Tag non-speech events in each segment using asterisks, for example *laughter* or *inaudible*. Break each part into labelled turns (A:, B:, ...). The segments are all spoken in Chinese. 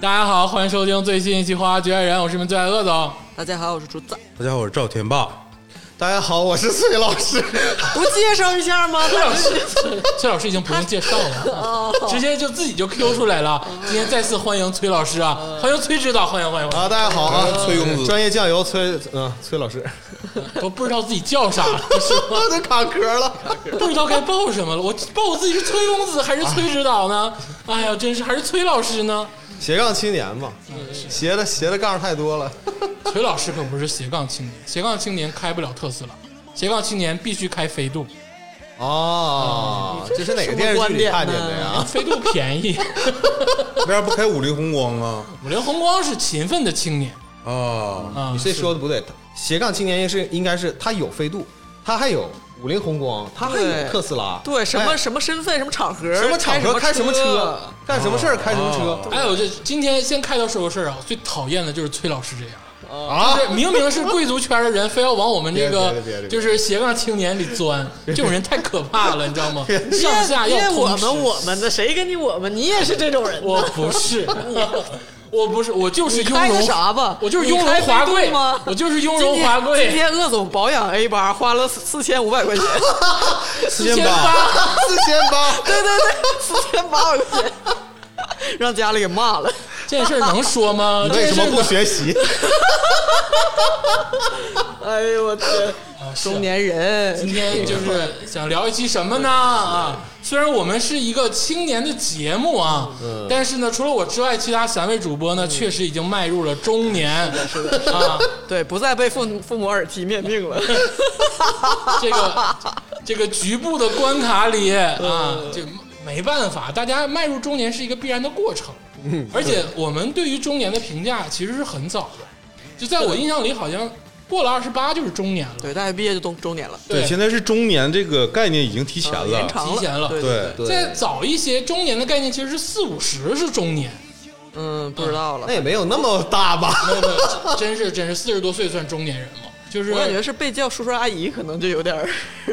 A: 大家好，欢迎收听最新一期《花花局外人》，我是你们最爱恶总。
B: 大家好，我是竹子。
C: 大家好，我是赵天霸。
D: 大家好，我是崔老 *laughs* 师。
B: 不介绍一下吗？
A: 崔老师， *laughs* 崔老师已经不用介绍了，直接就自己就 Q 出来了。今天再次欢迎崔老师啊，欢迎崔指导，欢迎欢迎欢
D: 啊，大家好啊，
C: 崔公子
D: 专业酱油崔，嗯，崔老师，
A: 迎，都不知道自己叫啥了， *laughs* 是吧
D: *laughs* 我都卡壳了。
A: 不知道该报什么了。我报我自己是崔公子还是崔指导呢？哎呀，真是还是崔老师呢。
D: *laughs* 斜杠青年嘛，斜的斜的杠太多了。
A: 崔老师可不是斜杠青年，斜杠青年开不了特斯拉，斜杠青年必须开飞度，
D: *laughs* 哦，这是哪个电视剧里看见的 *laughs* 呀？
A: 飞度便宜。 *laughs*
C: 为啥不开五菱宏光啊？
A: 五菱宏光是勤奋的青年
C: 啊，
A: 啊，
D: 你这说的不对，哦斜杠青年是应该是他有飞度，他还有五菱宏光，他还
B: 对
D: 有特斯拉，
B: 对，什么
D: 哎
B: 什么身份，什么场合，
D: 什么场合开
B: 开
D: 什么车，干什么事儿开什么车
A: 哎，我这今天先开头说个事儿啊，我最讨厌的就是崔老师这样，
B: 哦
D: 啊？
A: 这明明是贵族圈的人，非要往我们这
B: *laughs*
D: 别别别
A: 个
D: 别
A: 就是斜杠青年里钻，这种人太可怕了，你知道
B: *laughs*
A: 吗？
B: 因
A: 上下
B: 为因为
A: 要
B: 我
A: 通吃
B: 们我们的，谁跟你我们？你也是这种人呢。
A: 我不是，我不是，我就是
B: 你
A: 雍
B: 开的
A: 容
B: 啥吧？
A: 我就是
B: 你
A: 雍容
B: 开飞
A: 华
B: 度
A: 贵
B: 吗？
A: 我就是雍
B: 今
A: 容
B: 天
A: 华
B: 今
A: 贵，
B: 天鄂总保养 A 八花了四千五百
A: *laughs*
B: 块钱，
C: 四
A: 千
C: 千八，
A: 八，
D: *laughs* 四千八，
B: 对对对，四千八
A: *laughs*
B: 百块钱，让家里给骂了。
A: 这件事儿能说吗？
D: 为什么不
A: 这件事
D: 学习？
B: 哎呦我天，
A: 儿能？
B: 中年人
A: 今天就是想聊一期什么呢？啊，虽然我们是一个青年的节目啊，但是呢，除了我之外，其他三位主播呢，确实已经迈入了中年。是的，啊，
B: 对不再被父父母耳提面命
A: *laughs*
B: 了。
A: 啊这个这个局部的关卡里啊，就没办法，大家迈入中年是一个必然的过程。而且我们对于中年的评价其实是很早的，就在我印象里，好像过了二十八就是中年了。
B: 对，大学毕业就中中年了，
C: *laughs* 对，现在是中年这个概念已经提前
B: 延
C: 了。
B: 啊长了，
A: 提前了
B: 对对
C: 对，
A: 再早一些，中年的概念其实是四五十是中年。
B: 嗯，不知道了
D: 那。也没有那么大吧？
B: *laughs*
A: 没有没有， *laughs* 真是真是四十多岁算中年人嘛？就是
B: 我感觉是被叫叔叔阿姨，可能就有点儿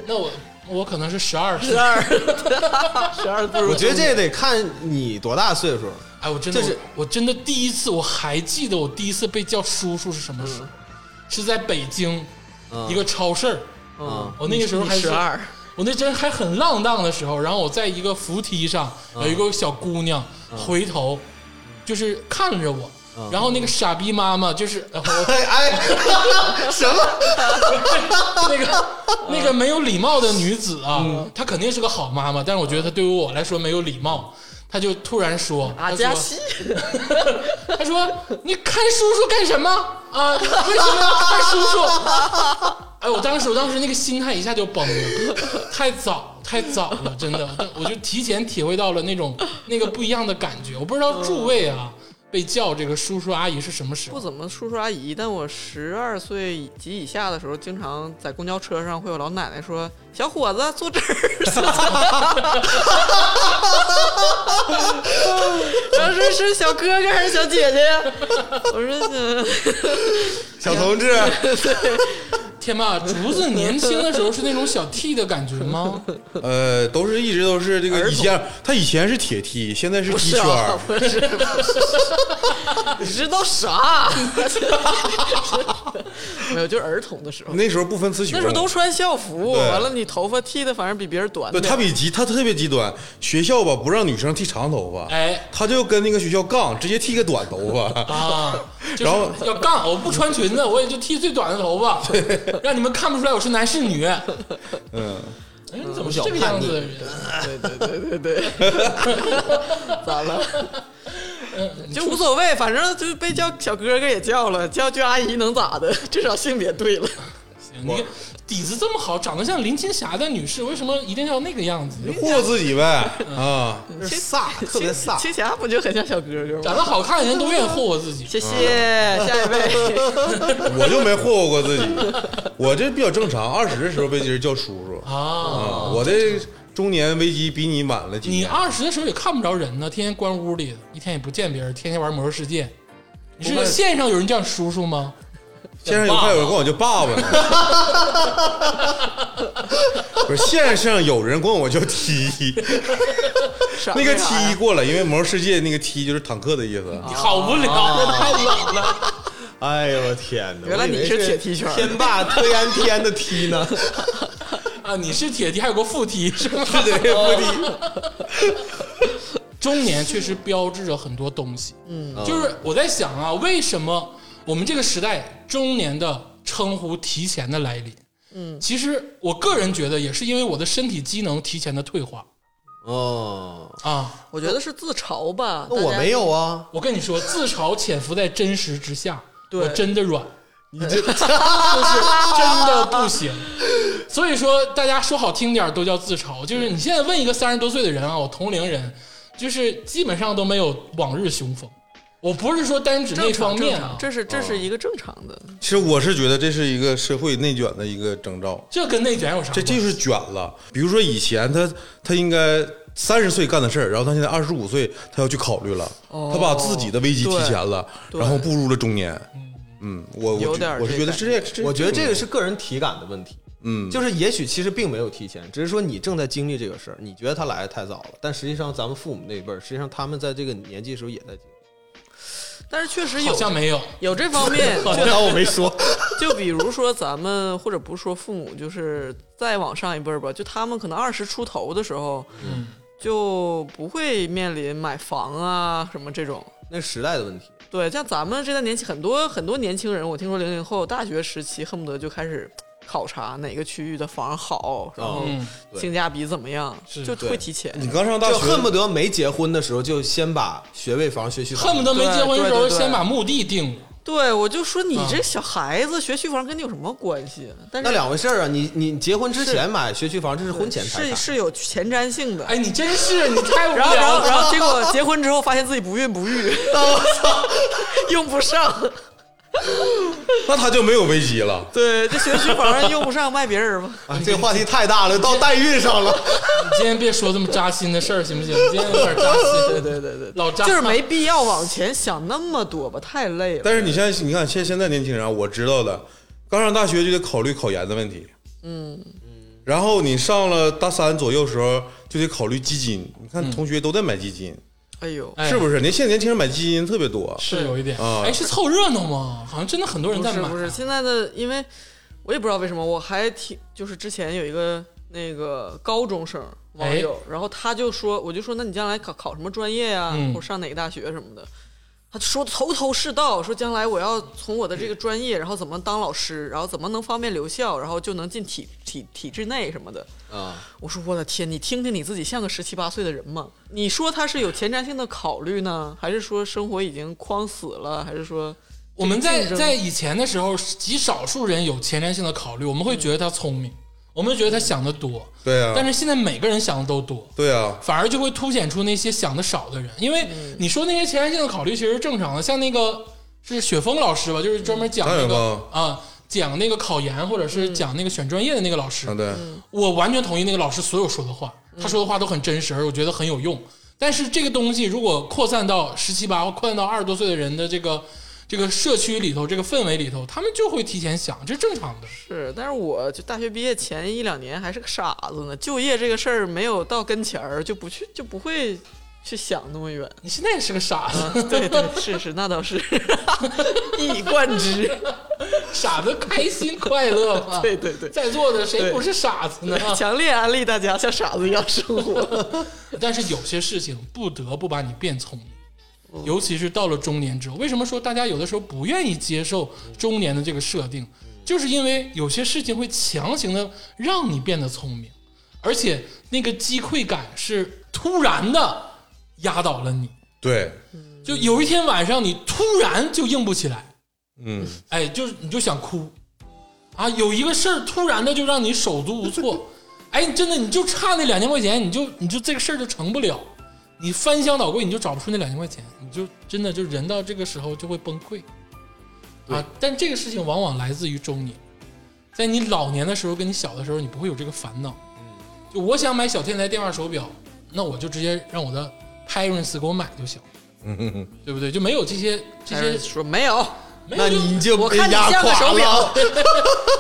A: 那我我可能是 *laughs* 十二岁
B: 十，二 *laughs* 十二岁。
D: 我觉得这也得看你多大岁数。
A: 哎，我真的
D: 就是
A: 我我真的第一次，我还记得我第一次被叫叔叔是什么时候，是在北京
D: 嗯
A: 一个超市儿，
B: 嗯，
A: 我那个时候还是啊
B: 十二，
A: 我那真还很浪荡的时候，然后我在一个扶梯上有一个小姑娘回头，就是看着我。然后那个傻逼妈妈就是，呃我
D: 哎哎， *laughs* 什么？
A: *laughs* 那个那个没有礼貌的女子啊，她肯定是个好妈妈，但是我觉得她对于我来说没有礼貌。她就突然说：“
B: 阿
A: 她
B: *laughs* 加
A: 说， *laughs*
B: 西，
A: 她说你看叔叔干什么啊？为什么要看叔叔？”哎，我当时我当时那个心态一下就崩了，太早太早了，真的，但我就提前体会到了那种那个不一样的感觉。我不知道诸位啊，被叫这个叔叔阿姨是什么时
B: 不
A: 候？
B: 怎么叔叔阿姨，但我十二岁及以下的时候，经常在公交车上会有老奶奶说：“小伙子，坐这
A: *laughs*
B: 儿。” *laughs* 当时是小哥哥还是小姐姐
A: *laughs*
B: 呀？我说嗯
D: 小同志，
B: 啊
A: 天霸，竹子年轻的时候是那种小 T 的感觉吗？
C: 呃，都是一直都是这个以前，他以前是铁梯，现在是
B: 不
C: 鸡
B: 是
C: 圈
B: 啊
C: 儿，，
B: 不是，不是，你知道啥？没有，就是儿童的时候，
C: 那时候不分雌雄。
B: 那时候都穿校服，
C: 对
B: 完了你头发剃的反正比别人短
C: 对
B: 点。
C: 他比极，他特别极端。学校吧，不让女生剃长头发，
A: 哎
C: 他就跟那个学校杠，直接剃个短
B: *laughs*
C: 头发。
A: 啊，就是
C: 然后
A: 要杠，我不穿裙子，我也就剃最短的头发，让你们看不出来我是男是女。哎，
C: 嗯，
A: 你怎么是这个样子的人？啊
B: 对对对对对，咋了？就无所谓，反正就是被叫小哥哥也叫了，叫句阿姨能咋的？至少性别对了。
A: 你底子这么好，长得像林青霞的女士，为什么一定要那个样子？
C: 霍自己呗
B: 嗯
C: 啊！
D: 就是飒，特别飒。
B: 青霞不就很像小哥哥
A: 长得
B: 吗？
A: 好看的人都愿意霍霍自己。
B: 谢谢，下一位。
C: 我就没霍霍过自己，我这比较正常。二十的时候被人叫叔叔
A: 啊，
C: 啊，我的中年危机比你晚了几
A: 你
C: 年。
A: 二十的时候也看不着人呢，天天关屋里，一天也不见别人，天天玩魔兽世界。你是线上有人叫你叔叔吗？
C: 线上有看有人管我叫爸爸呢，不是线上有人管我叫 T，
B: 啥
C: 那个
B: 啥
C: T
B: 呀
C: 过了，因为《魔兽世界》那个 T 就是坦克的意思。
A: 好无聊，太冷了。
D: 哎呦我天哪！
B: 原来
D: 我以为
B: 你是铁踢圈儿
D: 天霸推然天的踢
B: *laughs*
D: 呢？
A: 啊，你是铁梯，还有个副梯是吗？
C: 是的，不低。
A: 中年确实标志着很多东西。嗯，就是我在想啊，为什么我们这个时代中年的称呼提前的来临？嗯，其实我个人觉得也是因为我的身体机能提前的退化
D: 哦，
A: 啊。
B: 我觉得是自嘲吧。
D: 那我
B: 大家
D: 没有啊，
A: 我跟你说，自嘲潜伏在真实之下，
B: 对
A: 我真的软，
D: 你
A: *laughs*
D: 这
A: 就是真的不行。所以说，大家说好听点儿都叫自嘲。就是你现在问一个三十多岁的人啊，我同龄人，就是基本上都没有往日雄风。我不是说单指那
B: 正
A: 方
B: 常正
A: 面啊
B: 常，，这是这是一个正常的。
C: 其实我是觉得这是一个社会内卷的一个征兆，
A: 这跟内卷有啥
C: 这
A: 关系？
C: 就是卷了。比如说以前他他应该三十岁干的事儿，然后他现在二十五岁，他要去考虑了，他把自己的危机提前了，然后步入了中年。嗯，我我
B: 有点儿
C: 我是觉得是这，嗯是
D: 我觉得这个是个人体感的问题。嗯，就是也许其实并没有提前，只是说你正在经历这个事儿，你觉得他来的太早了，但实际上咱们父母那一辈儿，实际上他们在这个年纪的时候也在经历。
B: 但是确实
A: 好
B: 有
A: 像没有。
B: 有这方面，
D: *laughs* 这当我没说。
B: *laughs* 就比如说咱们或者不是说父母，就是再往上一辈儿吧，就他们可能二十出头的时候，
A: 嗯，
B: 就不会面临买房啊什么这种。
D: 那是时代的问题，
B: 对，像咱们这代年轻很多很多年轻人，我听说零零后大学时期恨不得就开始考察哪个区域的房好，然后
A: 嗯
D: 对嗯
B: 性价比怎么样，
A: 是
B: 就
D: 对
B: 会提前。
C: 你刚上大
D: 就
C: 学，
D: 恨不得没结婚的时候就先把学位房、学区房，
A: 恨不得没结婚的时候
B: 对对对
A: 先把墓地定了。
B: 对，我就说你
A: 嗯
B: 这小孩子学区房跟你有什么关系？但是
D: 那两回事儿啊！你你结婚之前买学区房，这是婚前财
B: 是
D: 产。
B: 是有前瞻性的。
A: 哎，你真是你太无
B: *laughs* 然后，然
A: 聊
B: 后，然
A: 了。
B: 后结果结婚之后发现自己不孕不 *laughs* 育，我操，用不上。
C: 那他就没有危机了。
B: *laughs* 对，这学区房用不上，卖别人吧。
D: 啊，这个话题太大了，到代孕上了。
A: 你今天别说这么扎心的事儿，行不行？你今天有点扎心。对对对对，老扎
B: 就是没必要往前想那么多吧，太累了。
C: 但是你现在，你看现现在年轻人啊，我知道的，刚上大学就得考虑考研的问题。嗯然后你上了大三左右时候，就得考虑基金。你看同学都在买基金，
B: 哎呦，
A: 嗯哎
C: 是不是？年现在年轻人买基金特别多。
A: 是有一点。
C: 啊
A: 哎，是凑热闹吗？好像真的很多人
B: 不
A: 在
B: 是
A: 买。啊
B: 不是，现在的因为我也不知道为什么，我还挺就是之前有一个那个高中生
A: 哎
B: 网友，然后他就说，我就说那你将来考考什么专业呀、
A: 嗯
B: 或者上哪个大学什么的。他就说的头头是道，说将来我要从我的这个专业，然后怎么当老师，然后怎么能方便留校，然后就能进体体体制内什么的。
D: 啊，
B: 我说我的天，你听听你自己像个十七八岁的人吗？你说他是有前瞻性的考虑呢，还是说生活已经框死了，还是说
A: 我们在
B: 竞争
A: 在以前的时候，极少数人有前瞻性的考虑，我们会觉得他聪明，我们觉得他想的多。
C: 对啊，
A: 但是现在每个人想的都多，
C: 对啊，
A: 反而就会凸显出那些想的少的人。因为
B: 嗯
A: 你说那些前瞻性的考虑其实是正常的，像那个是雪峰老师吧，就是专门讲
C: 张
A: 那
C: 远
A: 个
C: 光
A: 啊、讲那个考研或者是
B: 嗯
A: 讲那个选专业的那个老师，
C: 啊对，
A: 我完全同意那个老师所有说的话，
B: 嗯
A: 他说的话都很真实，而我觉得很有用。但是这个东西如果扩散到十七八、扩散到二十多岁的人的这个这个社区里头、这个氛围里头，他们就会提前想，这是正常的。
B: 是，但是我就大学毕业前一两年还是个傻子呢，就业这个事儿没有到跟前儿，就不去就不会去想那么远。 *laughs*
A: 你现在也是个傻子，
B: 啊、对对，是是，那倒是一以贯之。
A: *laughs* 傻子开心快乐嘛。
B: 嗯 *laughs* 对对对，嗯
A: 在座的谁不是傻子呢？ *laughs*
B: 强烈安利大家像傻子一样生活。
A: 但是有些事情不得不把你变聪明，尤其是到了中年之后。为什么说大家有的时候不愿意接受中年的这个设定，就是因为有些事情会强行的让你变得聪明，而且那个击溃感是突然的压倒了你。
C: 对，
A: 就有一天晚上，你突然就硬不起来，
C: 嗯，
A: 哎，就是你就想哭啊，有一个事儿突然的就让你手足无措，哎，真的你就差那两千块钱，你就你就这个事儿就成不了，你翻箱倒柜你就找不出那两千块钱，你就真的就人到这个时候就会崩溃啊。但这个事情往往来自于中年，在你老年的时候跟你小的时候，你不会有这个烦恼。
D: 嗯
A: 就我想买小天才电话手表，那我就直接让我
D: *laughs*
A: 的 parents 给我买就行，对不对？就没有这些这些
B: 说没有，
D: 那你就
B: 我
D: 被
B: 看你
D: 压
B: 像个
D: 垮
B: 手
D: 了
B: 表。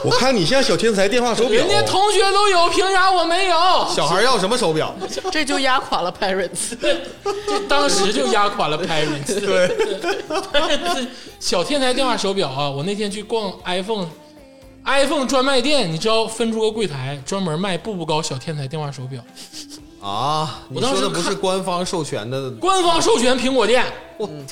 C: 我看你像小天才电话手表
A: 人，家同学都有，凭啥我没有？
D: 小孩要什么手表？
B: 这就压垮了
A: *laughs*
B: parents。
A: 就当时就压垮了 parents。对， *laughs* 小天才电话手表啊，我那天去逛 iPhone。iPhone 专卖店，你知道分出个柜台专门卖步步高小天才电话手表，
D: 啊，你
A: 我当时
D: 说的不是
A: 看
D: 官方授权的，
A: 官方授权苹果店。
D: 我
B: 嗯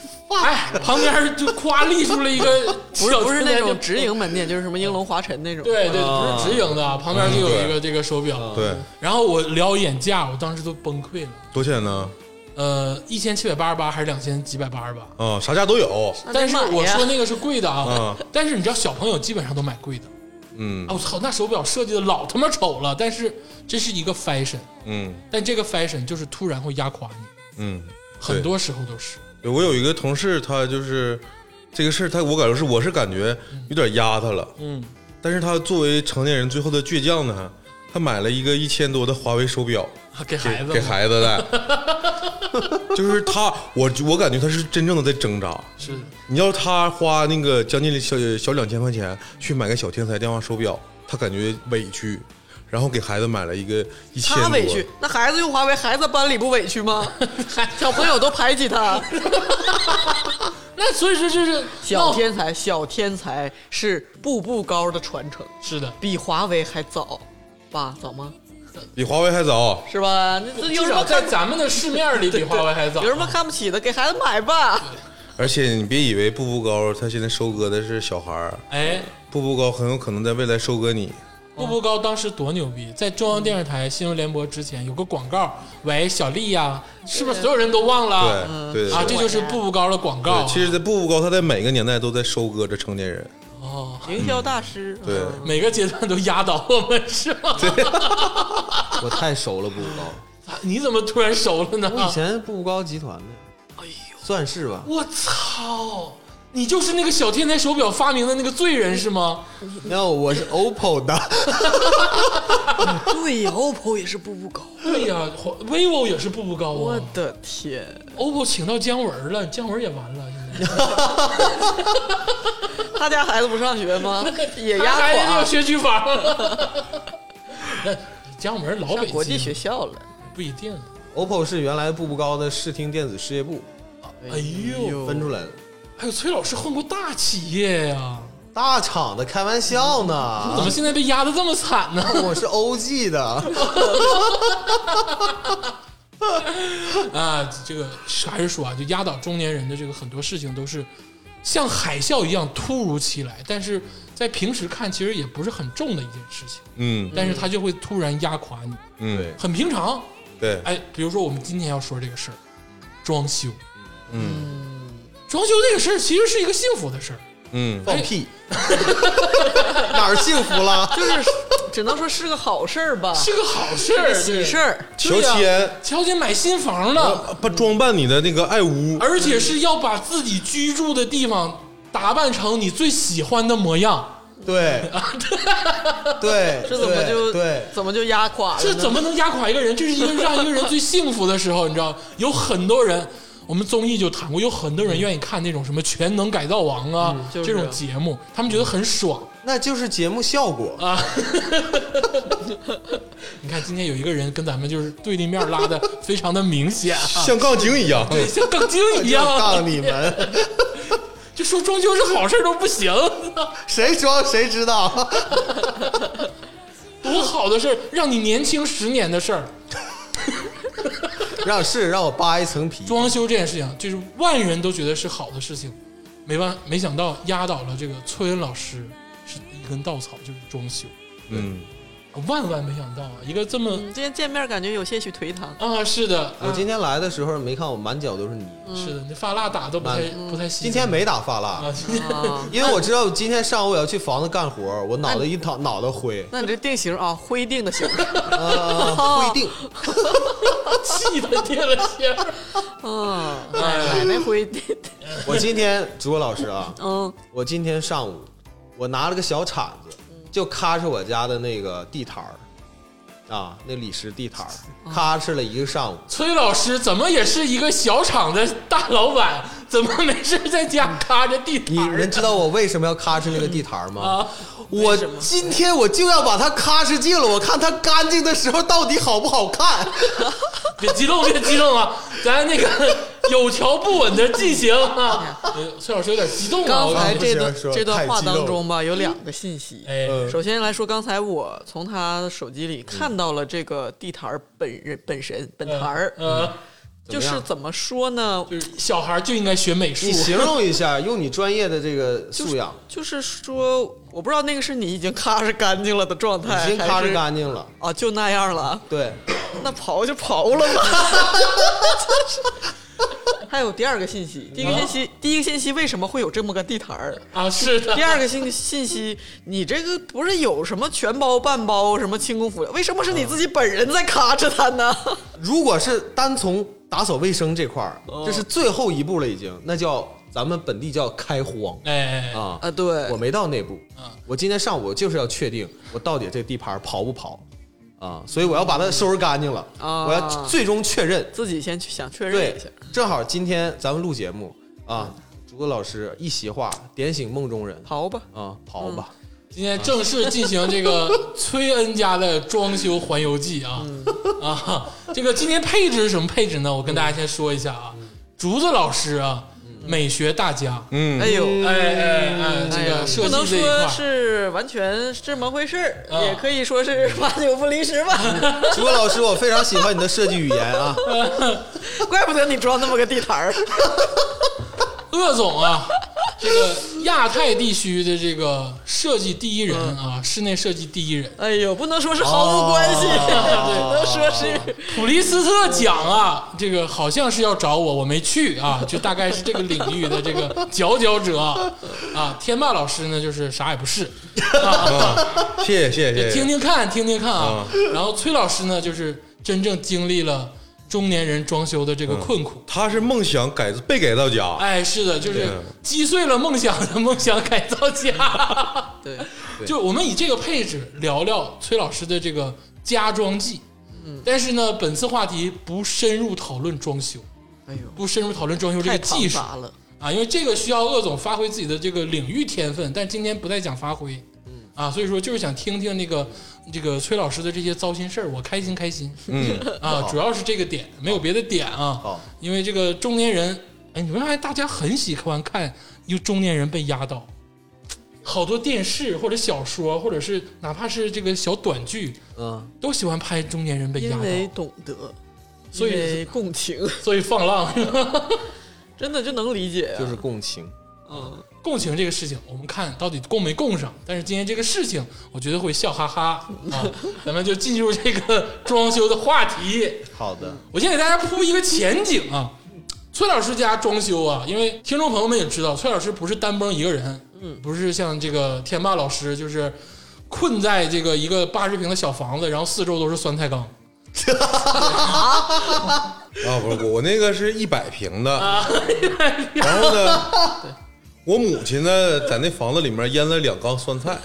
A: 哎，旁边就夸立出了一个
B: *laughs* 不是
A: 小
B: 不是
A: 天才
B: 那
A: 电
B: 种直营门店，就是什么应龙华晨那种。
A: 嗯对对，
D: 啊
A: 不是直营的，旁边就有一个这个手表。
C: 对，
A: 然后我聊一眼价，我当时都崩溃了。
C: 多少钱呢？
A: 呃，一千七百八十八还是两千几百八十八？
C: 啊，啥价都有，
B: 嗯那得
A: 但是我
B: 买呀
A: 说那个是贵的啊
C: 啊，
A: *laughs* 但是你知道小朋友基本上都买贵的啊！
C: 嗯
A: 我操，那手表设计的老他妈丑了，但是这是一个 fashion，
C: 嗯
A: 但这个 fashion 就是突然会压垮你，
C: 嗯。
A: 很多时候都是。
C: 对我有一个同事，他就是这个事儿，他我感觉是我是感觉有点压他了，
A: 嗯，
C: 但是他作为成年人最后的倔强呢，他买了一个一千多的华为手表
A: 给孩子
C: 给
A: 嘛
C: 孩子的，就是他，我我感觉他是真正的在挣扎。
A: 是的
C: 你要他花那个将近小小两千块钱去买个小天才电话手表，他感觉委屈，然后给孩子买了一个一千多，
B: 他委屈，那孩子用华为，孩子班里不委
A: *laughs*
B: 屈吗？小朋友都排挤他。
A: 那所以说就是
B: 小天才，小天才是步步高的传承，
A: 是的，
B: 比华为还早吧？早吗？
C: 比华为还早。
B: 是吧？那这有
A: 至
B: 什么
A: 少在
B: 看
A: 咱们的市面里比华为还早。
B: 有什么看不起的？给孩子买吧。
C: 而且你别以为步步高他现在收割的是小孩儿，
A: 哎，
C: 步步高很有可能在未来收割你。
A: 步步高当时多牛逼，在中央电视台新闻联播之前有个广告，喂，小丽呀、是不是所有人都忘了？
C: 对
D: 嗯
C: 对
A: 啊，
C: 嗯对
A: 这就是步步高的广告。啊
C: 对，其实，在步步高，他在每个年代都在收割着成年人。
A: 哦，
B: *laughs* 营销大师，
C: 对
B: 嗯
A: *laughs* 每个阶段都压倒我们，是吗？
D: 我太熟了步步高，
A: 啊 *laughs* 你怎么突然熟了呢？
D: 我以前步步高集团的，哎呦，算是吧。
A: 我操！你就是那个小天才手表发明的那个罪人是吗？
D: no, 我是 OPPO 的，
B: 对呀，OPPO 也是步步高。
A: 对呀、华 vivo 也是步步高
B: 我
A: 啊
B: 的天，
A: ，OPPO 请到姜文了，姜文也完了，现在
B: 他家孩子不上学 *laughs* 吗？也
A: 他
B: 压
A: 孩子都有
B: 垮
A: 学区
B: *laughs*
A: 房了。那姜文老北
B: 上
A: 京
B: 国际学校了。
A: 不一定。
D: OPPO 是原来步步高的视听电子事业部
A: 哎呦，
D: 分出来的，
A: 还有崔老师混过大企业呀、
D: 大厂的，开玩笑
A: 怎
D: 呢。
A: 么现在被压的这么惨呢？
D: 啊我是 OG
B: *laughs*
D: 的，
A: 啊，这个还是说啊，就压倒中年人的这个很多事情都是像海啸一样突如其来，但是在平时看其实也不是很重的一件事情，
C: 嗯
A: 但是它就会突然压垮你，
C: 嗯，
A: 很平常。
C: 对，
A: 哎，比如说我们今天要说这个事儿，装修，
C: 嗯
A: 装修这个事儿其实是一个幸福的事儿，
C: 嗯，
D: 放屁， *laughs* 哪儿幸福了？
B: 就是只能说是个好事儿吧，
A: 是个好事
B: 个
A: 儿，
B: 喜事
A: 儿。
B: 儿。
C: 乔
A: 对呀
C: 迁
A: 乔姐买新房了，
C: 呃把装扮你的那个爱屋，
A: 而且是要把自己居住的地方打扮成你最喜欢的模样，
B: *laughs*
D: 对，对，
B: 这怎么就
D: 对？
B: 怎么就压垮了呢？
A: 这怎么能压垮一个人？这是一个让一个人最幸福的时候，你知道，有很多人。我们综艺就谈过，有很多人愿意看那种什么《全能改造王啊》
B: 就是啊
A: 这种节目，他们觉得很爽。
D: 那就是节目效果。
A: 你看，今天有一个人跟咱们就是对立面拉的非常的明
B: *laughs*
A: 显啊，
C: 像杠精一样。
A: 对，像杠精
D: 我
A: 一
D: 就
A: 样，
D: 告你
B: *laughs*
D: 们，
A: 就说装修是好事都不行，
D: 谁装谁知道。
A: 多好的事儿，让你年轻十年的事儿。
D: 让是让我扒一层皮，
A: 装修这件事情，就是万人都觉得是好的事情，没办没想到压倒了这个崔恩老师是一根稻草，就是装修。
C: 嗯，
A: 万万没想到啊，一个这么
B: 嗯今天见面感觉有些许颓唐，
A: 啊，是的，
D: 我今天来的时候没看我满脚都是泥，
B: 嗯
A: 是的，你发蜡打都不太不太行。
D: 今天没打发蜡
A: 啊，，今天
B: 啊，
D: 因为我知道今天上午我要去房子干活，我脑袋一脑脑
B: *laughs*
D: 袋灰，
B: 那你这定型啊，灰定的型，
D: 呃，不一定，
A: 气的跌了线
D: *laughs*
A: 儿。
B: 嗯，
A: 哎
B: 奶奶 *laughs* 灰定，
D: 我今天主播老师啊， *laughs*
B: 嗯，
D: 我今天上午我拿了个小铲子，就咔哧我家的那个地摊儿，啊，那李石地摊儿，咔哧了一个上午，
A: 崔老师怎么也是一个小厂的大老板，怎么没事在家
D: 嗯
A: 咔着地
D: 你
A: 摊儿
D: 人知道我为什么要咔哧那个地台吗？
A: 啊？
D: 我今天我就要把它咔哧净了，我看它干净的时候到底好不好看。
A: 别激动，别激动
B: *laughs*
A: 啊！咱那个有条不紊的进行啊。呃崔老师有点激动啊，
B: 嗯刚
A: 我
B: 才
A: 感觉
B: 这段
D: 不是说
B: 这段
D: 太
B: 话
D: 激动
B: 当中吧，有两个信息。
A: 哎，
D: 嗯
B: 首先来说，刚才我从他手机里看到了这个地坛儿本人本神本坛儿，
A: 呃，
B: 就
D: 嗯怎么
B: 是
D: 样
B: 怎么说呢？
A: 就是小孩就应该学美术
D: 你，形容一下，用你专业的这个素养，
B: 就是说，我不知道那个是你已经咔着干净了的状态，
D: 已经咔
B: 还
D: 哧
B: 是
D: 干净了。
B: 啊，就那样
D: *laughs*
B: 了，
D: 对，
B: 那刨就刨了吧。 *laughs* 还有第二个信息，第一个信
D: 嗯
B: 息，第一个信息为什么会有这么个地坛儿？
A: 啊，是
B: *laughs*
A: 的
B: 第，二个信信息，你这个不是有什么全包、半包、什么轻功辅料，为什么是你自己本人在咔着它呢？
D: 如果是单从打扫卫生这块儿，这是最后一步了，已经，那叫咱们本地叫开荒
A: 哎，
D: 啊。
B: *laughs* 啊，对
D: 我，没到那步
A: 啊，
D: 我今天上午就是要确定我到底这地盘刨不刨啊，所以我要把它收拾干净了，
B: 啊
D: 我要最终确认。
B: 自己先去想确认
D: 对
B: 一下。，
D: 正好今天咱们录节目啊，竹子老师一席话点醒梦中人
B: 刨吧，
D: 啊，刨吧，
A: 今天正式进行这个崔恩家的装修环游记啊
B: 嗯
A: 啊！这个今天配置是什么配置呢？我跟大家先说一下啊，
B: 嗯
A: 竹子老师啊，美学大家，
C: 嗯
B: 哎呦，
A: 哎哎哎，这
B: 哎呀
A: 个，
B: 不
A: 设
B: 能
A: 计这一块
B: 说
A: 儿，
B: 是完全是这么回事儿，
A: 啊
B: 也可以说是八九不离十吧。
D: 竹子老师，我非常喜欢你的设计语言啊，
B: *laughs* 怪不得你装那么个地摊儿，
A: 鄂总啊，这个亚太地区的这个设计第一人啊，室内设计第一人，
B: *laughs* 哎呦，不能说是毫无关 *laughs* 系，
A: 哦
B: 只能说是
A: 普利斯特奖啊，这个好像是要找我，我没去啊，就大概是这个领域的这个佼佼者啊。啊天霸老师呢，就是啥也不是，
C: *laughs*
A: 啊
C: 谢谢谢谢谢
A: 听
C: 谢，
A: 听看，听听看啊。然后崔老师呢，就是真正经历了中年人装修的这个困苦。
C: 他是梦想改被改造家，
A: 哎，是的，就是
C: 对
A: 击碎了梦想的梦想改造家。
B: *laughs* 对，
A: 就我们以这个配置聊聊崔老师的这个家装技。
B: 嗯
A: 但是呢，本次话题不深入讨论装修，
B: 哎呦，
A: 不深入讨论装修这
B: 太
A: 个技
B: 庞
A: 术
B: 杂了。
A: 啊，因为这个需要鄂总发挥自己的这个领域天分，但今天不再讲发挥。
D: 嗯
A: 啊，所以说就是想听听那个这个崔老师的这些糟心事儿，我开心开心。
C: 嗯，
A: *laughs* 啊，主要是这个点，没有别的点啊。
D: 好
A: 因为这个中年人，哎，你们发现大家很喜欢看有中年人被压倒，好多电视或者小说，或者是哪怕是这个小短剧，
D: 嗯，
A: 都喜欢拍中年人被压
B: 因
A: 倒，
B: 为懂得，
A: 所以
B: 因为共情，
A: 所以放浪。
B: *laughs* 真的就能理解、啊。
D: 就是共情，
B: 嗯，
A: 共情这个事情，我们看到底共没共上。但是今天这个事情，我觉得会笑哈哈啊！咱们就进入这个装修的话题。
D: 好
B: 嗯
D: 的，
A: 我先给大家铺一个前景啊，崔老师家装修啊，因为听众朋友们也知道，崔老师不是单崩一个人，嗯，不是像这个天霸老师就是困在这个一个八十平的小房子，然后四周都是酸菜缸，
C: 啊，不是我我那个是一百平的，
D: 啊
C: 然后呢，我母亲呢在那房子里面腌了两缸酸菜，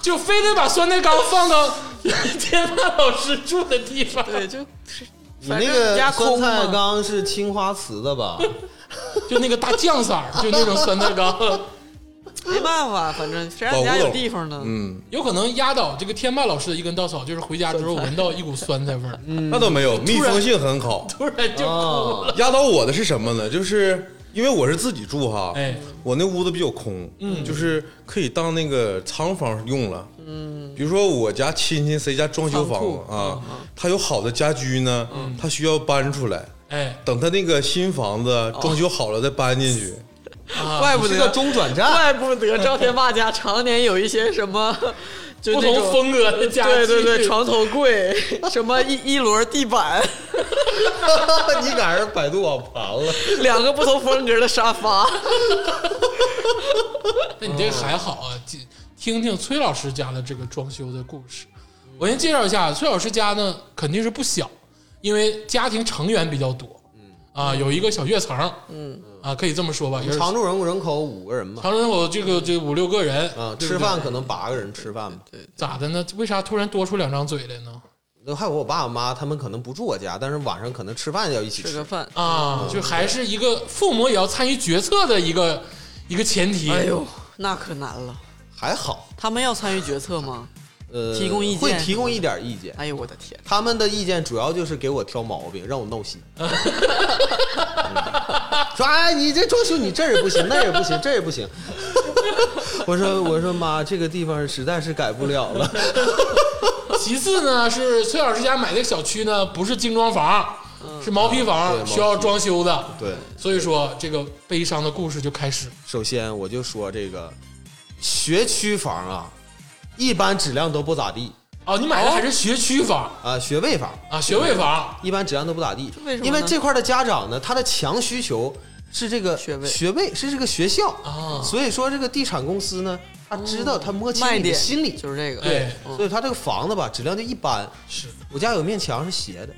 A: 就非得把酸菜缸放到 *laughs* 天霸老师住的地方。
B: *laughs* 对，就是
D: 你
B: 反
D: 那
B: 正
D: 个
B: 压
D: 酸
B: 空
D: 菜
B: 嘛，
D: 缸是青花瓷的吧？
A: 就那个大酱色儿，就那种酸菜缸，
B: 没办法，反正谁让
C: 老
B: 你家
C: 古
B: 有
C: 董
B: 地方呢？
C: 嗯，
A: 有可能压倒这个天霸老师的一根稻草，就是回家之后闻到一股酸菜味儿，
D: 嗯
C: 那倒没有，密封性很好。
A: 突然就哭
D: 啊
A: 了。
C: *laughs* 压倒我的是什么呢？就是因为我是自己住哈，
A: 哎
C: 我那屋子比较空，嗯，就是可以当那个仓房用了，嗯，比如说我家亲戚谁家装修
B: 仓库嗯
C: 房啊，他有好的家居呢，
A: 嗯
C: 他需要搬出来，
A: 哎，
C: 等他那个新房子
B: 哦
C: 装修好了再搬进去，
A: 啊
B: 怪 *laughs* 不
D: 是个
B: 得，
D: 中啊转
B: *laughs*
D: 站，
B: 怪不得赵天霸家常年有一些什
D: *laughs*
B: 么，就
A: 不
B: 那
A: 同
B: 种
A: 风格的家
B: 对对对，
A: 具
B: 床头柜，什么一一摞地板， *laughs*
D: 你赶上百度网盘了，
B: 两个不同风格的沙发，
A: 那你这个还好啊，听听听崔老师家的这个装修的故事。我先介绍一下，崔老师家呢肯定是不小，因为家庭成员比较多，嗯啊，有一个小跃层，嗯啊，可以这么说吧，就是
D: 常住人人口五个人嘛，
A: 常州人口这个这五六个人
D: 啊，
A: 对
D: 吃
A: 不对
D: 饭可能八个人吃饭嘛，
A: 咋的呢？为啥突然多出两张嘴来呢？
D: 那还有我爸我妈，他们可能不住我家，但是晚上可能吃饭要一起
B: 吃
D: 吃。
B: 个饭，
A: 啊，就还是一个父母也要参与决策的一个一个前提。
B: 哎呦，那可难了。
D: 还好，
B: 他们要参与决策吗？
D: 呃，
B: 提供意见
D: 会提供一点意见。
B: 哎呦，我的天！
D: 他们的意见主要就是给我挑毛病，让我闹心。 *laughs* 嗯说哎，你这装修你这儿也不行，那儿也不行，这儿也不行。 *laughs* 我说我说妈，这个地方实在是改不了了。 *laughs*
A: 其次呢，是崔老师家买这个小区呢，不是精装房，是毛坯
D: 啊
A: 房，
D: 对
A: 需要装修的。
D: 对，
A: 所以说，这个悲伤的故事就开始。
D: 首先我就说这个学区房啊，一般质量都不咋地
A: 哦，你买的还是学区房
D: 啊，学位房
A: 啊，学位房。
D: 一般质量都不咋地
B: 为什，么呢
D: 因为这块的家长呢，他的强需求是这个
B: 学位
D: 学位是这个学校
A: 啊
D: 所以说这个地产公司呢，他知道他摸清
B: 哦卖
D: 你的
B: 点
D: 心理，
B: 就是这个，嗯
A: 对
D: 对，所以他这个房子吧，质量就一般。
A: 是，
D: 我家有面墙是斜的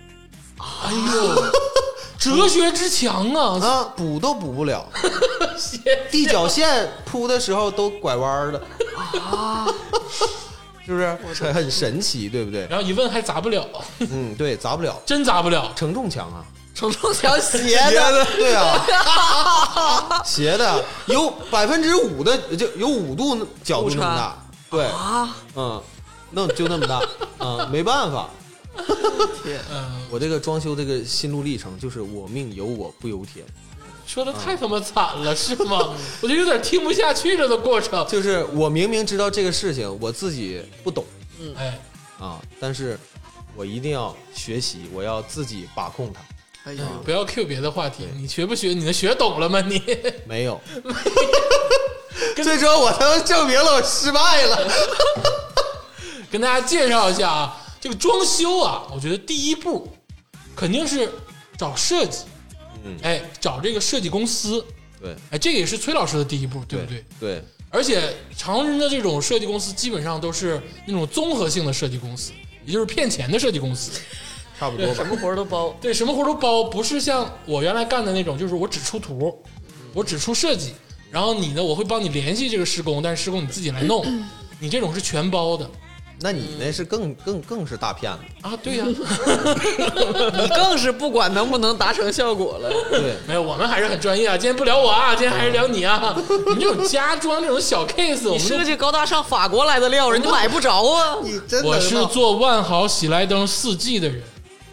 A: 哎呦， *laughs* 哲学之强
B: 嗯
A: 啊！
D: 啊，补都补不
B: *laughs*
D: 了，地脚线铺的时候都拐
B: *laughs*
D: 弯儿了啊，是不是？很很神奇，对不对？
A: 然后一问还砸不了，
D: 嗯，对，砸不了，
A: 真砸不了。
D: 承重墙啊，
B: 承重
D: *laughs*
B: 墙斜
D: 斜
B: 的，
D: 的，对
B: *laughs*
D: 啊，斜的有百分之五的就有五度角度那么大，对，
B: 啊，
D: 嗯，那就那么大，嗯，没办法，
B: 天，
A: 嗯，
D: 我这个装修这个心路历程就是我命由我不由天，
A: *laughs* 说的太他妈惨了，是吗？我就有点听不下去了的过程。
D: 就是我明明知道这个事情我自己不懂
A: 哎，
D: 啊，但是我一定要学习，我要自己把控它。
B: 哎呦，
A: 不要 Q 别的话题，你学不学？你能学懂了吗？你
B: *laughs*
D: 没有，最终我他妈证明了我失败了。
A: 跟大家介绍一下啊，这个装修啊，我觉得第一步肯定是找设计，
D: 嗯
A: 哎，找这个设计公司，
D: 对
A: 哎，这个也是崔老师的第一步，对不对？
D: 对，
A: 而且长春的这种设计公司基本上都是那种综合性的设计公司，也就是骗钱的设计公司，
D: 差不 *laughs* 多吧
B: 什。么活儿都包，
A: 对，什么活儿都包，不是像我原来干的那种，就是我只出图，我只出设计，然后你呢，我会帮你联系这个施工，但是施工你自己来弄，你这种是全包的
D: 那你那是更更更是大骗子。
A: 啊，对呀、
B: 你更是不管能不能达成效果了。
D: 对，
A: 没有，我们还是很专业啊。今天不聊我
D: *laughs*
A: 啊，今天还是聊你啊。你们这种家装这种小 case，我们
B: 你设
A: 都
B: 计高大上法国来的料，人家买不着啊。
D: 你真
A: 我是做万豪喜来登四季的人，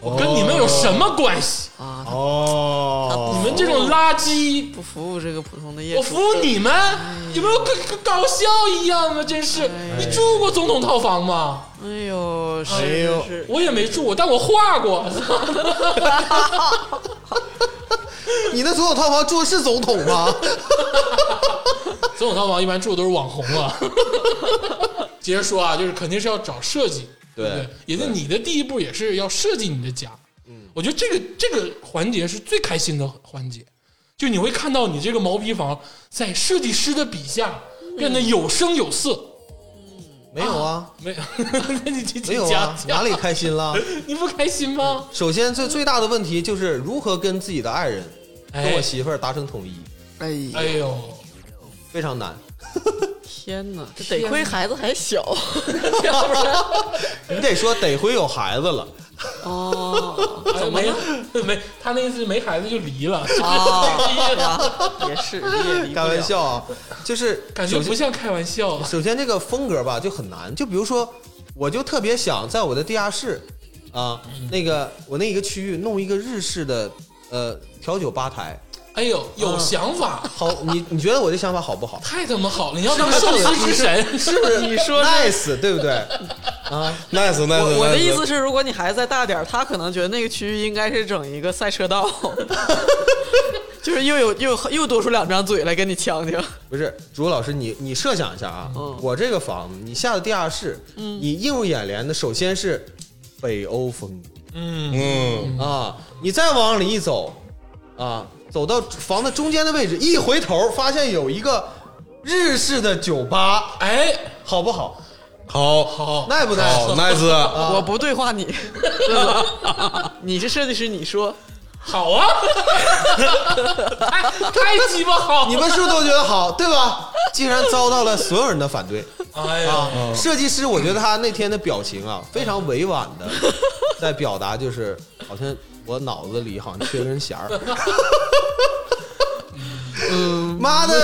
A: 我跟你们有什么关系？
B: 啊，
D: 哦，
A: 你们这种垃圾，
B: 不服务这个普通的业
A: 我
B: 主，
A: 服务你们，有没有跟跟搞笑一样吗？真是，你住过总统套房吗？
B: 哎呦，是
D: 哎呦
B: 是是，
A: 我也没住过，但我画过。
D: 你那总统套房住的是总统吗？
A: 总统套房一般住的都是网红啊。
D: *laughs*
A: 接着说啊，就是肯定是要找设计，对不对
D: 对？
A: 也就你的第一步也是要设计你的家。嗯，我觉得这个这个环节是最开心的环节，就你会看到你这个毛坯房在设计师的笔下
D: 嗯
A: 变得有声有色。
D: *laughs* 没有啊，
A: 没有， *laughs* 那你去
D: 没有
A: 讲
D: 啊，哪
A: 讲，
D: 里开心了？ *laughs*
A: 你不开心吗？
D: 首先最最大的问题就是如何跟自己的爱人跟
A: 哎
D: 我媳妇儿达成统一，
B: 哎呀
A: 哎，
D: *laughs*
A: 呦，
D: 非常难。
B: 天哪，这得亏孩子还小
A: 哎
D: 你得说得亏有孩子
A: *laughs*
D: 了，
B: *laughs* 哦，
A: 哎没没，他那意思是没孩子就离了，
B: 啊，哦也是，也离不了
D: 开玩，笑啊，就是
A: 感觉
D: 首
A: 不
D: 先
A: 像开玩笑。
D: *laughs* 首先这个风格吧就很难，就比如说，我就特别想在我的地下室啊，那个我那一个区域弄一个日式的呃调酒吧台，
A: 哎呦，有
D: 嗯
A: 想法，
B: *laughs*
D: 好，你你觉得我这想法好不好？
A: 太他妈好了！你要当寿司之
B: *laughs*
A: 神，
D: 是不是？
B: 你说是
D: nice 对不对？啊，
C: nice nice，
B: 我我的
C: nice
B: 意思是，如果你孩子再大点儿，他可能觉得那个区域应该是整一个赛车 *laughs* 道，就是又有又又多出两张嘴来跟你呛呛。
D: 不是，朱老师，你你设想一下啊，
B: 嗯
D: 我这个房子，你下的地下室，你映入眼帘的首先是北欧风
A: 嗯，
C: 嗯，
D: 啊，你再往里一走啊，走到房子中间的位置，一回头发现有一个日式的酒吧，
A: 哎，
D: 好不好？
C: 好，
A: 好，
D: 耐不耐？
C: 好
B: *laughs*
D: *laughs*
C: nice，
D: 啊
B: 我不对话你，你是设计师，你说
A: 好啊， *laughs* 太太鸡巴好
D: 你
A: 了！
D: 们是不是都觉得好，对吧？竟然遭到了所有人的反对
A: 哎呀，
D: 啊！设计师，我觉得他那天的表情啊，非常委婉的在表达，就是好像我脑子里好像缺根弦儿。嗯，妈的，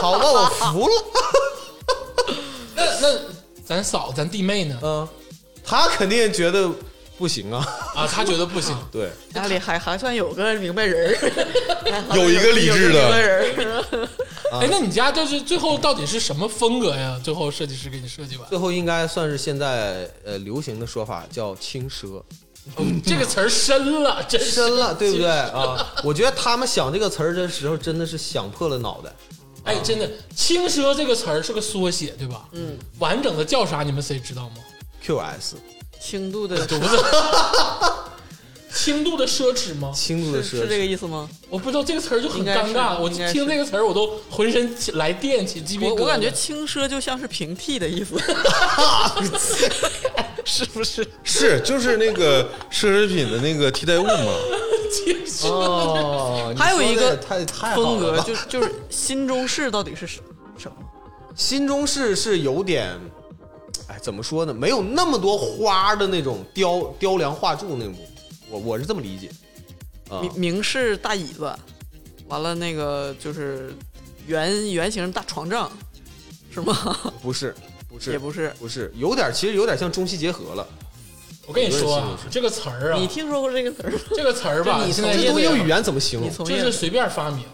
D: 好吧，我服了。
A: 那那咱嫂咱弟妹呢？
D: 嗯，他肯定觉得不
B: *laughs*
D: 行啊。
A: 啊，她觉得不行，
D: 对，
B: 家里还还算有个明白
A: *laughs*
B: 人儿，还好
C: 有一个理智的
B: 有个明白人儿。
A: 哎，那你家就是最后到底是什么风格呀？最后设计师给你设计完，
D: 最后应该算是现在呃流行的说法叫轻奢，
A: 这个词儿深了，真是
D: 深了，对不对啊？ *laughs* 我觉得他们想这个词儿的时候，真的是想破了脑袋。
A: 哎，真的，轻奢这个词儿是个缩写，对吧？嗯，完整的叫啥？你们谁知道吗？
D: QS
B: 轻度的
A: 不是轻度的奢侈吗？
D: 轻度的
B: 是
D: 奢
B: 是这
D: 侈，
B: 个意思吗？
A: 我不知道这个词儿就很
B: 应该
A: 尴
B: 是
A: 尬，我
B: 应该
A: 听
B: 是
A: 这个词儿我都浑身起来电起鸡皮疙
B: 我
A: 瘩。
B: 我感觉轻奢就像是平替的意思，是不是？
C: 是就是那个奢侈品的那个替代物嘛。
A: 轻奢，
D: 哦，
B: 还有一个
D: 你说的也太太好了
B: *laughs* 风格
D: 吧
B: 就就是新中式到底是什什么？
D: 新中式是有点，哎，怎么说呢？没有那么多花的那种雕雕梁画柱那种，我我是这么理解啊。
B: 明明式大椅子，完了那个就是圆圆形大床帐，是吗？
D: 不是，不是，
B: 也不是。
D: 不是，有点其实有点像中西结合了。
A: 我跟你说
D: 我觉得
A: 啊
D: 是，
A: 这个词儿啊
B: 你，听说过这个词儿吗？
A: 这个词儿吧
B: 就，你
A: 现
B: 从
A: 在
D: 这
A: 也
D: 东西用
A: 得
D: 语言怎么形
B: 你
D: 容？
B: 啊从
A: 就
B: 业啊
A: 是随便发明，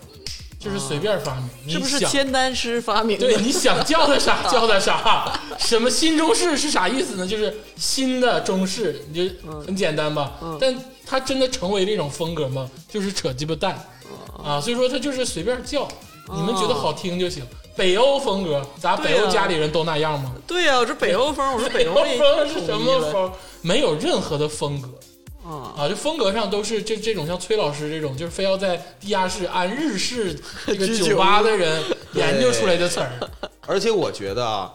A: 就是随便发明，你
B: 是不是
A: 想
B: 签单师发明的？
A: 对，你
B: *laughs*
A: 想叫它啥叫它啥，什么新中式是啥意思呢？就是新的中式，你就很简单吧。
B: 嗯
A: 但它真的成为这种风格吗？就是扯鸡巴蛋、
B: 嗯
A: 啊！所以说它就是随便叫，你们觉得好听就行。北欧风格，咱
B: 对
A: 北
B: 啊
A: 欧家里人都那样吗？
B: 对啊呀、我说北欧风，我说北欧
A: 欧风
B: 这
A: 是什么风？没有任何的风格
B: 啊？
A: 啊！就风格上都是这这种像崔老师这种，就是非要在地下室按日式这个
B: *laughs* 居酒
A: 酒吧的人研究出来的词儿。
D: 而且我觉得啊，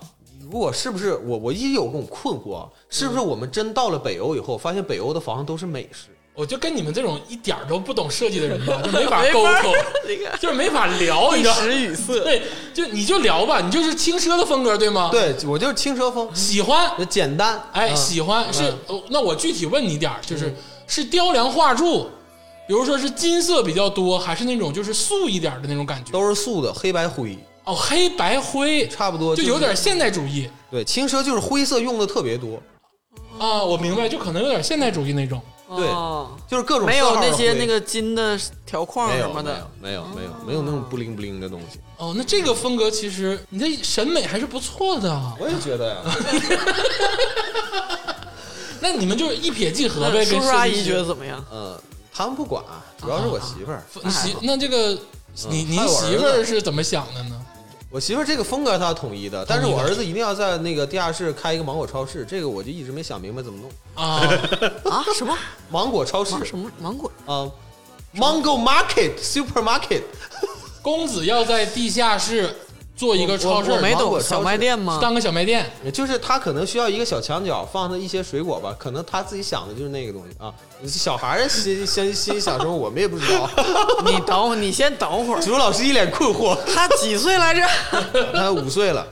D: 如果是不是我我一直有这种困惑啊，是不是我们真到了北欧以后，发现北欧的房子都是美式？
A: 我就跟你们这种一点儿都不懂设计的人吧，就没法
B: 没
A: 沟
B: 法儿
A: 通，
B: 那个
A: 就是没法聊，你
B: *laughs* 一
A: 知道？
B: 时语塞。
A: 对，就你就聊吧，你就是轻奢的风格，对吗？，
D: 对，我就是轻奢风，
A: 喜欢，
D: 就简单。
A: 啊哎，
B: 啊
D: 嗯
A: 喜欢是、哦那我具体问你点儿，就是、
B: 嗯
A: 是雕梁画柱，比如说是金色比较多，还是那种就是素一点儿的那种感觉？
D: 都是素的，黑白灰，
A: 哦，黑白灰，
D: 差不多
A: 就是有点现代主义
D: 对轻奢，就是灰色用的特别多，
A: 啊，我明白，就可能有点现代主义那种。
D: 对
B: 哦
D: 就是各种
B: 没有
D: 色号的
B: 那些
D: 灰
B: 那个金的条框
D: 没
B: 什
D: 有
B: 么的，
D: 没有没有没有没有那种不灵不灵的东西。
A: 哦，那这个风格其实你的审美还是不错的啊。
D: 我也觉得呀，
A: 那你们就是一撇即合呗，
B: 那
A: 跟
B: 叔叔
A: 设计
B: 阿姨
A: 师
B: 觉得怎么样？
D: 嗯，他们不管，啊主要是我媳妇儿，
A: 你媳那这个
B: 嗯
A: 你你
D: 还有儿子
A: 媳妇儿是怎么想的呢？
D: 我媳妇儿这个风格她统一的，但是我儿子一定要在那个地下室开一个芒果超市，这个我就一直没想明白怎么弄。
B: *laughs*
A: 啊，
B: 啊？什么
D: 芒果超市
B: 芒什么芒果？
D: 啊，Mango Market Supermarket，
A: 公子要在地下室做一个超市
B: 我没
D: 芒
B: 懂
D: 果超市
B: 小卖店吗？
A: 当个小卖店，
D: 就是他可能需要一个小墙角放的一些水果吧，可能他自己想的就是那个东西啊。小孩儿心心心想什么，我们也不知 *laughs* 道。
B: 你等会儿，你先等会儿。
D: 主任老师一脸困惑，
B: 他几岁来着？ *laughs*
D: 他五岁了，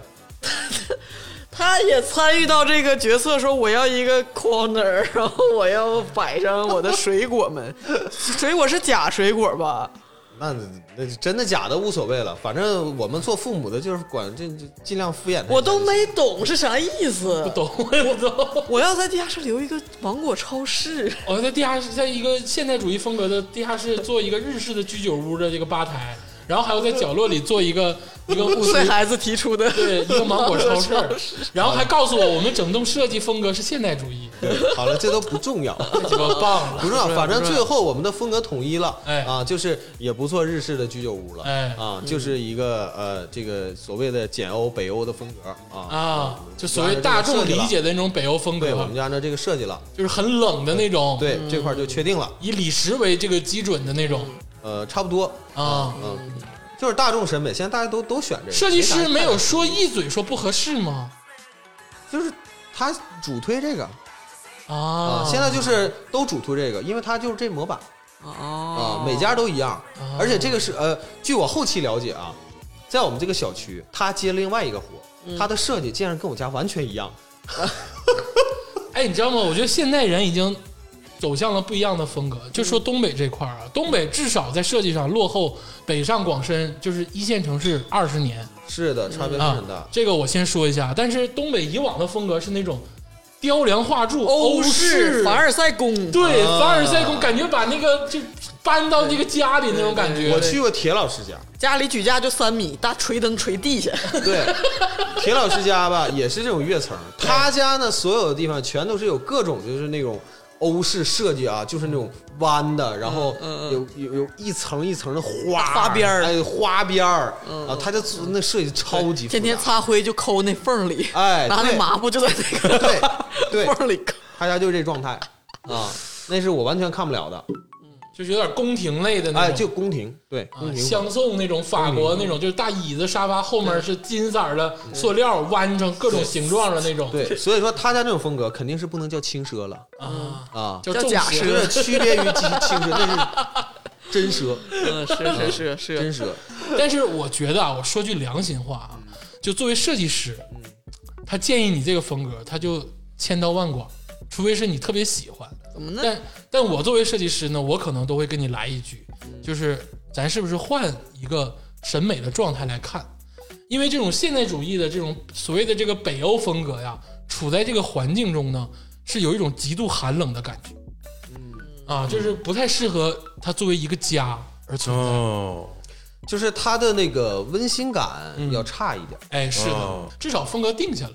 B: 他也参与到这个决策，说我要一个 corner，然后我要摆上我的水果们。水果是假水果吧？
D: 那那真的假的无所谓了，反正我们做父母的就是管这这尽量敷衍他。
B: 我都没懂是啥意思。
A: 不 *laughs* 懂哎我也不懂。
B: 我要在地下室留一个芒果超市，
A: 我在地下室，在一个现代主义风格的地下室做一个日式的居酒屋的这个吧台，然后还要在角落里做一 *laughs* 个一
B: *laughs*
A: 个物资
B: 对孩子提出的
A: 对一个芒果超
B: 芒果超
A: 市，然后还告诉我我们整栋设计风格是现代主义，
D: 好了，这都不
A: *laughs*
D: 重要。
A: 太鸡巴棒了
D: 不重要，反正最后我们的风格统一了，
A: 哎
D: 啊，就是也不做日式的居酒屋了，
A: 哎
D: 啊，就是一个呃，这个所谓的简欧北欧的风格啊，
A: 啊！就所谓大众理解的那种北欧风
D: 对，
A: 格嗯
D: 我
A: 吧
D: 们，就按照这个设计了，
A: 就是很冷的那种，，
D: 对，这块就确定了，
A: 以李石为这个基准的那种
D: 呃，差不多，
A: 啊。
D: 嗯，就是大众审美，现在大家都都选这个，
A: 设计
D: 没
A: 师
D: 啥
A: 没有说一嘴说不合适吗？
D: 就是他主推这个
A: 啊，
D: 现在就是都主推这个，因为他就是这模板，
B: 哦
D: 啊，每家都一样。而且这个是呃，据我后期了解啊，在我们这个小区，他接另外一个活，
B: 嗯
D: 他的设计竟然跟我家完全一样。
A: 哎，你知道吗？我觉得现代人已经走向了不一样的风格。就
D: 嗯
A: 说东北这块儿啊，东北至少在设计上落后北上广深，就是一线城市二十年
D: 是
B: 嗯
D: 的，差别是
A: 啊
D: 很大。。
A: 这个我先说一下，但是东北以往的风格是那种雕梁画柱、
B: 欧
A: 式
B: 式凡尔赛宫，
A: 对
D: 啊
A: 凡尔赛宫，感觉把那个就搬到那个家里那种感觉。
D: 我去过铁老师家，
B: 家里举架就三米，大锤灯锤地
D: *laughs*
B: 下， *laughs*
D: 对，铁老师家吧也是这种跃层，他家呢所有的地方全都是有各种就是那种欧式设计啊，就是那种弯的，然后有有有一层一层的花
B: 嗯花边儿嗯
D: 哎，花边儿啊，他家做那设计超级复杂
B: 天天擦灰就抠那缝里，
D: 哎
B: 拿那
D: 对
B: 抹布就在那个
D: 对
B: *laughs*
D: 对
B: 缝里抠。
D: 他家就是这状态啊，那是我完全看不了的，
A: 就是有点宫廷类的那
D: 哎，
A: 种。
D: 就宫廷对
A: 啊
D: 宫廷风
A: 相送那种法国那种，就是大椅子沙发后面是金色儿的塑料弯成各种形状的那种，
D: 对，所以说他家这种风格肯定是不能叫轻奢了
A: 啊，
D: 啊，
A: 叫
B: 叫
A: 重
B: 假
A: 视
B: 奢
D: 就是区别于轻轻奢，那是真奢，
B: 嗯，是是是是，
D: 真奢。
A: 但是我觉得啊，我说句良心话啊，就作为设计师，他建议你这个风格，他就千刀万剐，除非是你特别喜欢。
B: 怎么呢？
A: 但但我作为设计师呢，我可能都会跟你来一句，就是咱是不是换一个审美的状态来看？因为这种现代主义的这种所谓的这个北欧风格呀，处在这个环境中呢，是有一种极度寒冷的感觉，啊，就是不太适合它作为一个家而存在。
C: 哦，
D: 就是它的那个温馨感要差一点。
A: 哎，是的，
C: 哦
A: 至少风格定下了。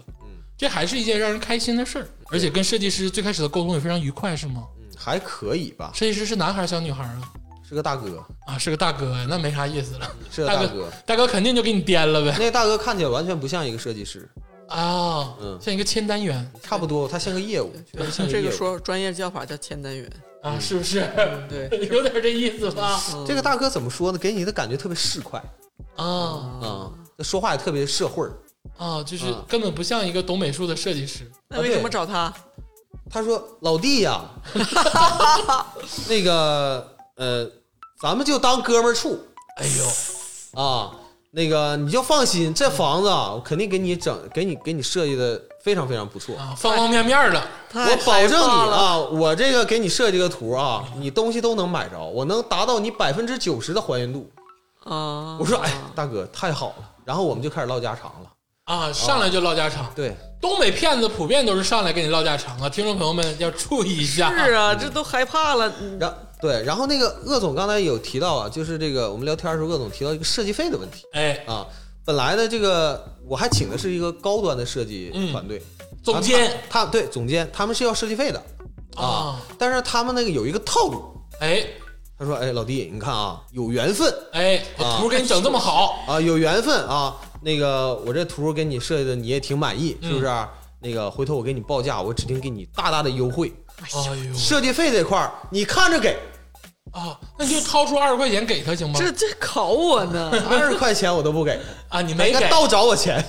A: 这还是一件让人开心的事儿，而且跟设计师最开始的沟通也非常愉快，是吗？
D: 嗯还可以吧，
A: 设计师是男孩儿小女孩儿啊？
D: 是个大哥，
A: 啊，是个大哥呀，那没啥意思了。
D: 是个
A: 大
D: 大
A: 哥
D: 哥。
A: 大哥肯定就给你颠了呗。
D: 那个大哥看起来完全不像一个设计师，
A: 啊，
D: 嗯
A: 像一个签单员
D: 差不多，他像个业务，确实像
B: 嗯这
D: 业
B: 个
D: 务。
B: 说专业叫法叫签单员，
A: 啊，是不是？
B: 对，
A: *laughs*
D: 啊
A: 有点这意思吧？
D: 这个大哥怎么说呢？给你的感觉特别市侩
A: 啊
D: 啊，说话也特别社会儿。
A: 啊，就是根本不像一个懂美术的设计师。
B: 那为什么找他？
D: 他说：“老弟呀，
B: *laughs*
D: 那个呃，咱们就当哥们儿处
A: 哎呦，
D: 啊。那个你就放心，这房子啊，我肯定给你整，给你给你设计的非常非常不错。
A: 啊，方方面面的，
B: 太
D: 我保证
B: 害怕
D: 你
B: 了，
D: 啊，我这个给你设计个图啊，你东西都能买着，我能达到你百分之九十的还原度。
B: 啊！
D: 我说，哎，大哥太好了，然后我们就开始唠家常了。
A: 啊，上来就唠家常。
D: 对，
A: 东北骗子普遍都是上来跟你唠家常啊，听众朋友们要注意一下。
B: 是啊，这都害怕了。嗯
D: 然对，然后那个鄂总刚才有提到啊，就是这个我们聊天的时候，鄂总提到一个设计费的问题
A: 哎，
D: 啊。本来呢，这个我还请的是一个高端的设计
A: 嗯
D: 团队，
A: 总监
D: 啊他他对总监，他们是要设计费的啊
A: 啊，
D: 但是他们那个有一个套路，
A: 哎
D: 他说，哎，老弟，你看啊，有缘分。
A: 哎，我图给你整这么好，
D: 啊，有缘分啊！那个我这图给你设计的你也挺满意，是不是？啊
A: 嗯
D: 那个回头我给你报价，我指定给你大大的优惠。
A: 哎呦
D: 设计费这块儿你看
A: *laughs*
D: 着给，
A: 啊，那你就掏出二十块钱给他行吗？
B: 这这考我
D: *laughs*
B: 呢，
D: 二十块钱我都不给，
A: 啊，你
D: 你
A: 没给
D: 还倒找
A: *laughs*
D: 我钱。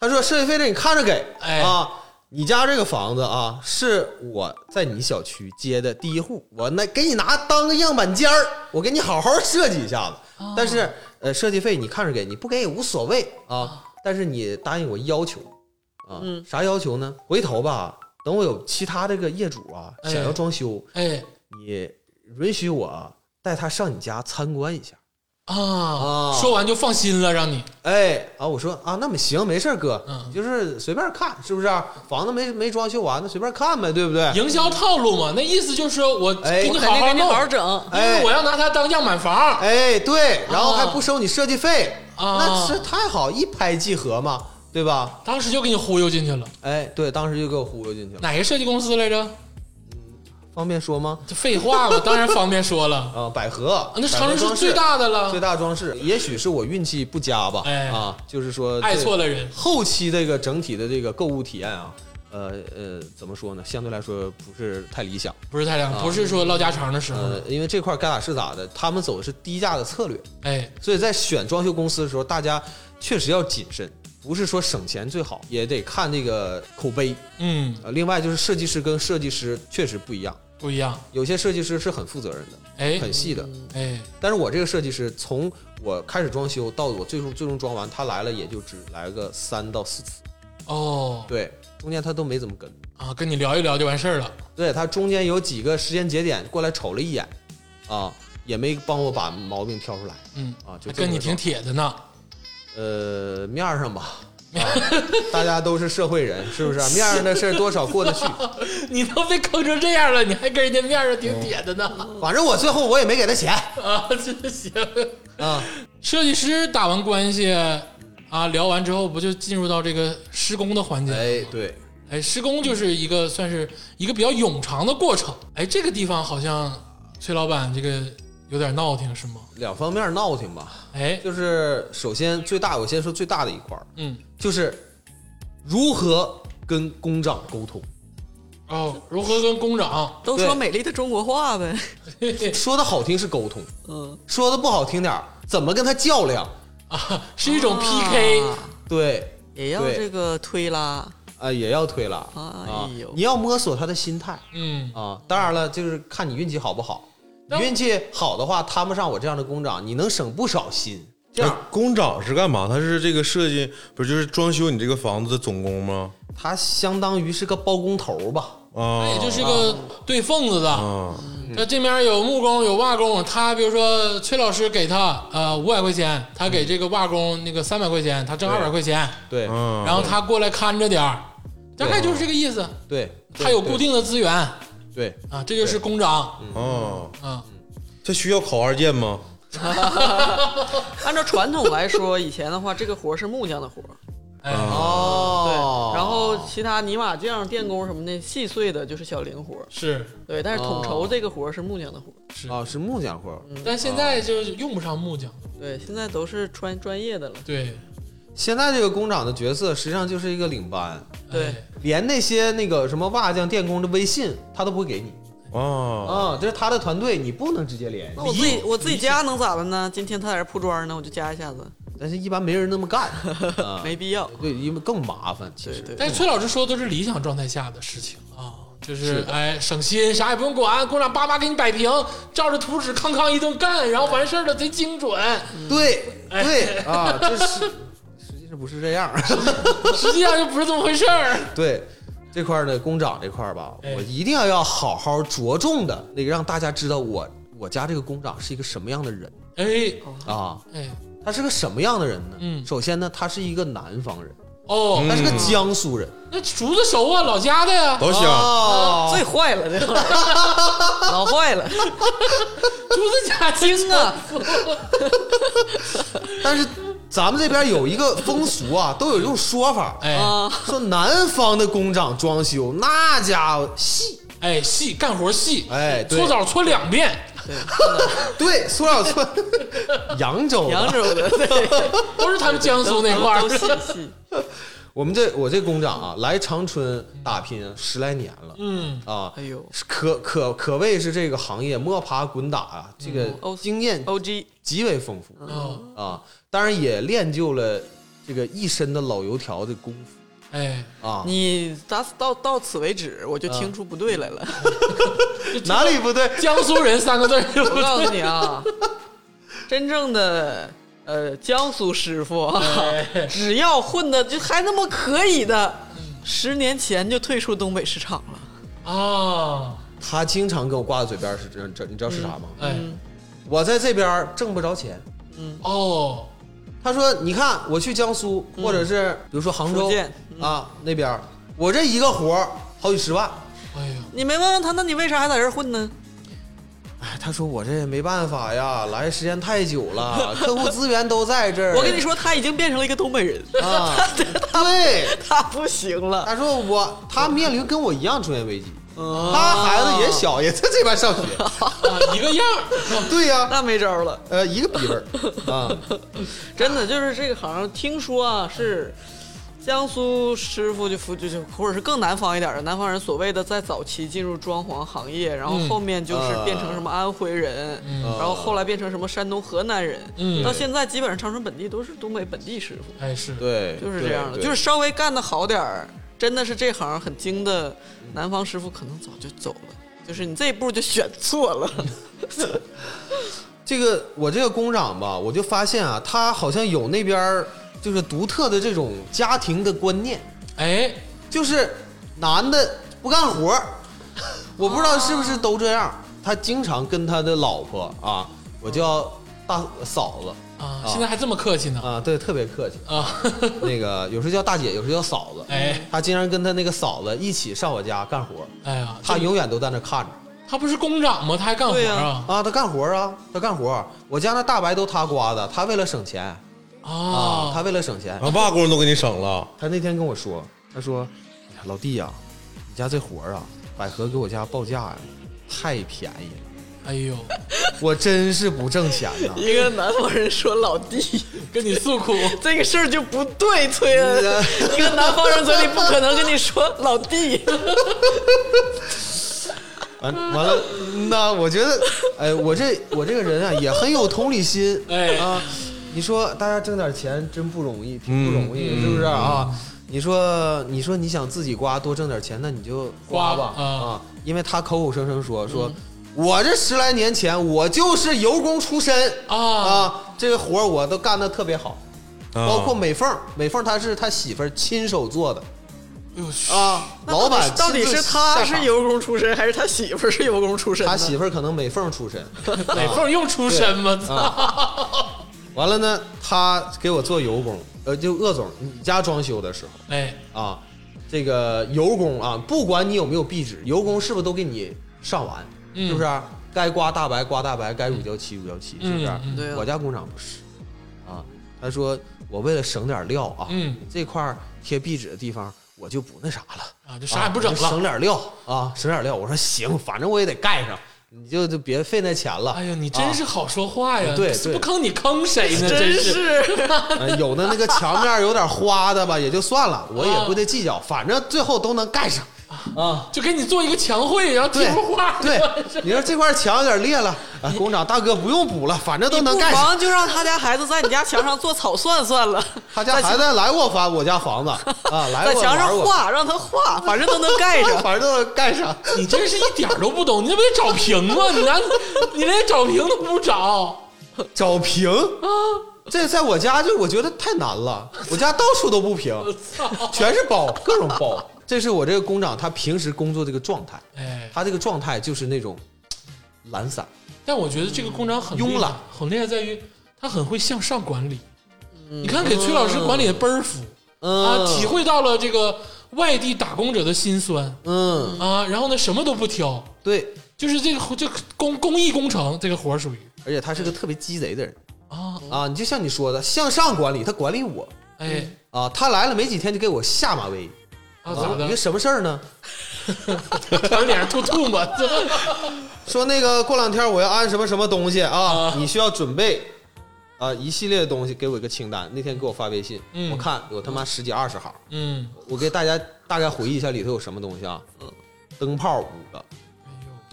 D: 他说设计费这你看着给，
A: 哎
D: 啊。你家这个房子啊，是我在你小区接的第一户，我那给你拿当个样板间儿，我给你好好设计一下子。
A: 哦
D: 但是呃，设计费你看着给，你不给也无所谓
A: 哦
D: 啊。但是你答应我要求啊，
B: 嗯
D: 啥要求呢？回头吧，等我有其他这个业主啊
A: 哎
D: 想要装修，
A: 哎
D: 你允许我带他上你家参观一下。
A: 啊，
D: 啊
A: 说完就放心了，让你
D: 哎啊，我说啊，那么行，没事儿哥，
A: 嗯
D: 你就是随便看，是不是、房子没没装修完，那随便看呗，对不对？
A: 营销套路嘛，那意思就是我
D: 哎
A: 给你
B: 我
A: 好
B: 肯定
A: 好
B: 给你
A: 弄
B: 好，好整。
A: 因为
D: 哎
A: 我要拿它当样板房。
D: 哎，对，然后
A: 啊
D: 还不收你设计费，
A: 啊
D: 那是太好，一拍即合嘛，对吧？
A: 当时就给你忽悠进去了，
D: 哎，对，当时就给我忽悠进去了，
A: 哪个设计公司来着？
D: 方便说吗？
A: 这废话嘛，当然方便说了，
D: 啊，百合，
A: 啊那
D: 百合
A: 长春
D: 装
A: 是
D: 饰
A: 最大的了
D: 最，大装饰，也许是我运气不佳吧，
A: 哎
D: 啊，就是说
A: 爱错
D: 了。
A: 了人
D: 后期这个整体的这个购物体验啊，呃呃，怎么说呢？相对来说不是太理想。
A: 不是太亮，
D: 啊
A: 不是说唠家常的时候，
D: 呃，因为这块儿该咋是咋的，他们走的是低价的策略，
A: 哎，
D: 所以在选装修公司的时候，大家确实要谨慎，不是说省钱最好，也得看这个口碑。
A: 嗯
D: 呃，另外就是设计师跟设计师确实不一样，
A: 不一样。
D: 有些设计师是很负责任的，
A: 哎
D: 很细的。
A: 哎，
D: 但是我这个设计师，从我开始装修到我最终最终装完，他来了也就只来个三到四次，
A: 哦
D: 对，中间他都没怎么跟。
A: 啊，跟你聊一聊就完事儿了。
D: 对他中间有几个时间节点过来瞅了一眼，啊，也没帮我把毛病挑出来，
A: 嗯
D: 啊，就
A: 还
D: 这么
A: 跟你
D: 个
A: 挺
D: 状
A: 铁的呢， *laughs*
D: 呃面儿上吧。啊，大家都是社会人，是不是、面儿上的事儿多少过得去。
A: 你都被坑成这样了，你还跟人家面儿上挺铁的呢？
D: 反正我最后我也没给他钱
A: 啊， *laughs* 真行。
D: 啊。
A: 设计师打完关系啊，聊完之后不就进入到这个施工的环节了吗？
D: 哎，对，
A: 哎，施工就是一个算是一个比较冗长的过程。哎，这个地方好像崔老板这个有点闹挺是吗？
D: 两方面闹挺吧。
A: 哎，
D: 就是首先最大，我先说最大的一块儿，
A: 嗯，
D: 就是如何跟工长沟通，
A: 哦，如何跟工长？
B: 都说
D: 对
B: 美丽的中国话呗。
D: 说的好听是沟通，
B: 嗯，
D: 说的不好听点儿，怎么跟他较量？
A: 啊，是一种 PK，、
B: 啊
D: 对，
B: 也要
D: 对
B: 这个推拉。
D: 啊，也要推拉啊
B: 哎呦！
D: 你要摸索他的心态
A: 嗯，
D: 啊。当然了，就是看你运气好不好。你
A: 那
D: 运气好的话，摊不上我这样的工长，你能省不少心。这样，
C: 工长是干嘛？他是这个设计，不是就是装修你这个房子的总工吗？
D: 他相当于是个包工头吧？
C: 啊，
A: 也就是个对缝子的。
C: 啊，
D: 嗯
A: 他这面有木工，有瓦工，他比如说崔老师给他呃五百块钱，他给这个瓦工那个三百块钱，他挣二百块钱，
D: 对
C: 嗯，
A: 然后他过来看着点儿，大概就是这个意思。
D: 对，
A: 他有固定的资源
D: 对，嗯
A: 啊，这就是工长
C: 啊，
A: 啊。
C: 他需要烤二建吗？
B: 按照传统来说，以前的话，这个活儿是木匠的活儿，
A: 哎，
B: 嗯
D: 嗯
B: 对。
D: 哦
B: 然后其他泥瓦匠、电工什么的，细碎的就是小零活儿，
A: 是，
B: 对。但是统筹
D: 哦
B: 这个活儿是木匠的活儿，
D: 啊，是木匠活儿。
A: 但现在就是用不上木匠。
B: 对。现在都是专专业的了，
A: 对，
D: 现在这个工长的角色实际上就是一个领班，
B: 对
A: 哎
D: 连那些那个什么瓦匠、电工的微信他都不会给你
B: 嗯
C: 啊，
D: 啊，这是他的团队，你不能直接联系
B: 那。我自己我自己家能咋的呢？今天他在这铺砖呢，我就加一下子，
D: 但是一般没人那
B: *laughs*
D: 么干，啊
B: 没必要。
D: 对，因为更麻烦。其
B: 对
D: 实
B: 对，
A: 但是崔老师说都是理想状态下的事情啊，就是
D: 是
A: 哎省心，啥也不用管，工长叭叭给你摆平，照着图纸康康一顿干，然后完事儿了，贼精准。
D: 对
A: 哎
D: 对啊，这是实际上不是这样。 *laughs*
A: 实际上就不是这么回事儿。
D: 对这块儿呢，工长这块儿吧，
A: 哎
D: 我一定要要好好着重的那个让大家知道我我家这个工长是一个什么样的人
A: 哎
D: 啊。
A: 哎
D: 他是个什么样的人呢？
A: 嗯
D: 首先呢，他是一个南方人，
A: 哦，
D: 他是个江苏人，
A: 那竹子熟啊，老家的呀，
C: 老乡，
D: 哦
B: 最坏了，这玩意儿老坏了，
A: 竹子家精
B: 啊。
D: 但是咱们这边有一个风俗啊，都有一种说法，
A: 哎
B: 啊，
D: 说南方的工长装修那家伙细，
A: 哎，细干活细，
D: 哎，对
A: 搓澡搓两遍，
D: 对，塑料村， *laughs* 扬州的，
B: 扬州的，对，
A: 都是他们江苏那块儿 *laughs*
B: 都。细细，
D: 我们这我这工长啊，来长春打拼十来年了，
A: 嗯，
D: 啊
B: 哎，呦
D: 可可可谓是这个行业摸爬滚打啊，这个
B: 哦
D: 经验
B: ，O 嗯 G，
D: 极为丰富
A: 哦，
D: 啊，当然也练就了这个一身的老油条的功夫
A: 哎，
D: 啊。
B: 你到到到此为止，我就听出不对来了。
D: 哪里不对？
A: 江苏人三个字儿就 *laughs*
B: 我告诉你啊，真正的呃江苏师傅啊， *laughs* 只要混的就还那么可以的，十年前就退出东北市场了。
A: 啊，
D: 他经常跟我挂在嘴边是这这，你知道是啥吗？
B: 嗯
A: 哎，
D: 我在这边挣不着钱。
A: 哦，
D: 他说：“你看，我去江苏，或者是比如说杭
B: 嗯
D: 州
B: 福建嗯
D: 啊那边，我这一个活儿好几十万。
A: 哎呀，
B: 你没问问他，那你为啥还在这儿混呢？
D: 哎，他说我这也没办法呀，来时间太久了，客户资源都在这儿。
B: 我跟你说，他已经变成了一个东北人， *laughs*
D: 啊，对，
B: 他不行了。
D: 他说我他面临跟我一样出现危机，
B: 嗯
D: 他孩子也小，也在这
B: *laughs*
D: 边上学。
A: 啊， *laughs* 一个样儿，
D: 对呀、
B: 那没招了，
D: 呃，一个逼味儿啊，
B: 真的就是这个行，听说啊是。江苏师傅就服就就，或者是更南方一点的南方人，所谓的在早期进入装潢行业，然后
A: 嗯
B: 后面就是
D: 啊
B: 变成什么安徽人，
A: 嗯
B: 然后后来变成什么山东、河南人，
A: 嗯
B: 到现在基本上长春本地都是东北本地师傅，
A: 哎是，
D: 对，
B: *laughs* 就是这样的，
D: 对
B: 就是稍微干的好点儿，真的是这行很精的南方师傅可能早就走了，就是你这一步就选错
D: *laughs*
B: 了。
D: 这个我这个工长吧，我就发现啊，他好像有那边儿就是独特的这种家庭的观念，
A: 哎，
D: 就是男的不干活儿，我不知道是不是都这样。他经常跟他的老婆啊，我叫大嫂子
A: 啊，现在还这么客气呢
D: 啊，对，特别客气。
A: 啊， *laughs*
D: 那个有时候叫大姐，有时候叫嫂子。
A: 哎
D: 他经常跟他那个嫂子一起上我家干活，
A: 哎呀，
D: 他永远都在那看着。
A: 他不是工长吗？他还干活
B: 对
A: 啊
B: 呀
D: 啊，他干活啊，他干活儿。我家那大白都他刮的，他为了省钱啊，他
A: 啊，
D: 为了省钱，
C: 俺爸工夫都给你省了，啊
D: 他那天跟我说，他说：“哎呀，老弟呀、你家这活儿啊，百合给我家报价呀、太便宜了，
A: 哎呦，
D: 我真是不挣钱呐、
B: 一个南方人说老弟，
A: 跟你诉苦，
B: 这个事儿就不对，崔恩，
D: 嗯
B: 一个南方人嘴里不可能跟你说老弟。
D: 完完了，那我觉得，哎，我这我这个人啊，也很有同理心，
A: 哎
D: 啊，你说大家挣点钱真不容易，挺不容易，是不是啊？你说，你说你想自己刮多挣点钱，那你就刮吧
A: 刮啊
D: 啊，因为他口口声声说说。我这十来年前，我就是油工出身
A: 啊
D: 这个活儿我都干得特别好，
C: 啊
D: 包括美凤，美凤她是她媳妇儿亲手做的
A: 哎呦去，
D: 啊， *laughs* 老板
B: 到底
D: 亲
B: 是
D: 自
B: 他
D: 下
B: 是
D: 岗
B: 油工出身，还是他媳妇儿是油工出身呢？
D: 他媳妇儿可能美凤出身，
A: 哪缝用出身吗？
D: 啊
A: 操！
D: *laughs* 完了呢，他给我做油工，呃，就鄂总，你家装修的时
A: 哎，
D: 候啊，这个油工啊，不管你有没有壁纸，油工是不是都给你上完？
A: 嗯
D: 是不是、该刮大白刮大白，该乳胶漆乳胶漆，是不是？
A: 嗯
B: 对啊
D: 我家工厂不是啊，他说我为了省点料啊，
A: 嗯
D: 这块儿贴壁纸的地方我就不那啥了。
A: 啊，就啥也不整
D: 啊
A: 了。
D: 省点料啊，省点料。我说行，反正我也得盖上，你就就别费那钱了。
A: 哎呀，你真是
D: 啊、
A: 好说话呀！
D: 啊对
A: 是
D: 对
A: 不坑你坑谁呢？
B: 真
A: 是
B: 是
D: 呃有的那个墙面有点花的吧，也就算了，我也
B: 嗯
D: 不得计较，反正最后都能盖上啊。
A: 就给你做一个墙绘，然后贴
D: 对
A: 幅画。
D: 对
A: 完事，
D: 你说这块墙有点裂了，啊，工长大哥不用补了，反正都
B: 你
D: 能
B: 不
D: 盖上。
B: 妨就让他家孩子在你家墙上做草算算了，
D: 他家孩子来过房，我家房子啊，来
B: 在
D: 过
B: 墙上
D: 玩过，。
B: 画，让他画，反正都能盖上
D: *laughs* 反正都能
B: *laughs*
D: 盖上。
A: 你真是一点儿都不懂，你这不得找平吗？你拿你连找平都不找，
D: 找平啊，这在我家就我觉得太难了，我家到处都不平。
A: 我操！
D: 全是包，各种包。这是我这个工长他平时工作这个状态，
A: 哎，
D: 他这个状态就是那种嘖懒散，
A: 但我觉得这个工长很厉害
D: 慵懒，
A: 很厉害在于他很会向上管理。
D: 嗯
A: 你看，给崔老师管理的倍儿服啊，体会到了这个外地打工者的辛酸
D: 嗯，
A: 啊。然后呢，什么都不挑，
D: 对，
A: 就是这个这个工工艺工程这个活儿属于
D: 而且他是个特别鸡贼的人
A: 啊，
D: 啊。你就像你说的，向上管理，他管理我
A: 哎
D: 啊，他来了没几天就给我下马威
A: 啊咋
D: 一
A: 的
D: 个？什么事儿呢？ *laughs*
A: 往脸上吐吐 *laughs* 沫，这
D: 说那个过两天我要安什么什么东西啊
A: 啊，
D: 你需要准备啊一系列的东西，给我一个清单。那天给我发微信，
A: 嗯
D: 我看有他妈十几二十行，
A: 嗯，
D: 我给大家大概回忆一下里头有什么东西啊，灯泡五个。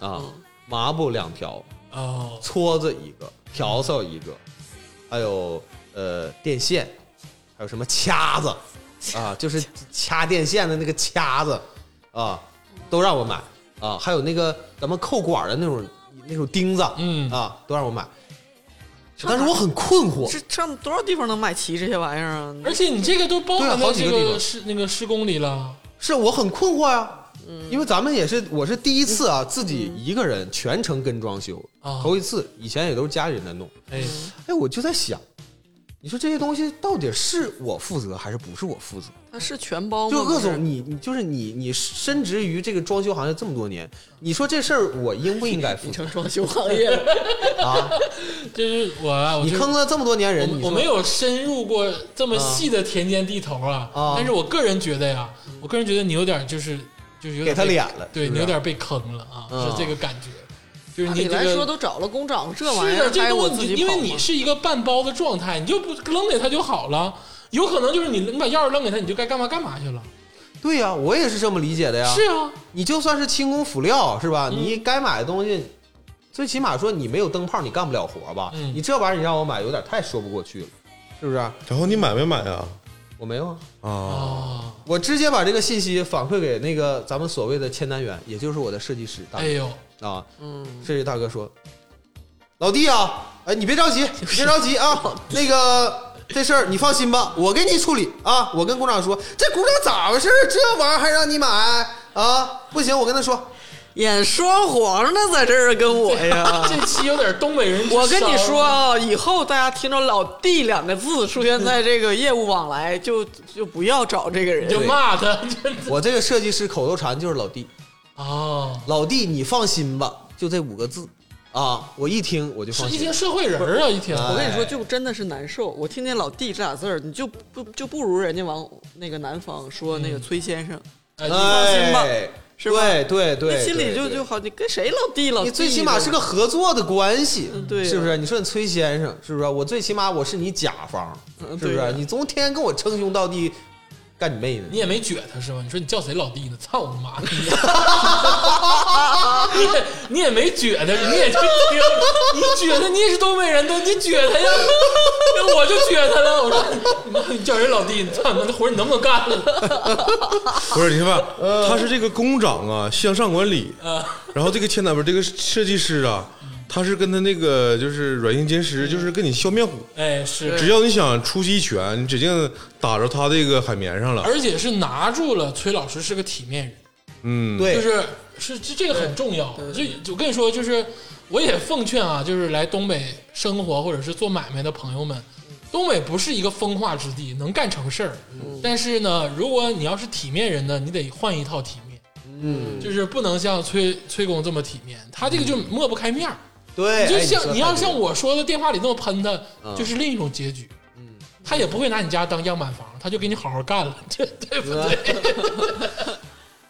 A: 哎呦
D: 啊，麻布两条，
A: 哦，
D: 撮子一个，笤帚一个，还有呃电线，还有什么卡
A: *laughs*
D: 子啊，就是掐电线的那个卡子啊，都让我买啊，还有那个咱们扣管的那种那种钉子，
A: 嗯
D: 啊，都让我买。但是我很困惑，
B: 这上多少地方能买齐这些玩意儿啊？
A: 而且你这个都包含
D: 对啊
A: 在
D: 好几
A: 这
D: 个地
A: 个
D: 方
A: 施那个施工里了，
D: 是我很困惑呀、
A: 嗯
D: 因为咱们也是，我是第一次啊，自己一个人全程跟装修，
A: 啊
D: 头一次，以前也都是家里人在弄。
A: 哎，
D: 哎，我就在想，你说这些东西到底是我负责还是不是我负责？
B: 它是全包吗？
D: 就
B: 不
D: 鄂
B: 是
D: 总，你你就是你，你深植于这个装修行业这么多年，你说这事儿我应不应该负
B: 你
D: 责
B: 成装修行业了，
D: 啊？
A: *laughs* 就是我啊，我
D: 你
A: 就是
D: 坑了这么多年人，你
A: 我我
D: 说
A: 没有深入过这么细的田间地头啊，
D: 啊
A: 但是我个人觉得呀，我个人觉得你有点就是就是有点
D: 给他
A: 被
D: 脸了，
A: 对
D: 是不
A: 你
D: 是
A: 有点被坑了啊，
D: 嗯
A: 是这个感觉，就是
B: 按
A: 你
B: 理
A: 这
B: 来说
A: 个。
B: 都找了工长，这玩意
A: 是
B: 儿
A: 啊，这
B: 还我
A: 东
B: 自
A: 西
B: 己
A: 你因为你是一个半包的状态，你就不扔给他就好了。有可能就是你你把钥匙扔给他，你就该干嘛干嘛去了。
D: 对呀、我也是这么理解的呀。
A: 是嗯啊，
D: 你就算是轻工辅料是吧？你该买的东西，最起码说你没有灯泡，你干不了活吧？
A: 嗯
D: 你这玩意儿你让我买，有点太说不过去了，是不是？
C: 然后你买没买啊？
D: 我没有啊，
C: 啊，
B: 哦
A: 啊，
D: 我直接把这个信息反馈给那个咱们所谓的签单员，也就是我的设计师大
A: 哎
D: 哥、
A: 呦，
D: 啊。
B: 嗯，
D: 设计大哥说：“老弟啊，哎，你别着急，
B: *laughs*
D: 你别着急啊，那个这事儿你放心吧，我给你处理啊。我跟工厂说，这工厂咋回事儿？这玩意儿还让你买啊？不行，我跟他说，
B: 演说谎呢，在这儿啊跟我 *laughs* 呀。
A: 这期有点东北人之伤。
B: 我跟你说啊，以后大家听着“老弟”两个字出现在这个业务往来，就就不要找这个
A: 你就
B: 人。
A: 骂他，真的
D: 我这个设计师口头禅就是老弟，
A: 啊，
D: 老弟你放心吧，就这五个字啊。我一听我就是放
A: 一
D: 心
A: 听。社会人儿啊，一听
D: 啊
B: 我跟你说，就真的是难受。我听见“老弟”这俩字儿，你就不就不如人家往那个南方说那个崔先生，
A: 哎
B: 心吧
D: 哎，
B: 是吧
D: 对对对，
B: 你心里
D: 对
B: 就
D: 对
B: 就好，你跟谁老弟老弟？
D: 你最起码是个合作的关系，
B: 嗯对呀
D: 是不是？你说你崔先生，是不是？我最起码我是你甲方，
B: 嗯
D: 是不
B: 对呀
D: 是？你总天跟我称兄道弟，干你妹呢！
A: 你也没撅他是吧？你说你叫谁老弟呢？操你妈！你你也你也没撅他，你也就听你撅他，你也是东北人的，你撅他呀？那我就撅他了。我说你妈，你叫人老弟，你操你妈，这活儿你能不能干了？
C: 不是，你听吧，他是这个工长啊，向上管理，
A: 啊，
C: 然后这个千南不是这个设计师啊，他是跟他那个就是软硬兼施，就是跟你笑面虎，
A: 哎是，
C: 只要你想出去一拳，你指定打着他这个海绵上了。
A: 而且是拿住了崔老师是个体面人。
C: 嗯，
D: 对，
A: 就是是这这个很重要。就我跟你说，就是我也奉劝啊，就是来东北生活或者是做买卖的朋友们，
D: 嗯
A: 东北不是一个风化之地，能干成事儿。
D: 嗯
A: 但是呢，如果你要是体面人呢，你得换一套体面，
D: 嗯，
A: 就是不能像崔崔工这么体面，他这个就抹不开面儿。
D: 对，
A: 就
D: 哎
A: 像、
D: 说
A: 你
D: 太
A: 要
D: 对
A: 像
D: 了
A: 我说的电话里那么喷他，
D: 嗯
A: 就是另一种结局。他也不会拿你家当样板房，他就给你好好干了， *laughs* 对对不
D: *laughs* 啊
A: 对？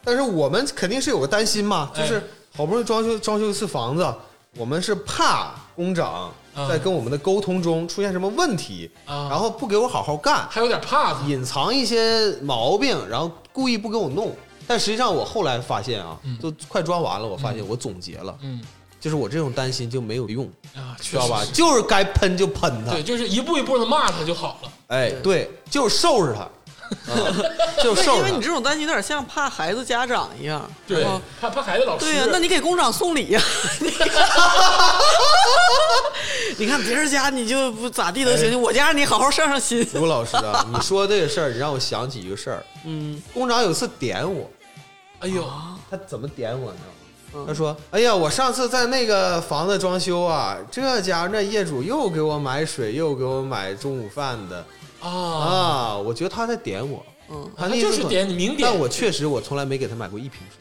D: 但是我们肯定是有个担心嘛，
A: 哎
D: 就是好不容易装修装修一次房子，我们是怕工长
A: 嗯
D: 在跟我们的沟通中出现什么问题，
A: 啊
D: 然后不给我好好干，
A: 还有点怕他，
D: 隐藏一些毛病，然后故意不给我弄。但实际上，我后来发现啊，
A: 嗯
D: 都快装完了，我发现我总结了，
A: 嗯
D: 就是我这种担心就没有用，
A: 啊，确
D: 知道吧
A: 实？是
D: 就是该喷就喷他
A: 对，，就是一步一步的骂他就好了。
D: 哎，对，就是收拾他，啊就
B: 对
D: 收
B: 因为
D: 拾
B: 你
D: 他。
B: 这种担心有点像怕孩子家长一样。
A: 对
B: 然后，
A: 怕怕孩子老师。
B: 对呀、啊那你给工厂送礼
A: *laughs*
B: 呀、你看别人家你就不咋地都行，我家你好好上上心。
D: 吴老师啊，你说这个事儿，你让我想起一个事儿。
B: 嗯，
D: 工长有次点我，
A: 哎呦，
B: 啊
D: 他怎么点我呢？
B: 嗯
D: 他说：“哎呀，我上次在那个房子装修啊，这家那业主又给我买水，又给我买中午饭的，
A: 啊，
D: 啊，我觉得他在点我，
B: 嗯，
D: 他
A: 他
D: 那意思
A: 就是点你明点，
D: 但我确实我从来没给他买过一瓶水。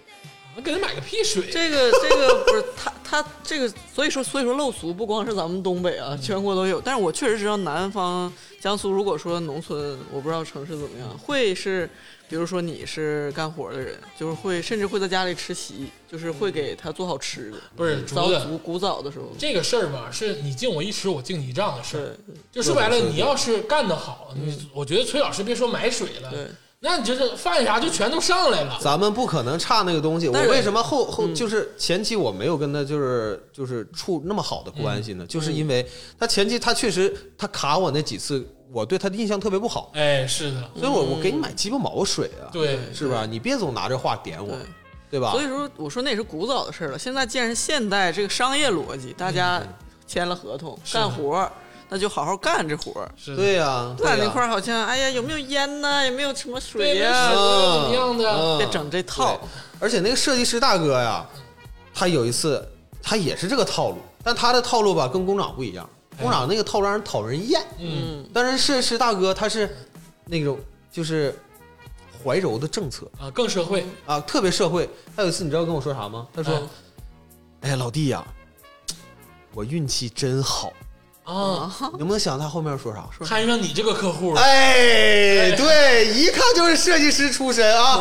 A: 我给他买个屁水。
B: 这个这个不是他他这个，所以说所以说陋俗不光是咱们东北啊，全国都有。但是我确实知道南方江苏，如果说农村，我不知道城市怎么样，会是比如说你是干活的人，就是会甚至会在家里吃席，就是会给他做好吃的。
A: 嗯不是竹
B: 早
A: 子
B: 古古早的时候，
A: 这个事儿吧，是你敬我一尺，我敬你一丈的事儿。
B: 对嗯
A: 就说白了，你要是干得好，你我觉得崔老师别说买水了，
B: 对，
A: 那你就是饭啥就全都上来了。
D: 咱们不可能差那个东西。我
B: 但是
D: 为什么后后
A: 嗯
D: 就是前期我没有跟他就是就是处那么好的关
A: 嗯
D: 系呢？就是因为他前期他确实他卡我那几次，我对他的印象特别不好，
A: 哎，是的，
D: 所以我我给你买鸡巴毛水啊，
A: 对，
D: 是吧？你别总拿这话点我
B: 对，
D: 对吧
B: 所？以说我说那也是古早的事儿了。现在既然是现代这个商业逻辑，大
D: 嗯
B: 家签了合同、
A: 是的
B: 干活儿，那就好好干这活儿。
A: 是的。
D: 对呀，
B: 那
D: 对啊
B: 那
D: 呀
B: 块儿好像，哎呀，有没有烟呢？有没有什么水
A: 对
B: 呀、
A: 没有水
D: 嗯
A: 怎么样的
D: 嗯
B: 别整这套
D: 对而且那个设计师大哥呀，他有一次他也是这个套路，但他的套路吧跟工长不一样，工长那个套路让人讨人厌，
A: 嗯，
D: 但是设计师大哥他是那种就是怀柔的政策
A: 啊，更社会。
D: 啊，特别社会。他有一次你知道跟我说啥吗？
B: 嗯
D: 他说：“哎呀，老弟呀、我运气真好，
A: 哎啊，
B: 嗯
D: 能不能想他后面说啥？”
A: 摊上你这个客户了，
D: *laughs* 哎，对，一看就是设计师出身啊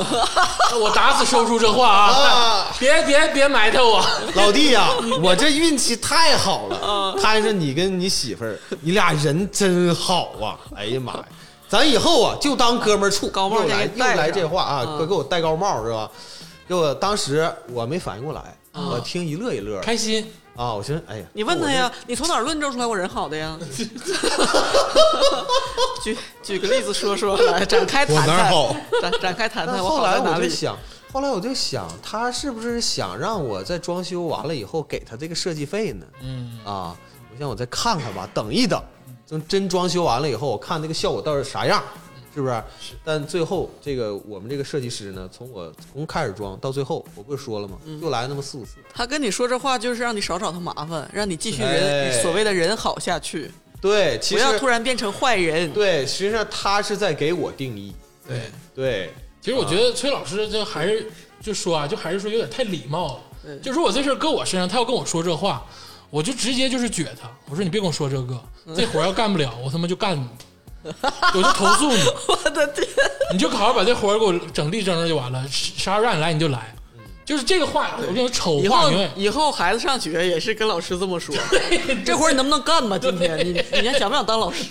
A: 我打死说不出这话啊！
D: 啊！
A: 别别别埋汰我，
D: *laughs* 老弟呀、我这运气太好
B: 啊
D: 了，摊上你跟你媳妇儿，你俩人真好啊！哎呀妈呀，咱以后啊就当哥们儿处。
B: 高帽
D: 又
B: 先
D: 来
B: 给
D: 又
B: 戴上
D: 来这话啊，
B: 嗯
D: 快给我戴高帽是吧？给我当时我没反应过来，
A: 啊
D: 我听一乐一乐
A: 开心。
D: 啊，我寻思，哎呀，
B: 你问他呀，你从哪儿论证出来我人好的呀？ *laughs* 举举个例子说说，来展开谈
C: 我哪儿
B: 谈，
C: 好
B: 展展开谈
D: 那
B: 谈，我
D: 后
B: 好
D: 来
B: 在
D: 我
B: 哪
D: 就
B: 里？
D: 想，后来我就想，他是不是想让我在装修完了以后给他这个设计费呢？
A: 嗯，
D: 啊，我想我再看看吧，等一等，真真装修完了以后，我看这个效果到底啥样，是不是？但最后这个我们这个设计师呢，从我从开始装到最后，我不是说了吗？
B: 嗯
D: 又来那么四五次，
B: 他跟你说这话就是让你少找他麻烦，让你继续人、
D: 哎
B: 所谓的人好下去，
D: 对，
B: 不
D: 其实
B: 要突然变成坏人。
D: 对，实际上他是在给我定义，
A: 对。
D: 对，
A: 其实我觉得崔老师这还是就说啊，就还是说有点太礼貌了。
B: 嗯
A: 就如果这事儿搁我身上，他要跟我说这话，我就直接就是撅他，我说你别跟我说这个，
B: 嗯
A: 这活儿要干不了，我他妈就干你，我就投诉
B: *laughs*
A: 你，
B: 我的天，
A: 你就好好把这活儿给我整地整整就完了，啥时候让你来你就来。就是这个话，我跟你说丑
B: 嗯以
A: 话
B: 后
A: 永远
B: 以后孩子上学也是跟老师这么说，这活儿你能不能干吧？今天你你还想不想当老师？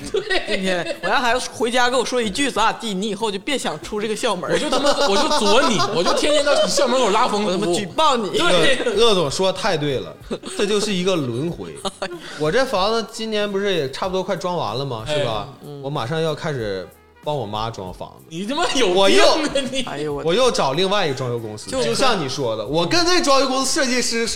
B: 今天我让孩子回家跟我说一句咋咋地，你以后就别想出这个校门儿
A: 我，就他妈我就
B: *laughs*
A: 左你，我就天天到你校门口拉风
B: 我他妈
A: 服务
B: 举报你。
A: 对，
D: 鄂总说太对了，这就是一个轮
B: *laughs*
D: 回。我这房子今年不是也差不多快装完了吗？是吧？
B: 哎
D: 我马上要开始帮我妈装房子，
A: 你他妈有
D: 我
A: 病
D: 又
A: 啊你！
B: 哎呦我
D: 我又找另外一个装修公司，
B: 就
D: 就像你说的，我跟这装修公司设计师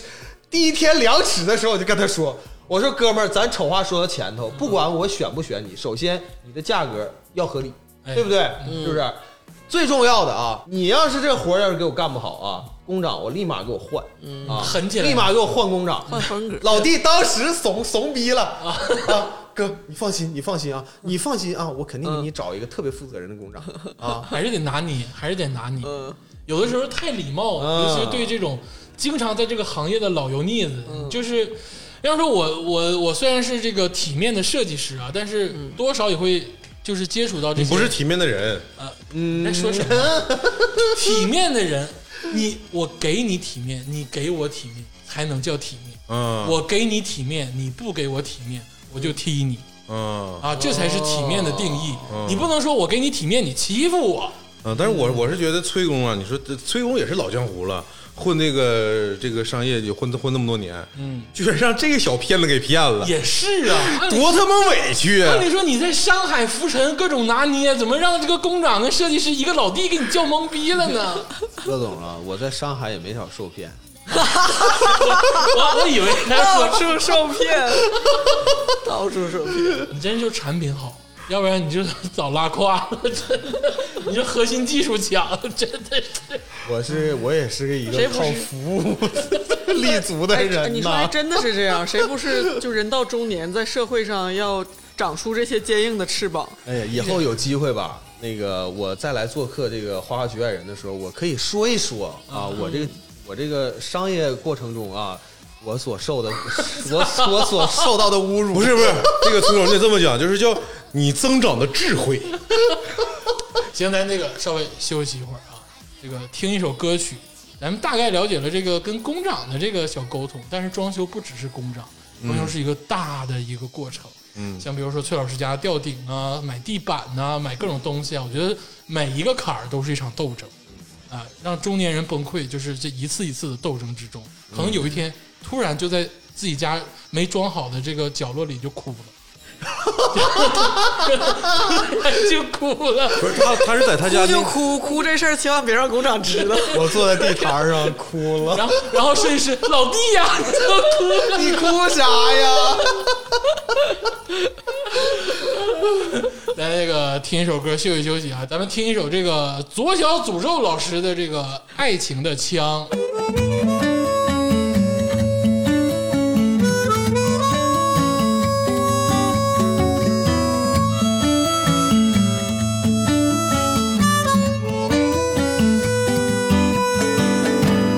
D: 第一天量尺的时候，我就跟他说，我说哥们儿，咱丑话说到前头，不管我选不选你，首先你的价格要合理，
A: 哎
D: 对不对？是不是？最重要的啊，你要是这活儿要是给我干不好啊，工长我立马给我换，啊，
A: 嗯狠起来
D: 立马给我换工长，
B: 换风格，
D: 老弟当时怂怂逼了啊！哥，你放心，你放心啊，你放心啊，我肯
A: 嗯
D: 定给你找一个特别负责任的
A: *laughs*
D: 工长啊。
A: 还是得拿你，还是得拿你。
B: 嗯，
A: 有的时候太礼貌，
D: 嗯
A: 尤其是对这种经常在这个行业的老油腻子，就是要说我我我虽然是这个体面的设计师啊，但是多少也会就是接触到这
C: 你
A: 些
C: *laughs* 不是体面的人，
A: 你在说什么
D: 嗯
A: 体面的人，你我给你体面，你给我体面才能叫体面。
C: 嗯，
A: 我给你体面，你不给我体面，我就踢你
C: 嗯哦
A: 啊！这才是体面的定义。你不能说我给你体面，你欺负我。
C: 啊，但是我我是觉得崔工啊，你说这崔工也是老江湖了，混这个这个商业就混混那么多年，嗯，居然让这个小骗子给骗了，
A: 也是啊，
C: *laughs*
A: 按理
C: 多他妈委屈！啊
A: 按理说你在商海浮沉，各种拿捏，怎么让这个工长跟设计师一个老弟给你叫懵逼了呢？
D: 乐总啊，我在上海也没少受骗，
A: *laughs* 我我以为他说
B: 到处受骗，到处受骗，
A: 你真就产品好，要不然你就早拉胯了，真的，你这核心技术强，真的是。
D: 我是我也是一
B: 谁
D: 个
B: 不是哎
D: 靠服务 *laughs* 立足的人
B: 你说还
D: 呐。
B: 真的是这样，谁不是就人到中年，在社会上要长出这些坚硬的翅膀？
D: 哎呀，以后有机会吧，那个我再来做客这个《花花局外人》的时候，我可以说一说啊，我
B: 嗯
D: 这个我这个商业过程中啊，我所受的 *laughs* 我我所受到的侮辱。
C: 不是不是，这个崔总你得这么讲，就是叫你增长的智慧。
A: 行，咱这个稍微休息一会儿啊，这个听一首歌曲，咱们大概了解了这个跟工长的这个小沟通，但是装修不只是工长，装修是一个大的一个过程。嗯，像比如说崔老师家吊顶啊，买地板呐、买各种东西啊，我觉得每一个坎儿都是一场斗争，啊，让中年人崩溃，就是这一次一次的斗争之中，可能有一天突然就在自己家没装好的这个角落里就哭了， *laughs* 就哭了。
C: 不是他，他是在他家 *laughs*
B: 哭就
C: 那，
B: 哭，哭这事儿千万别让工长知道。
D: 我坐在地摊上哭了，
A: 然后然后设计师老弟呀、 *laughs* 你怎么哭了？
D: 你哭啥呀？
A: 来那个听一首歌休息休息啊，咱们听一首这个左小诅咒老师的这个《爱情的枪》。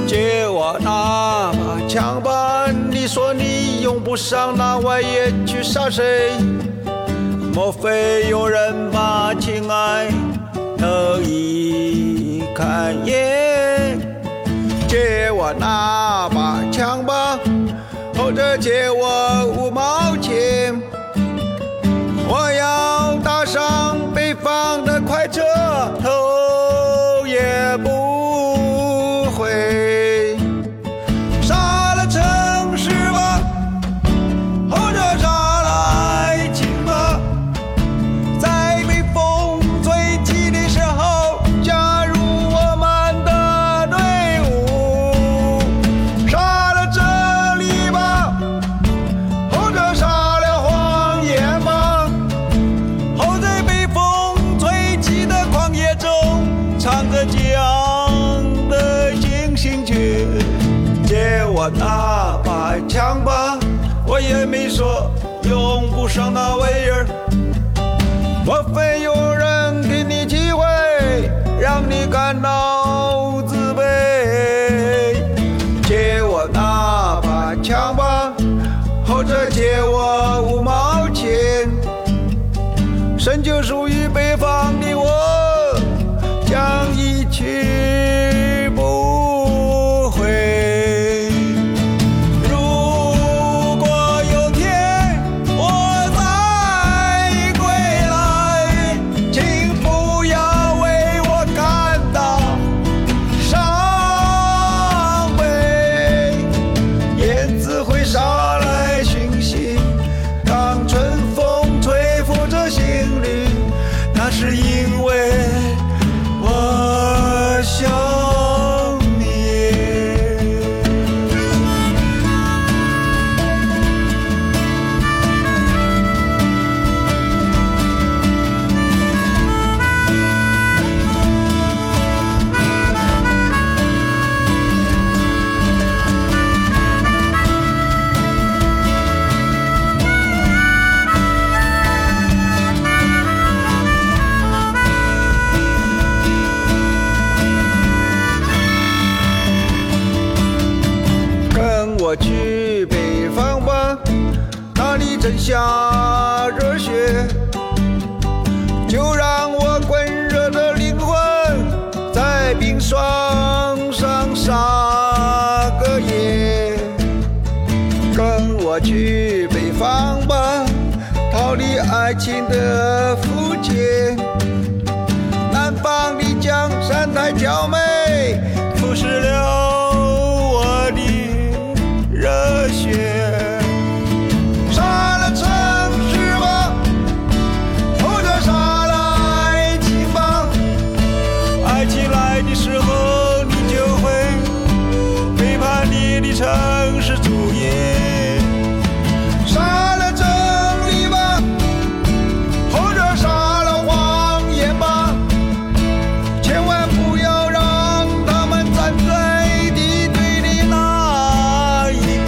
E: 借我那把枪吧，你说你用不上，那我也去杀谁？莫非有人把情爱能一看也？借我那把枪吧，或者借我五毛钱，我要搭上北方的快车，头也不回。杀了城市吧，唱着江的进行曲，借我那把枪吧，我也没说用不上那玩意儿。莫非有人给你机会，让你感到自卑？借我那把枪吧，或者借我五毛钱。身就属于北方的我，将一去不回。如果有天我再归来，请不要为我感到伤悲。燕子会捎来讯息，当春风吹拂着心里，那是因为我想你。跟我去北方吧，那里正下着雪，就让我滚热的灵魂在冰霜上撒个野。跟我去北方吧，逃离爱情的肤浅。南方的江山太娇美，腐蚀了我的热血。杀了城市吧，或者杀了爱情吧，爱情来的时候，你就会背叛你的城市主义。杀了真理吧，或者杀了谎言吧，千万不要让他们站在敌对的那一边。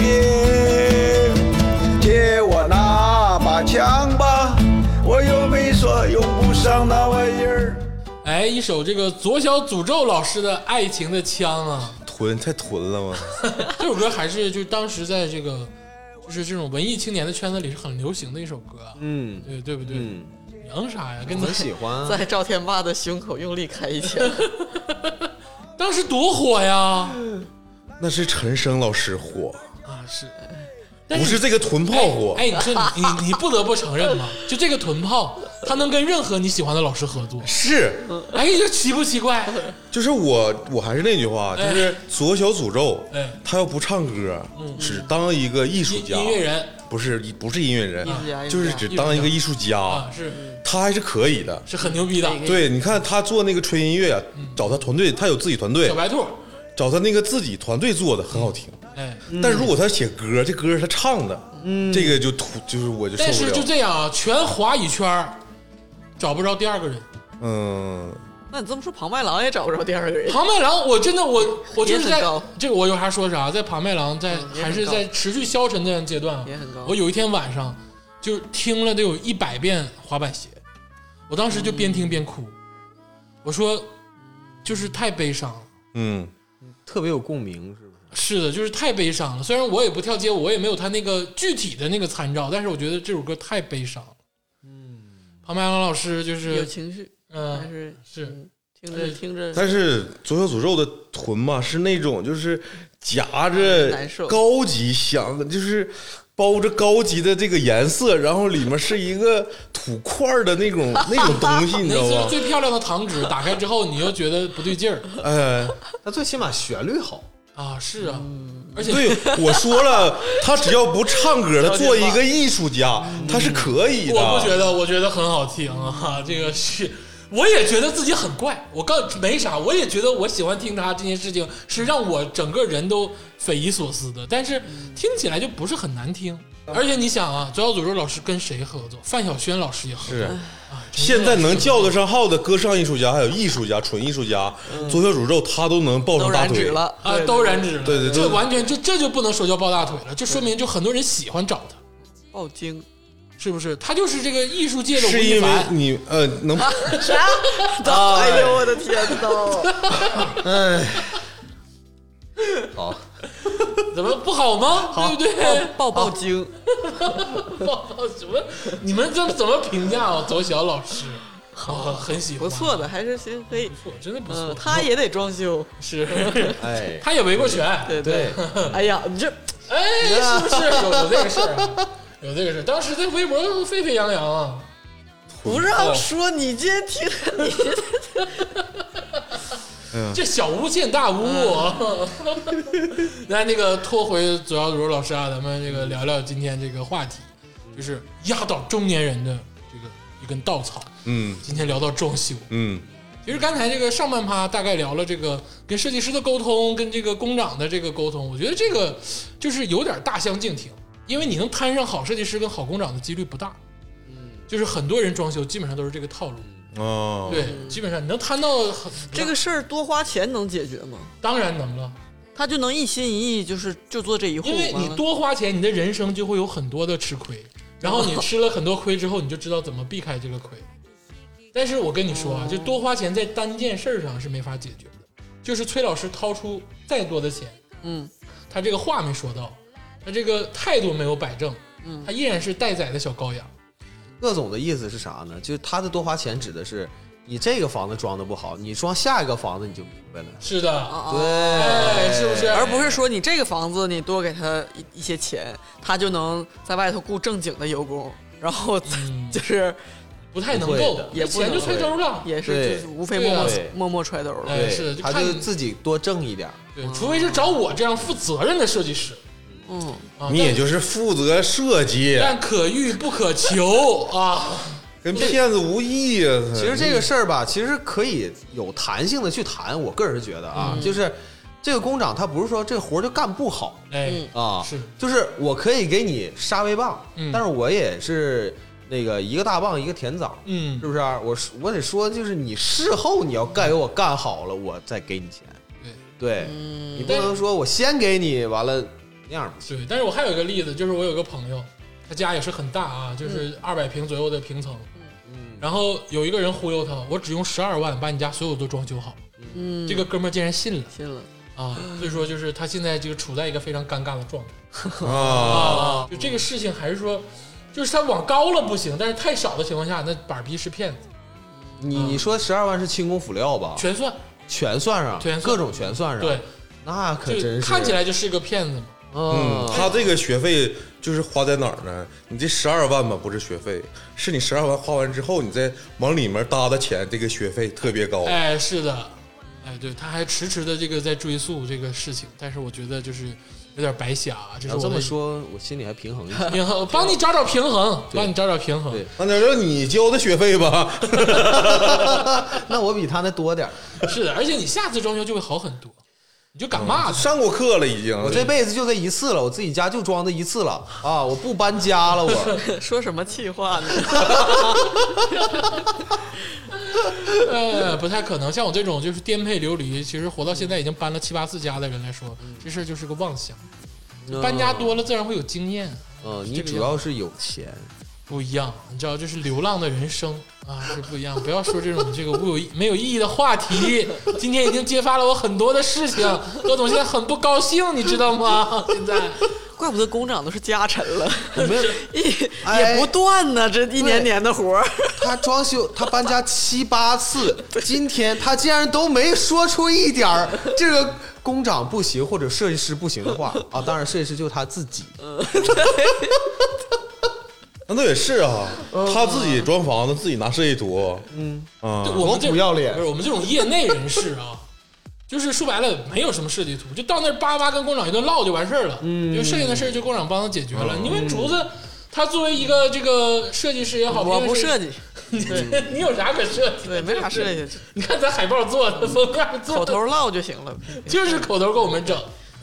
E: 借我那把枪吧，我又没说用不上那玩意儿。
A: 哎，一首这个左小诅咒老师的《爱情的枪》啊，
C: *laughs* 囤太囤了吗？
A: 这首歌还是就当时在这个就是这种文艺青年的圈子里是很流行的一首歌，啊
D: 嗯
A: 对对不对？
D: 嗯，
A: 洋啥呀？跟你
D: 很喜欢啊。
B: 在赵天霸的胸口用力开一枪，
A: 当时多火呀！
C: 那是陈升老师火，
A: 啊是，但
C: 不是这个囤炮火。
A: 哎，哎
B: *laughs*
A: 你说你你你不得不承认嘛，就这个臀炮，他能跟任何你喜欢的老师合作，
C: 是，
A: 哎，这奇不奇
B: *laughs*
A: 怪？
C: 就是我，我还是那句话，就是左小诅咒
A: 哎，
C: 他要不唱歌，只当一个艺术
A: 音
C: 家，
A: 音乐人
C: 不是不是音乐人
B: 术家，
C: 就是
B: 艺术家
C: 只当一个艺术
A: 啊哎
C: 家，
A: 是
C: 他还是可以的。
A: 是很牛逼的，
C: 对，你看他做那个纯音乐啊，找他团队，他有自己团
A: 嗯
C: 队
A: 小，白兔，
C: 找他那个自己团队做的很好听。
A: 哎，
B: 嗯
C: 但如果他写歌，这歌是他唱的，这个就突就是我就受
A: 但是
C: 不
A: 就
C: 了。
A: 这样啊，全华语圈儿找不着第二个人。
C: 嗯，
B: 那你这么说，庞麦郎也找不着第二个人。
A: 庞麦郎，我真的我我就是
B: 也很
A: 在
B: 高嗯
A: 这个我有啥说啥，在庞麦郎在
B: 也很
A: 还是在持续消沉的阶段啊
B: 也很高，
A: 我有一天晚上就听了得有一百遍《滑板鞋》，我当时就边听边
B: 嗯
A: 哭，我说就是太悲伤了。
C: 嗯，
D: 特别有共鸣，是不是？
A: 是的，就是太悲伤了。虽然我也不跳街舞，我也没有他那个具体的那个参照，但是我觉得这首歌太悲伤了。嗯，庞麦郎老师就
B: 有
A: 是，
B: 情绪，
A: 嗯、
B: 但是
A: 是
B: 听着
A: 是
B: 听着，
C: 但是左小诅咒的臀嘛是那种就是夹着
B: 哎难受
C: 高级香，就是包着高级的这个颜色，然后里面是一个土块儿的
B: *laughs*
C: 那种那种东西，你
A: 那
C: 知道
A: 是
C: 吗？
A: 最漂亮的糖纸，打开之后你又觉得不对劲儿
C: 哎，
D: 他最起码旋律 *laughs* 好，
A: 啊！是啊，
B: 嗯
A: 而且
C: 对，我说了，他只要不唱歌，他做
B: 嗯
C: 一个艺术家，他是可以
A: *laughs*
C: 的。
A: 我不觉得，我觉得很好听啊！这个是我也觉得自己很怪，我告没啥，我也觉得我喜欢听他这件事情是让我整个人都匪夷所思的，但是听起来就不是很难听。而且你想啊，左小诅咒老师跟谁合作？范晓萱老师也合作。
B: 哎
C: 是。现在能叫得上号的歌唱艺术家，还有艺术家、纯艺术家，左小诅咒他都能抱
B: 嗯都
C: 上大
B: 染
C: 腿
B: 指。了
A: 啊，都染指了，
C: 对对对
A: 这完全这这就不能说叫抱大腿了，这说明就很多人喜欢找他，
B: 爆精
A: 是不是？他就是这个艺术界的吴
C: 是
A: 亦
C: 因为
A: 凡，
C: 你呃能
B: *laughs* 啥？哎呦我的天呐！
D: 哎好，
A: 怎么不好吗？对不对？
B: 爆爆精，
A: *laughs* 抱抱什么？你们这怎么评价我左小老师？我很喜欢，
B: *laughs* 不错，的，还是行可以。
A: 不真的不错
B: 嗯，。他也得装修。
A: 是， *laughs*
D: 哎，
A: 他也围过拳，
B: 对
D: 对，
B: 哎呀，你
C: *laughs*
B: 这
A: 哎，是
B: *laughs*
A: 不是有有这个事儿啊？有这个事儿，当时在微博沸沸扬扬啊。
B: 不让说，你今天听 *laughs* 你
A: 这小巫见大巫。 *laughs* 那那个拖回左小祖老师啊，咱们这个聊聊今天这个话题，就是压倒中年人的这个一根稻草。
C: 嗯
A: 今天聊到装修，
C: 嗯
A: 其实刚才这个上半趴大概聊了这个跟设计师的沟通，跟这个工长的这个沟通，我觉得这个就是有点大相径庭，因为你能摊上好设计师跟好工长的几率不大。就是很多人装修基本上都是这个套路，
C: 哦，
A: 对，基本上你能摊到很
B: 这个事儿多花钱能解决吗？
A: 当然能了。
B: 他就能一心一意，就是就做这一户。
A: 因为你
B: 完了
A: 多花钱，你的人生就会有很多的吃亏，然后你吃了很多亏之后，你就知道怎么避开这个亏。但是我跟你说啊，就多花钱在单件事儿上是没法解决的，就是崔老师掏出再多的钱，
B: 嗯，
A: 他这个话没说到，他这个态度没有摆正，嗯，他依然是待宰的小羔羊。
D: 鄂总的意思是啥呢？就是他的多花钱指的是你这个房子装的不好，你装下一个房子你就明白了。
A: 是的，
B: 啊啊，
D: 哦
A: 哎，
D: 对，
A: 是不是？
B: 而不是说你这个房子你多给他一一些钱，他就能在外头雇正经的油工，然后就是
A: 不太能
D: 不会
A: 够
D: 的，
B: 也不
A: 钱就
B: 能
A: 揣兜上。
B: 也是
D: 对
B: 就是无非
A: 对
B: 默
A: 啊
B: 默
D: 对
B: 默默揣兜了。
A: 哎是
D: 对，
A: 就
D: 他
A: 看
D: 就自己多挣一点儿。
A: 对，除非是找我这样负责任的设计师
B: 嗯，
A: 啊，
C: 你也就是负责设计，
A: 但但可遇不可求啊。
C: 跟骗子无异啊呀。
D: 其实这个事儿吧，其实可以有弹性的去谈。我个人觉得啊，就是这个工长他不是说这活儿就干不好
A: 哎，
D: 啊，
A: 是
D: 就是我可以给你杀威棒，
A: 嗯
D: 但是我也是那个一个大棒一个甜枣，
A: 嗯
D: 是不是啊、我是我得说，就是你事后你要干给我干好了，我再给你钱。
A: 对
D: 对，你不
A: 但是
D: 能说我先给你，完了那样不行。
A: 对，但是我还有一个例子，就是我有个朋友，他家也是很大啊，就是二百平左右的平层。然后有一个人忽悠他，我只用十二万把你家所有都装修好。嗯，这个哥们儿竟然信了
B: 信了。
A: 啊！所以说，就是他现在这个处在一个非常尴尬的状态 *laughs*
C: 啊，
A: 啊。就这个事情，还是说，就是他往高了不行，但是太少的情况下，那板儿皮是骗子，
D: 你你说十二万是轻工辅料吧？
A: 嗯全算。
D: 全算上，
A: 全算
D: 各种全算上。
A: 对，，
D: 那可真
A: 啊就是看起来就是个骗子嘛。
D: 嗯
C: 嗯，，他这个学费就是花在哪儿呢？你这十二万吧，不是学费，是你十二万花完之后，你再往里面搭的钱，这个学费特别高。
A: 哎，是的，哎，对，他还迟迟的这个在追溯这个事情，但是我觉得就是有点白瞎，啊这是
D: 你要
A: 嗯我
D: 这
A: 的
D: 么说，我心里还平衡一些。 *laughs*
A: 平衡，帮你找找平衡，帮你找找平衡
D: 对。
C: 那就让你交的学费吧。 *laughs*
D: 那我比他那多点儿，
A: 是的，而且你下次装修就会好很多，你就敢
D: 嗯
A: 骂他。
C: 上过课了已经，
D: 我这辈子就这一次了，我自己家就装这一次了啊！我不搬家了，我
B: *laughs* 说什么气话呢？
A: *laughs* 呃，不太可能。像我这种就是颠沛流离，其实活到现在已经搬了七八次家的人来说，
D: 嗯
A: 这事儿就是个妄想。 *laughs* 搬家多了，自然会有经验，啊
D: 嗯，你主要是有钱，
A: 不一样。你知道，这是流浪的人生啊，是不一样。不要说这种这个无有意没有意义的话题。今天已经揭发了我很多的事情，鄂总现在很不高兴，你知道吗？现在
B: 怪不得工长都是家臣了，
D: 有没有？
B: *laughs* 一
D: 哎
B: 也不断呢，这一年年的
A: *laughs*
B: 活儿。
D: 他装修，他搬家七八 *laughs* 次，今天他竟然都没说出一点儿这个工长不行或者设计师不行的话啊！当然，设计师就是他自己，
C: 那倒也是啊，
D: 嗯
C: 他自己装房子，自己拿设计图，嗯啊，
A: 我们这
D: 不要脸
A: 不是我们这种业内人士啊，就是说白了没有什么设计图，就到那儿叭叭跟工厂一顿唠就完事儿了。嗯，就剩下的事儿就工厂帮他解决了。因为竹子他作为一个这个设计师也好，
B: 我
A: 平
B: 不
A: 面
B: 设计，
A: *laughs* 你有啥可设计？
B: *laughs* 对，没啥事
A: *laughs*
B: 也就
A: 你看咱海报做的，封面做
B: 口
A: 的，
B: 头唠就行了。哎
A: 就是口头给我们整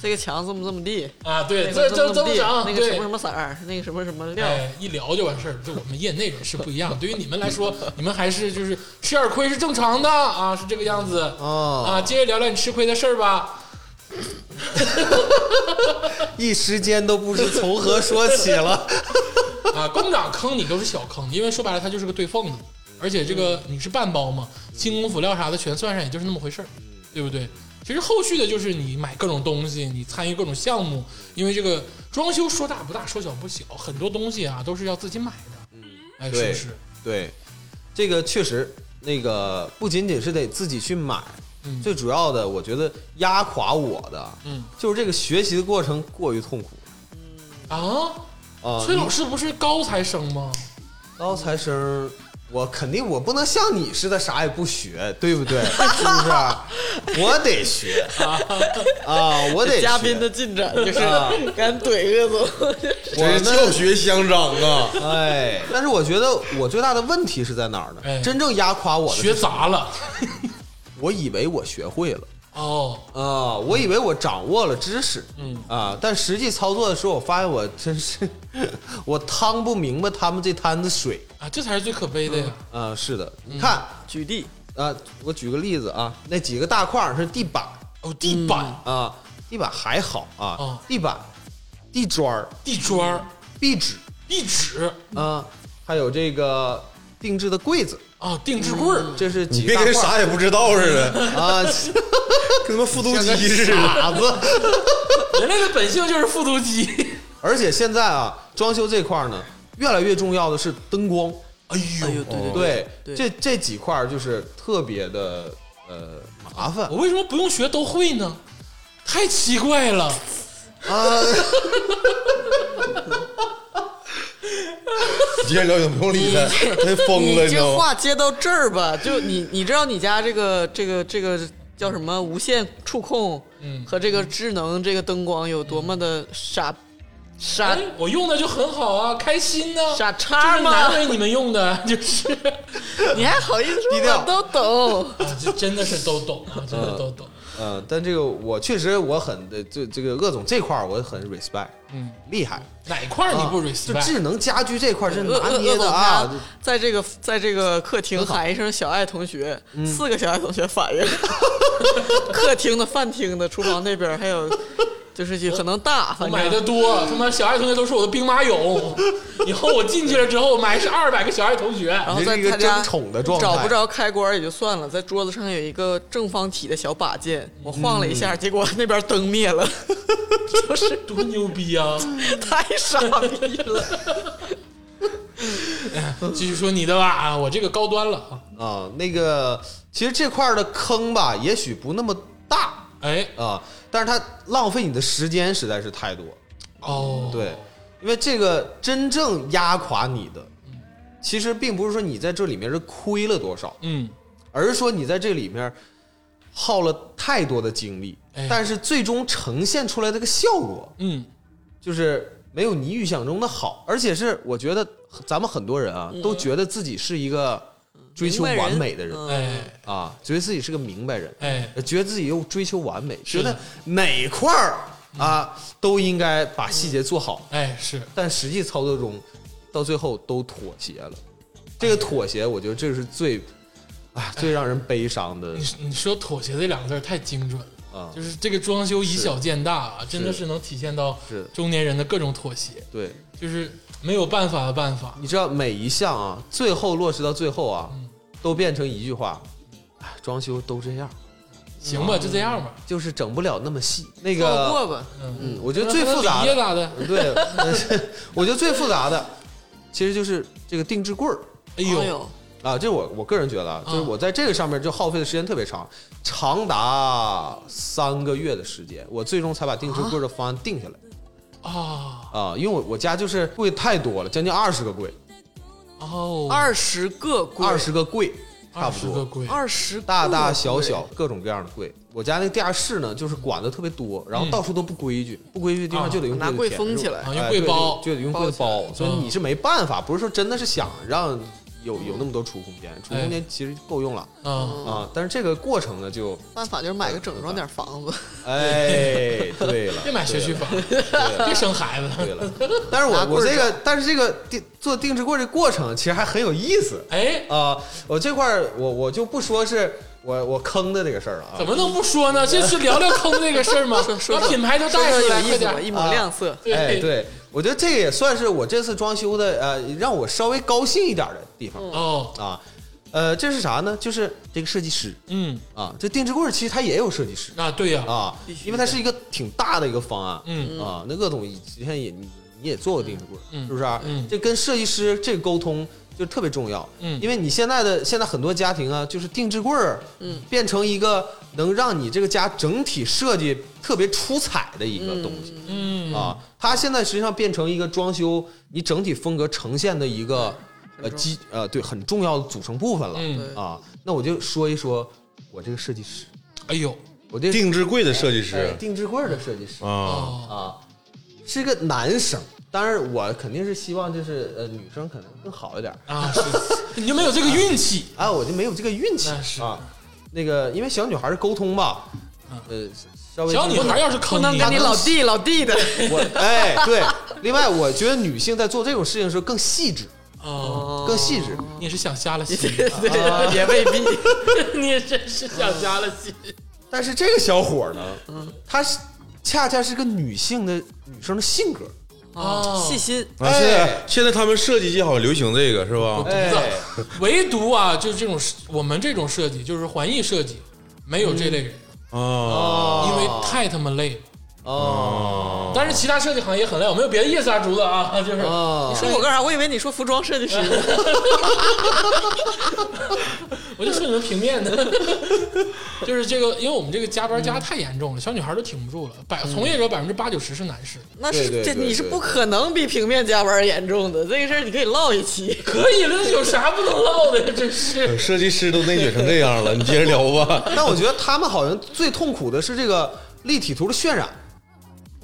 B: 这个墙这么这么地，
A: 啊，
B: 那
A: *laughs* 对，
B: 个
A: 这
B: 这
A: 这这
B: 么这
A: 么
B: 么地，
A: 整，
B: 那个什
A: 对
B: 么什。么色儿，那个什么什么 *laughs* 料，
A: 哎，一聊就完事儿，这我们业内人士不一样。对于你们来说，你们还是就是吃点亏是正常的啊，是这个样子
D: 哦
A: 啊。接着聊聊你吃亏的事儿吧。
D: 一时间都不知从何说起了。
A: 啊，工长坑你都是小坑，因为说白了它就是个对缝子，而且这个
B: 嗯
A: 你是半包嘛，精工辅料啥的全算上也就是那么回事
B: 嗯
A: 儿，对不对？其实后续的就是你买各种东西，你参与各种项目，因为这个装修说大不大，说小不小，很多东西啊都是要自己买的，嗯，哎，是不
D: 对
A: 是？
D: *laughs* 对，这个确实，那个不仅仅是得自己去买，
A: 嗯
D: 最主要的，我觉得压垮我的，
A: 嗯
D: 就是这个学习的过程过于痛苦
A: 啊，
D: 啊。
A: 崔老师不是高材生吗？
D: 高材生，我肯定我不能像你似的啥也不学，对不对？是不是？我得学啊，我得学
B: 嘉宾的进展就是
D: 啊
B: *laughs* 敢怼岳总， *laughs*
D: 我
C: 真
D: 呢
C: 是教学相长啊！
D: *laughs* 哎，但是我觉得我最大的问题是在哪儿呢？
A: 哎
D: 真正压垮我的
A: 学
D: 是，
A: 杂了
D: 我以为我学会了
A: 哦，
D: 啊、我以为我掌握了知识，
A: 嗯
D: 啊、但实际操作的时候，我发现我真是 *laughs* 我趟不明白他们这摊子水
A: 啊，这才是最可悲的呀。
B: 嗯
D: 啊、是的，你看啊、
B: 举例，
D: 我举个例子啊，那几个大块是地板
A: 哦，地板、
D: 啊、地板还好啊，
A: 哦
D: 地板、地砖儿、
A: 地砖儿、
D: 壁纸
A: 壁纸
D: 啊、还有这个定制的柜子，
A: 啊，定制柜儿。
D: 这是
C: 你
D: 几个
C: 别
D: 大
C: 跟
D: 块儿
C: 啥也不知道似的， *laughs*
D: 啊。
C: 跟他妈复读
D: 像个
C: 机似的。
D: 傻子。
A: 人类的本性就是复读机。
B: 嗯
D: 而且现在啊，装修这块儿呢，越来越重要的是灯光。
A: 哎呦，
B: 哎呦，对对
D: 对，
B: 对
D: 这这几块儿就是特别的呃麻烦
A: 我为什么不用学都会呢？太奇怪了。
D: 啊。
C: 你接着聊，不用理他，他疯
B: 你
C: 了，你知
B: 这
C: 道吗？
B: 话接到这儿吧，就你你知道你家这个这个这个叫什么无线触控，
A: 嗯
B: 和这个智能这个灯光有多么的傻傻
A: 哎，我用的就很好啊，开心呢、
B: 傻
A: 就
B: 叉
A: 是
B: 吗
A: 难？为你们用的， *laughs* 就是
B: 你还好意思说
D: 低调
B: 我都懂？
A: 啊，这真的是都懂啊，真的都懂。
D: 呃，但这个我确实我很的这这个鄂总这块儿我很 respect，
A: 嗯，
D: 厉害。
A: 哪一块儿你
D: 啊
A: 不
D: 就
A: respect？、
D: 智能家居这块儿是
B: 恶
D: 拿
B: 恶
D: 捏
B: 恶
D: 的
B: 总
D: 啊
B: 他，在这个在这个客厅喊一声“小爱同学”，四个小爱同学反应， *laughs* 客厅的、饭厅的、厨房那边还有，就是也可能大，
A: 我
B: 反
A: 买
B: 正
A: 的多，他妈小爱同学都是我的兵马俑。以后我进去了之后，我买是二百个小爱同学。
B: 然后
D: 你
B: 在
D: 是一个
B: 他家
D: 争宠的状态
B: 找不着开关也就算了，在桌子上有一个正方体的小把件，我晃了一
D: 嗯
B: 下，结果那边灯灭了， *laughs* 就是哎
A: 多牛逼啊！
B: 太傻
A: *laughs*
B: 逼了。
A: 哎继续说你的吧啊，我这个高端了啊。
D: 啊、那个其实这块儿的坑吧，也许不那么大啊、
A: 哎，
D: 但是它浪费你的时间实在是太多。
A: 哦，
D: 对，因为这个真正压垮你的，其实并不是说你在这里面是亏了多少，
A: 嗯，
D: 而是说你在这里面耗了太多的精力
A: 哎，
D: 但是最终呈现出来这个效果
A: 嗯，
D: 就是没有你预想中的好，而且是我觉得咱们很多人
A: 嗯
D: 啊都觉得自己是一个 *laughs* 追求完美的人
B: 明白人嗯
A: 哎，
D: 啊，觉得自己是个明白人，
A: 哎，
D: 觉得自己又追求完美，
A: 是
D: 觉
A: 的
D: 得哪块儿啊都应该把细节做好。
A: 哎，是，
D: 但实际操作中，到最后都妥协了。这个妥协，我觉得这是最，啊，最让人悲伤的
A: 你你说妥协这两个字儿太精准了。
D: 啊、
A: 哎就是这个装修以小见大啊，真的是能体现到
D: 是
A: 中年人的各种妥协，
D: 对，
A: 就是没有办法的办法。
D: 你知道每一项啊，最后落实到最后啊，
A: 嗯
D: 都变成一句话，哎，装修都这样，
A: 行
D: 啊
A: 吧，就这样吧。
D: 就是整不了那么细。那
B: 放
D: 个，
B: 过吧，
D: 嗯，我觉得最复杂
A: 理解
D: 的，
A: 咋的？
D: *laughs* 对，我觉得最复杂的，其实就是这个定制柜儿。
A: 哎
B: 哎
A: 呦，
B: 呦，
D: 啊，这我我个人觉得啊，就是
A: 嗯
D: 我在这个上面就耗费的时间特别长，长达三个月的时间，我最终才把定制柜的方案定下来
A: 啊
D: 啊因为我我家就是柜太多了，将近二十个柜，
A: 哦，
B: 二十个柜，
D: 嗯二十个柜差
A: 二
D: 不
A: 十个
D: 多，
A: 柜，
B: 二十个
D: 大大小
B: 柜
D: 小各种各样的柜。我家那个地下室呢，就是管的特别多，然后到处都不规矩，不规矩的地
A: 啊
D: 方就得用
B: 嗯哦拿
D: 柜
B: 柜
D: 子填
B: 封起
D: 住
B: 来
A: 啊，
D: 哎
A: 用柜
D: 对
A: 包
B: 嗯
D: 就得用柜子包，所以你是没办法，不是说真的是想让有有那么多储空间，储空间其实够用了
A: 啊，
B: 嗯
D: 啊。但是这个过程呢，就
B: 办法就是买个整装点房
D: *laughs*
B: 子，
D: 哎，对
B: *laughs*
D: 了，
A: 别买学区房，
D: 对
A: *laughs*
D: 了
A: 别生孩子。
D: 对了，但是我我这个，但是这个定做定制柜这过程其实还很有意思
A: 哎，
D: 啊、我这块儿我我就不说是我我坑的这个事儿了啊
A: 怎，么能不说呢？这是聊聊坑这个事儿吗？
B: 说
A: 把品牌都带出来，
B: 有意
A: 快
B: 思吧？一
A: 点。
B: 抹亮色，
D: 哎，对，我觉得这个也算是我这次装修的呃，让我稍微高兴一点的地方、
A: 哦，
D: 啊。呃，这是啥呢？就是这个设计师
A: 嗯，
D: 啊，这定制柜儿其实它也有设计师
A: 啊，对呀，
D: 啊
B: 必，须
D: 因为它是一个挺大的一个方案，
A: 嗯
D: 啊，那鄂总之前也你你也做过定制柜儿，
A: 嗯
D: 是不是、啊？
A: 嗯
D: 这跟设计师这个沟通就特别重要，
A: 嗯
D: 因为你现在的现在很多家庭啊，就是定制柜儿，嗯，变成一个能让你这个家整体设计特别出彩的一个东西，
A: 嗯，
D: 啊，它现在实际上变成一个装修你整体风格呈现的一个呃
B: 重
D: 基呃对很重要的组成部分了、
A: 嗯
B: 对
D: 啊。那我就说一说我这个设计师，
A: 哎呦，
D: 我这
C: 定制柜的设计
D: 哎
C: 师
D: 定制柜儿的设计师
C: 啊，
A: 哦，
D: 啊，是个男生。当然，我肯定是希望就是呃女生可能更好一点儿，
A: 啊，是， *laughs* 你就没有这个运气，
D: 啊，我就没有这个运气
A: 那是嗯
D: 啊。那个因为小女孩儿沟通吧，呃稍微
A: 小女
D: 不能
A: 孩要是坑
B: 不能
A: 你
B: 跟你老弟老弟的，
D: 我哎对。另外，我觉得女性在做这种事情的时候更细致，
A: 哦，
D: 更细致。
A: 你也是想瞎了
B: *laughs*
A: 心，啊
B: 对，也未必，你真是想家了心。
D: 但是这个小伙儿呢，他是恰恰是个女性的女生的性格，嗯
A: 哦
B: 细心，
C: 啊，
D: 哎
C: 现在现在他们设计界好像流行这个是吧？
D: 哎，
A: 唯独啊，就是这种我们这种设计，就是环艺设计，没有这类人，
B: 哦
C: 啊，
A: 因为太他妈累了。
D: 嗯哦
A: 但是其他设计行业很累，我没有别的意思啊，竹子啊， *laughs* 就是
D: 哦
B: 你说我干啥？我以为你说服装设计师，
A: 我就说你们平面
D: *laughs*
A: 的，就是这个，因为我们这个加班加太严重了，小女孩都挺不住了，
D: 嗯
A: 百从业者百分之八九十是男士，
B: 那
D: 对
B: 是
D: 对
B: 这
D: 对
B: 你是
D: 对
B: 不可能比平面加班严重的。这个事儿你可以唠一
D: *laughs*
B: 期，
A: 可以了，有啥不能唠的呀？真是，
C: 设计师都内卷成这样了，你接着聊
B: *laughs*
C: 吧。
D: *laughs* 但我觉得他们好像最痛苦的是这个立体图的渲染，
A: 嗯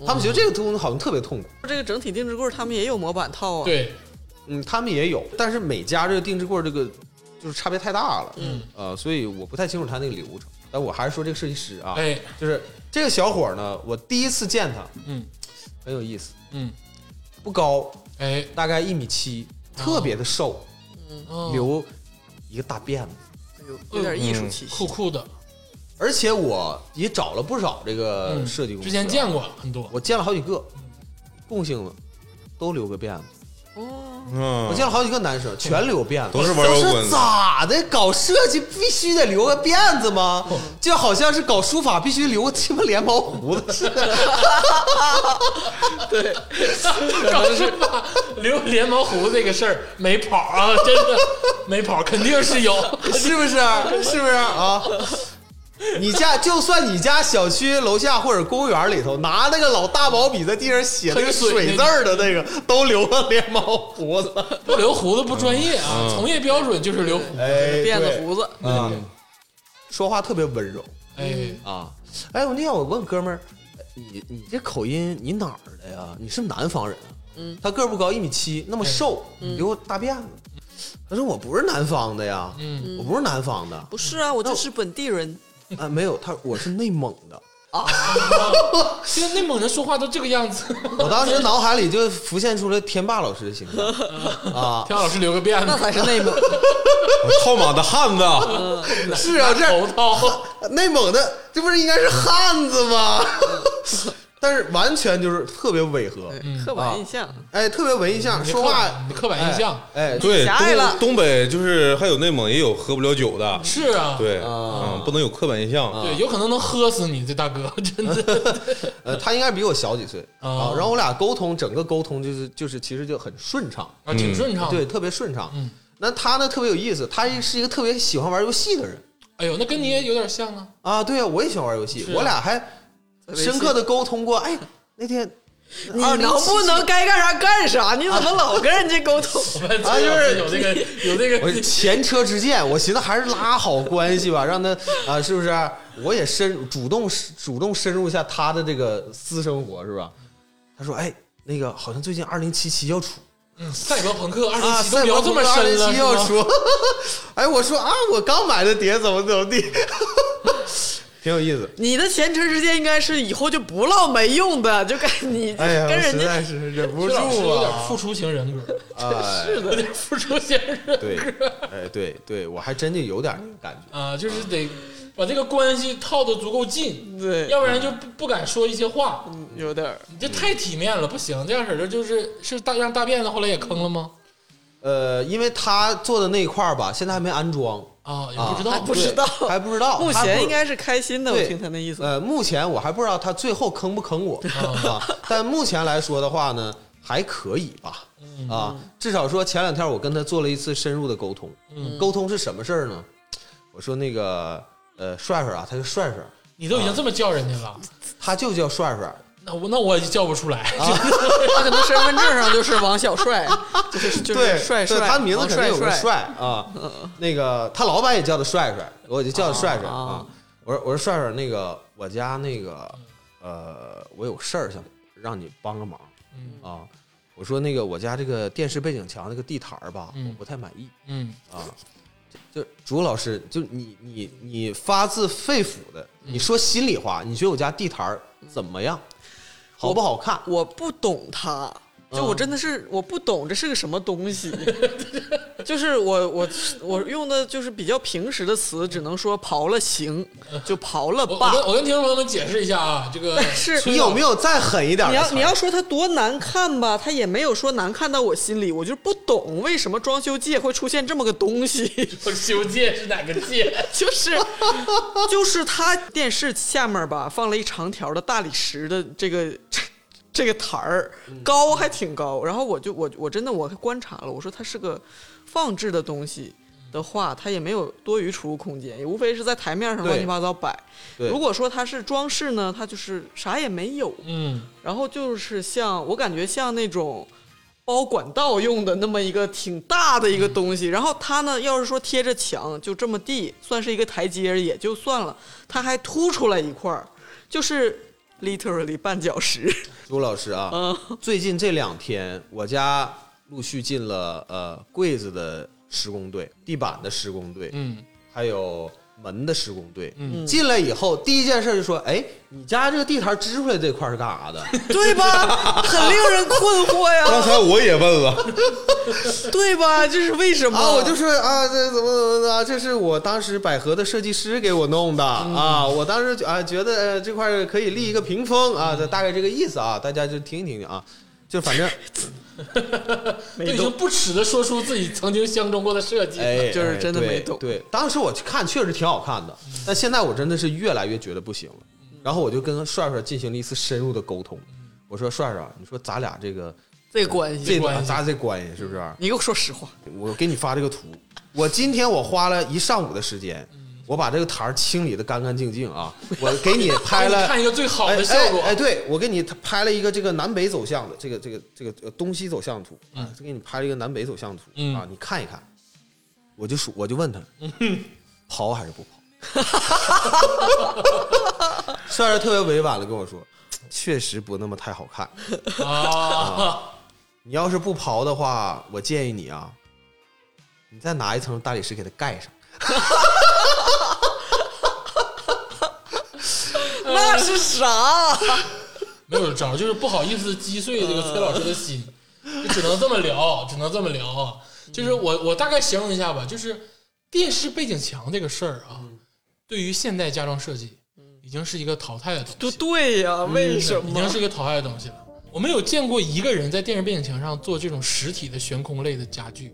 D: 他们觉得这个东西好像特别痛苦。
B: 这个整体定制柜儿他们也有模板套啊。
A: 对，
D: 嗯，他们也有，但是每家这个定制柜儿这个就是差别太大了。嗯，呃，所以我不太清楚他那个流程，但我还是说这个设计师啊，
A: 哎，
D: 就是这个小伙儿呢，我第一次见他
A: 嗯
D: 很有意思，
A: 嗯，
D: 不高，
A: 哎，
D: 大概一米七，特别的瘦。
A: 哦
D: 留一个大辫子，
B: 有点
D: 嗯
B: 艺术气息。
A: 酷酷的，
D: 而且我也找了不少这个
A: 嗯
D: 设计公司，啊
A: 之前见，过很多，
D: 我见了好几个，共性的都留个辫子，
B: 哦，
C: 嗯
D: 我，见了好几个男生全留辫子，
C: 都是玩摇滚的
D: 都是咋的？搞设计必须得留个辫子吗？
C: 哦
D: 就好像是搞书法必须留个鸡巴连毛胡子似
C: *laughs*
D: 的。
A: *laughs* 当时吧，
D: *laughs*
A: 留连毛胡子这个事儿没跑啊，真的没跑，肯定是有。
D: 是不是？是不是啊？你家就算你家小区楼下或者公园里头拿那个老大毛笔在地上写那个水字儿的那
C: *laughs*
D: 个，都留了连毛胡子。
A: 不留胡子不专业啊，
D: 嗯
A: 从业标准就是留胡子。
D: 哎
B: 辫子胡子，
D: 子啊，说话特别温柔
A: 哎，
D: 啊。哎，我那天我问哥们儿，呃你你这口音你哪儿的呀？你是南方人啊？嗯，他个儿不高，一米七，那么瘦，
A: 嗯
D: 留个大辫子。他说我不是南方的呀，
A: 嗯，
D: 我不是南方的。
B: 不是啊，我就是本地人。
D: 啊，没有，他我是内蒙的。
A: 现在内蒙人说话都这个样子。
D: 我当时脑海里就浮现出了天霸老师的形
A: *laughs*
D: 象啊，
A: 田老师留个辫
B: *laughs* 那
A: 子，
B: 才是内蒙，
C: 套马的汉
B: 呃
C: 子，啊
D: 是啊，
A: 头套。
D: 这内蒙的这不是应该是汉子吗？
A: 嗯
D: 但是完全就是特别违和，
B: *laughs* 刻板印象。
D: 哎，特别文艺相，说话
A: 嗯你的刻板印象
D: 哎，哎
C: 对，
B: 狭隘了
C: 东东北就是还有内蒙也有喝不了酒的，
A: 是啊，
C: 对，
D: 啊
C: 嗯，不能有刻板印象。
B: 啊
A: 对，有可能能喝死你，这大哥真的。
D: 呃，他应该比我小几岁啊
A: 哦，
D: 然后我俩沟通，整个沟通就是就是其实就很顺畅，
A: 啊，挺顺畅。
D: 对，，特别顺畅。那他呢特别有意思，他是一个特别喜欢玩游戏的人
A: 哎呦，那跟你也有点像啊。
D: 啊，对啊，我也喜欢玩游戏，
A: 是啊
D: 我俩还深刻的沟通过，哎，那天
B: 你能不能该干啥干啥？你怎么老跟人家沟 *laughs* 通？
D: 啊
A: *laughs* 我们村老师有这个有这
D: 我
A: 个
D: 是前车之鉴，我寻思还是拉好关系吧，让他啊、是不是？我也深主动主动深入一下他的这个私生活，是吧？他说，哎，那个好像最近二零七七要出，
A: 嗯赛博朋克 *laughs* 二
D: 啊，
A: 十七都
D: 赛
A: 聊
D: 博
A: 这
D: 朋
A: 么
D: 克二
A: 深
D: 零
A: 了，
D: 七要
A: 是吗
D: 说， *laughs* 哎，我说啊，我刚买的碟怎么怎么地， *laughs* 挺有意思。
B: 你的前车之鉴应该是以后就不唠没用的，就该你
D: 哎呀，
B: 跟
D: 我
B: 人
D: 实
B: 家
D: 在是忍不
A: 薛老师
D: 住
A: 有点
D: 啊！
A: 付出型人格，
D: 哎，
B: 是
A: 有
B: 的，
A: 点付出型人格
D: *laughs* 对，哎，对对，我还真就有点那个感觉。
A: 啊，就是得把这个关系套的足够近，
B: 对
A: 要不然就不不敢说一些话，
D: 嗯
B: 有点儿
A: 你这太体面了，不行，这样式儿的就是是大让大辫子后来也坑了吗？
D: 呃，因为他做的那一块儿吧，现在还没安装，
A: 啊，也
D: 啊
A: 不知道，
B: 还不知道，
D: 对还不知道
B: *laughs* 目
D: 还不
B: 前应该是开心的，我
D: 对
B: 听他那 *laughs* 意思。
D: 呃，目前我还不知道他最后坑不坑我啊，但目前来说的话呢，还可以吧。啊，至少说前两天我跟他做了一次深入的沟通，沟通是什么事儿呢？我说那个呃帅帅啊，他叫帅帅，
A: 你都已经这么叫人家
D: 啊
A: 了，
D: 他就叫帅帅，
A: 那我那我也叫不出来，
D: 啊
B: 他可能身份证上就是王小帅，就是就
D: 对
B: 是帅
D: 对
B: 帅，
D: 他名字
B: 王
D: 肯定有个
B: 帅帅。
D: 帅
B: *laughs*
D: 啊。那个他老板也叫他帅帅，我就叫他帅帅
B: 啊
D: 啊。我说我说帅帅，那个我家那个呃，我有事儿想让你帮个忙
B: 嗯
D: 啊。我说那个我家这个电视背景墙那个地毯儿吧，
A: 嗯
D: 我不太满意。
A: 嗯
D: 啊，就朱老师，就你你你发自肺腑的，
B: 嗯
D: 你说心里话，你觉得我家地毯儿怎么样，好不好看？
B: 我不懂他，就我真的
A: 嗯
B: 是我不懂这是个什么
A: *laughs*
B: 东西，就是我我我用的就是比较平时的词，只能说刨了行，就刨了
A: 我我跟
B: 吧。
A: 我跟听众朋友们解释一下啊，这
D: *laughs*
A: 个
B: 是
A: 崔
D: 你有没有再狠一点
B: 你
D: 的
B: 要
D: 词儿？
B: 你要说他多难看吧，他也没有说难看到我心里，我就不懂为什么装修界会出现这么个东西。
A: 修界是哪个
D: *laughs*
A: 界？
B: *laughs* 就是就是他电视下面吧放了一长条的大理石的这个 *laughs* 这个台儿，
D: 嗯
B: 高还挺高。然后我就我我真的我观察了，我说它是个放置的东西。的话，它也没有多余储物空间，也无非是在台面上
D: 对
B: 乱七八糟摆。
D: 对
B: 如果说它是装饰呢，它就是啥也没有。
A: 嗯，
B: 然后就是像我感觉像那种包管道用的那么一个挺大的一个东西，然后它呢，要是说贴着墙就这么地，算是一个台阶儿也就算了，它还凸出来一块儿，就是 literally 绊脚石。
D: 朱老师啊， *laughs* 最近这两天我家陆续进了呃柜子的施工队、地板的施工队，
A: 嗯，
D: 还有门的施工队。嗯，进来以后第一件事就说：“哎，你家这个地毯支出来这块儿是干啥的
B: 对吧？很令人困惑
C: 刚
B: 呀， *laughs*
C: 才我也问了， *laughs*
B: 对吧？这是为什？”么？
D: 啊，我就说啊，这怎么怎么的啊，这是我当时百合的设计师给我弄的啊，我当时就啊觉得呃这块儿可以立一个屏风啊，这大概这个意思啊，大家就听一听啊，就反正
A: 都已经不耻的说出自己曾经相中过的设计了，
D: 哎，
B: 就是
D: 哎
B: 真的
D: 对
B: 没懂
D: 对，当时我去看确实挺好看的，但现在我真的是越来越觉得不行了。然后我就跟帅帅进行了一次深入的沟通，我说帅帅，你说咱俩这个
B: 这个关
D: 这
B: 系，
A: 关系
D: 咱俩这关系是不是？
B: 你给我说实话，
D: 我给你发这个图，我今天我花了一上午的时间，我把这个台儿清理的干干净净啊，我给你拍了
A: 看一个最好的效果
D: 哎哎哎，对我给你拍了一个这个南北走向的这个这个这个呃东西走向图啊，就给你拍了一个南北走向图、
A: 嗯
D: 啊，你看一看。我就说，我
A: *laughs*
D: 就问他，刨还是 *laughs* 不刨？帅帅特别委婉的跟我说，确实不那么太好看。
A: 啊，
D: 你要是不刨的话，我建议你啊，你再拿一层大理石给它盖上。
B: *laughs* 那是啥？
A: 没有招儿，就是不好意思击碎这个崔老师的心，就只能这么聊，只能这么聊啊。就是我我大概形容一下吧，就是电视背景墙这个事儿啊，对于现代家装设计，已经是一个淘汰的东西
B: 不
A: 了。
B: 对呀，为什
A: 已
B: 么
A: 经？是一个淘汰的东西了。我没有见过一个人在电视背景墙上做这种实体的悬空类的家具，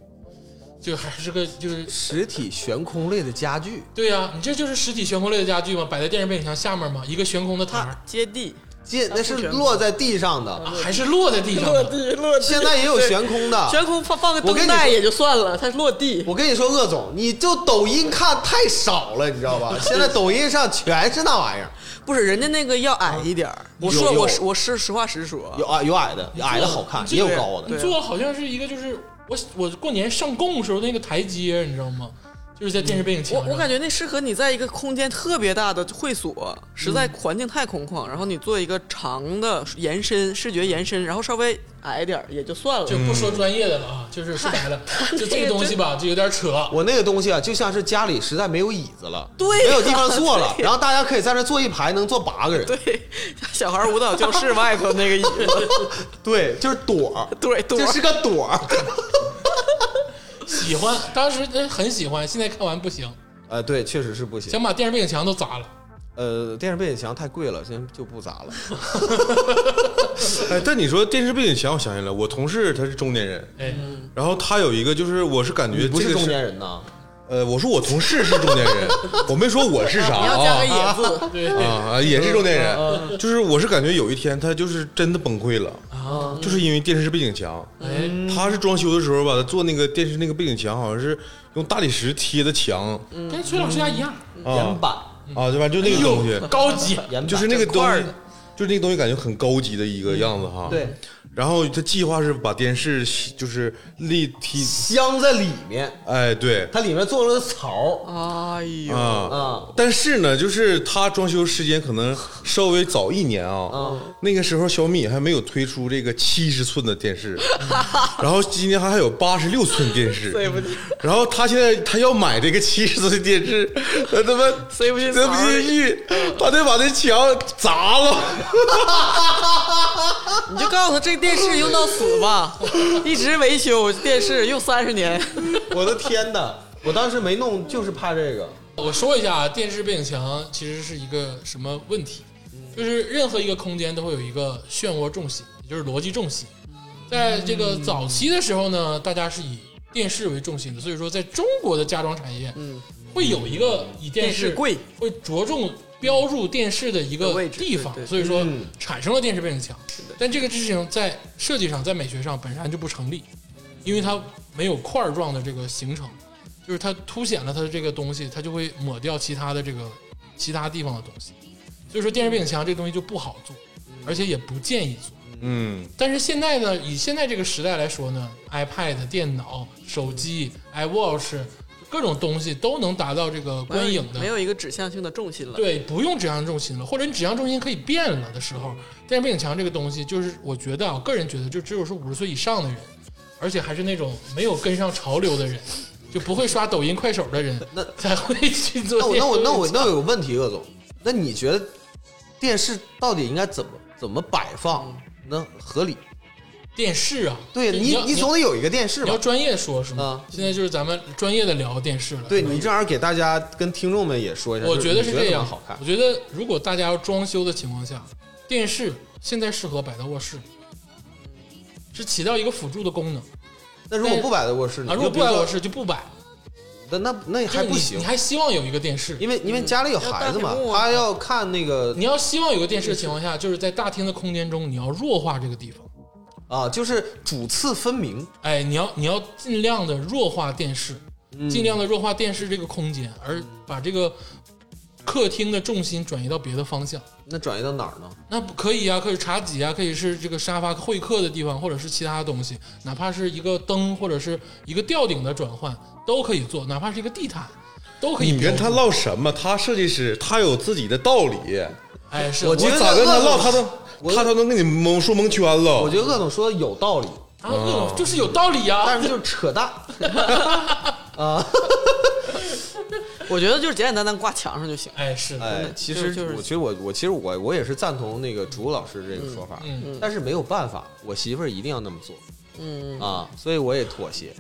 A: 就还是个就是
D: 实体悬空类的家具，
A: 对呀、你这就是实体悬空类的家具嘛，摆在电视背景墙下面嘛，一个悬空的台
B: 他
A: 儿，
B: 接地，
D: 这那是
B: 悬空
D: 落在地上的，
A: 啊还是落在地上
B: 落
A: 的。
B: 地落地。
D: 现在也有悬
A: *laughs*
D: 空的。
B: 悬空放放个
D: 我跟
B: 灯
D: 你
B: 带
D: 说
B: 也就算了，它落地。
D: 我跟你说，鄂总，你就抖音看太少了，你知道 *laughs* 吧？现在抖音上全是那玩意儿，
B: 不是人家那个要矮一点儿。我说
D: 有有
B: 我是我是实话实说，
D: *laughs* 有啊矮有矮的，矮的好看，也有
A: 啊
D: 高的。
A: 你做的好像是一个就是我我过年上供时候那个台阶，你知道吗？就是在电视背景
B: 我
A: 墙上。
B: 我感觉那适合你在一个空间特别大的会所，实在环境太空旷，然后你做一个长的延伸，视觉延伸，然后稍微矮点儿也就算了
A: 就。不说专业的了啊，就是说
B: *laughs*
A: 白了，就这个东西吧，就有点扯。
D: 我那个东西啊，就像是家里实在没有椅子了，
B: 对呀
D: 没有地方坐了，
B: 对
D: 然后大家可以在那坐一排，能坐八个人，
B: 对，小孩舞蹈教室外头那个椅子，
D: 对，就是朵 *laughs* 儿，
B: 对，多
D: 这是个朵 *laughs* 儿，
A: 喜欢，当时呃很喜欢，现在看完不行，
D: 呃，对，确实是不行，
A: 想把电视背景墙都砸了。
D: 呃，电视背景墙太贵了，现在就不砸了，
C: 哎，但你说电视背景墙，我想起来，我同事他是中年人，
A: 哎，
B: 嗯
C: 然后他有一个就是，我是感觉
D: 不
C: 这
D: 是
C: 个
D: 中年人呐，
C: 呃，我说我同事是中年人，我没说我是啥
B: 你要加个
C: 啊
B: 野字，
A: 对，
C: 啊，也是中年人，就是我是感觉有一天他就是真的崩溃了，
A: 啊，
C: 就是因为电视背景墙，
A: 哎，
C: 他是装修的时候吧，他做那个电视那个背景墙好像是用大理石贴的墙
A: 跟崔老师家一样，
D: 岩
C: 啊
D: 板，
C: 啊，对吧？就那个东西，
A: 高级，
D: 岩板，
C: 就是那个
D: 整
C: 东
D: 块儿啊
C: 西，就是那个东西感觉很高级的一个样子哈。
D: 对。
C: 然后他计划是把电视就是立梯，
D: 镶在里面，
C: 哎，对
D: 它里面做了个槽
B: 哎呦，
C: 啊。
D: 啊，
C: 但是呢，就是他装修时间可能稍微早一年啊，
D: 嗯
C: 那个时候小米还没有推出这个七十寸的
D: *laughs*
C: 电视，然后今年还有八十六寸电视，
B: 塞不进，
C: 然后他现在他要买这个七十寸的电视，他他妈
B: 塞不进槽儿
C: 塞不进去，他得把那墙砸了，
B: 你就告诉他这电视用到死吧，一直维修电视用三十年，
D: *laughs* 我的天哪！我当时没弄，就是怕
A: *laughs*
D: 这个。
A: 我说一下啊，电视背景墙其实是一个什么问题？就是任何一个空间都会有一个漩涡重心，也就是逻辑重心。在这个早期的时候呢，大家是以电视为重心的，所以说在中国的家装产业，嗯，会有一个以电视
B: 电视柜
A: 会着重标注电视的一
B: 的
A: 个
B: 位置
A: 地方，
B: 对对嗯
A: 所以说产生了电视背景墙。但这个事情在设计上，在美学上本身就不成立，因为它没有块儿状的这个形成。就是它凸显了它的这个东西，它就会抹掉其他的这个其他地方的东西。所以说电视背景墙这个东西就不好做，而且也不建议做。
C: 嗯，
A: 但是现在呢，以现在这个时代来说呢，iPad、电脑、手机、iWatch 各种东西都能达到这个观影的
B: 没有一个指向性的重心了。
A: 对，不用指向重心了，或者你指向重心可以变了的时候，电视背景墙这个东西，就是我觉得啊，我个人觉得，就只有是五十岁以上的人，而且还是那种没有跟上潮流的人，就不会刷抖音、快手的人，
D: 那
A: 才会去做
D: 那我
A: 电
D: 那我
A: 视背景
D: 那我那我有个问题，鄂总，那你觉得电视到底应该怎么怎么摆放能合理？
A: 电视啊，
D: 对
A: 就
D: 你
A: 要
D: 你总得有一个电视
A: 你要
D: 吧？
A: 专业说是吗
D: 啊？
A: 现在就是咱们专业的聊电视了。
D: 对你这玩意儿给大家跟听众们也说一下，
A: 我
D: 就是
A: 觉得
D: 你
A: 是
D: 觉得
A: 这
D: 怎
A: 样。
D: 么好看
A: 我。觉得如果大家要装修的情况下，电视现在适合摆到卧室，是起到一个辅助的功能
D: 那如果不摆在卧室呢？
A: 啊。如果
D: 就比
A: 不摆
D: 说
A: 卧，室就不摆，
D: 那那那
A: 就是
D: 还不
A: 你
D: 行
A: 你，还嗯希望有一个电视。
D: 因为因为家里有孩子
B: 要大
D: 嘛
B: 屏幕，啊
D: 他要看那个
A: 你要希望有个电视的情况下，就是在大厅的空间中，你要弱化这个地方。
D: 啊，就是主次分明。
A: 哎，你要你要尽量的弱化电视，
D: 嗯
A: 尽量的弱化电视这个空间，而把这个客厅的重心转移到别的方向。
D: 那转移到哪儿呢？
A: 那不可以啊，可以茶几啊，可以是这个沙发会客的地方，或者是其他东西，哪怕是一个灯或者是一个吊顶的转换都可以做，哪怕是一个地毯都可以。
C: 嗯你跟他，唠什么？他设计师，他有自己的道理。
A: 哎，是
D: 我觉
C: 我
D: 得
C: 咋跟他唠，他都
D: 我
C: 他都能跟你蒙说蒙圈了。
D: 我觉得鄂总说的有道理，
A: 啊，那种就是有道理啊。
D: 但是就是扯淡。
B: 我觉得就是简简单单挂墙上就行。
A: 哎，是，
D: 哎
B: 真的，
D: 其
B: 就
D: 实
B: 就是
D: 我其实我我其实我我也是赞同那个竹老师这个说法，
A: 嗯
D: 但是没有办法，我媳妇儿一定要那么做，嗯啊，所以我也妥协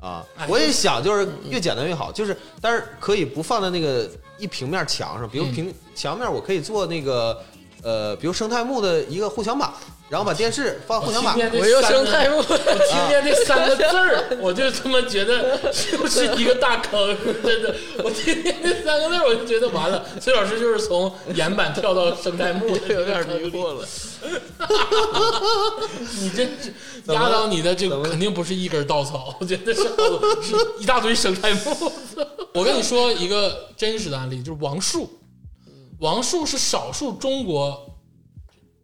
D: 啊
A: 哎，
D: 我也想就是越简单越好，就是但是可以不放在那个一平面墙上，
A: 嗯
D: 比如平墙面我可以做那个呃，比如生态木的一个护墙板，然后把电视放护
A: 我
D: 墙
A: 听
D: 板，
A: 见这
B: 我又
A: 三
B: 生
A: 个
B: 态，
A: 我听见这三个字儿，我就他妈觉得就是一个大坑，真的。我听见这三个字儿，我就觉得完了。崔老师就是从岩板跳到生态木，
B: 有点迷惑
A: *laughs*
B: 了，
A: 你这压倒你的这个肯定不是一根稻草，我觉得是是一大堆生态木。我跟你说一个真实的案例，就是王树，王树是少数中国。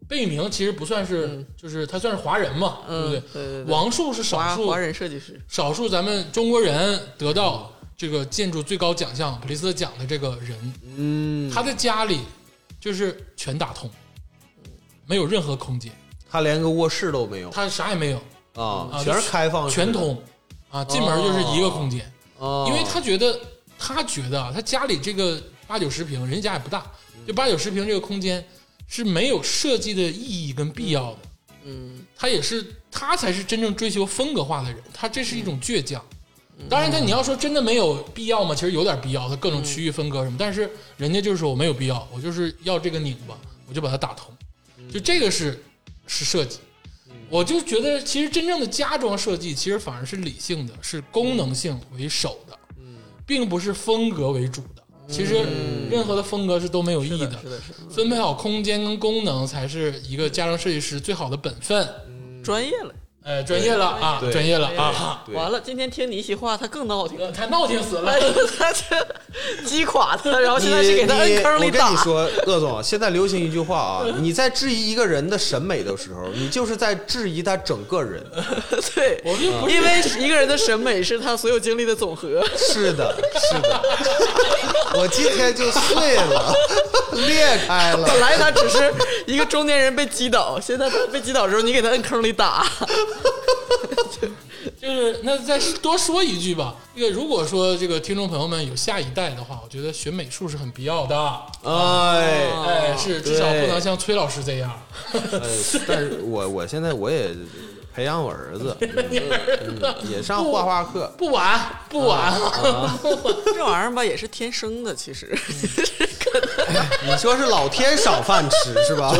A: 贝聿铭其实不算是，就是他算是华人嗯嘛，对不
B: 对对对
A: 王树是少
B: 华
A: 数
B: 华人设计师，
A: 少数咱们中国人得到这个建筑最高奖项普利斯特奖的这个人，嗯，他的家里就是全打通，没有任何空间，
D: 他连个卧室都没有
A: 他啥也没有，
D: 啊
A: 啊，
D: 全是开放式的，
A: 全通啊，进门就是一个空间，
D: 啊，
A: 因为他觉得他觉得啊，他家里这个八九十平，人家也不大，就八九十平这个空间是没有设计的意义跟必要的。嗯，他也是他才是真正追求风格化的人，他这是一种倔强。当然，他你要说真的没有必要吗？其实有点必要，他各种区域分割什么，但是人家就是说我没有必要，我就是要这个拧巴，我就把它打通，就这个是是设计。我就觉得，其实真正的家装设计，其实反而是理性的，是功能性为首的，并不是风格为主的。其实任何的风格是都没有意义的，
B: 是的，是
A: 分配好空间跟功能才是一个家装设计师最好的本分。
B: 的，专业了。
A: 哎，专业了啊，
D: 对
A: 专业了啊！
D: 对
B: 完了，今天听你一席话，他更闹挺。
A: 他闹挺死了
B: 哎，他这击垮 *laughs* 他，然后现在是给他
D: 你
B: 摁坑里
D: 我跟你
B: 打。
D: 说，鄂总，现在流行一句
B: *laughs*
D: 话啊，你在质疑一个人的审美的时候，你就是在质疑他整个人。
B: 对，
A: 我就不是
B: 因为一个人的审美是他所有经历的总和。
D: 是的，是的， *laughs* 我今天就碎了，裂开了。
B: 本来他只是一个中年人被击倒， *laughs* 现在他被击倒之后，你给他摁坑里打。
A: 就是那再多说一句吧。这个如果说这个听众朋友们有下一代的话，我觉得学美术是很必要的。
D: 哎，
A: 哎，是至少
D: 对
A: 不能像崔老师这样。
D: 呃但是我我现在我也培养我儿子，
B: *laughs*
D: 嗯也上画画课。
A: 不晚，不晚， *laughs*
B: 这玩意儿吧，也是天生的，其实。嗯 *laughs*
D: 你说是老天赏饭吃是吧？ *laughs*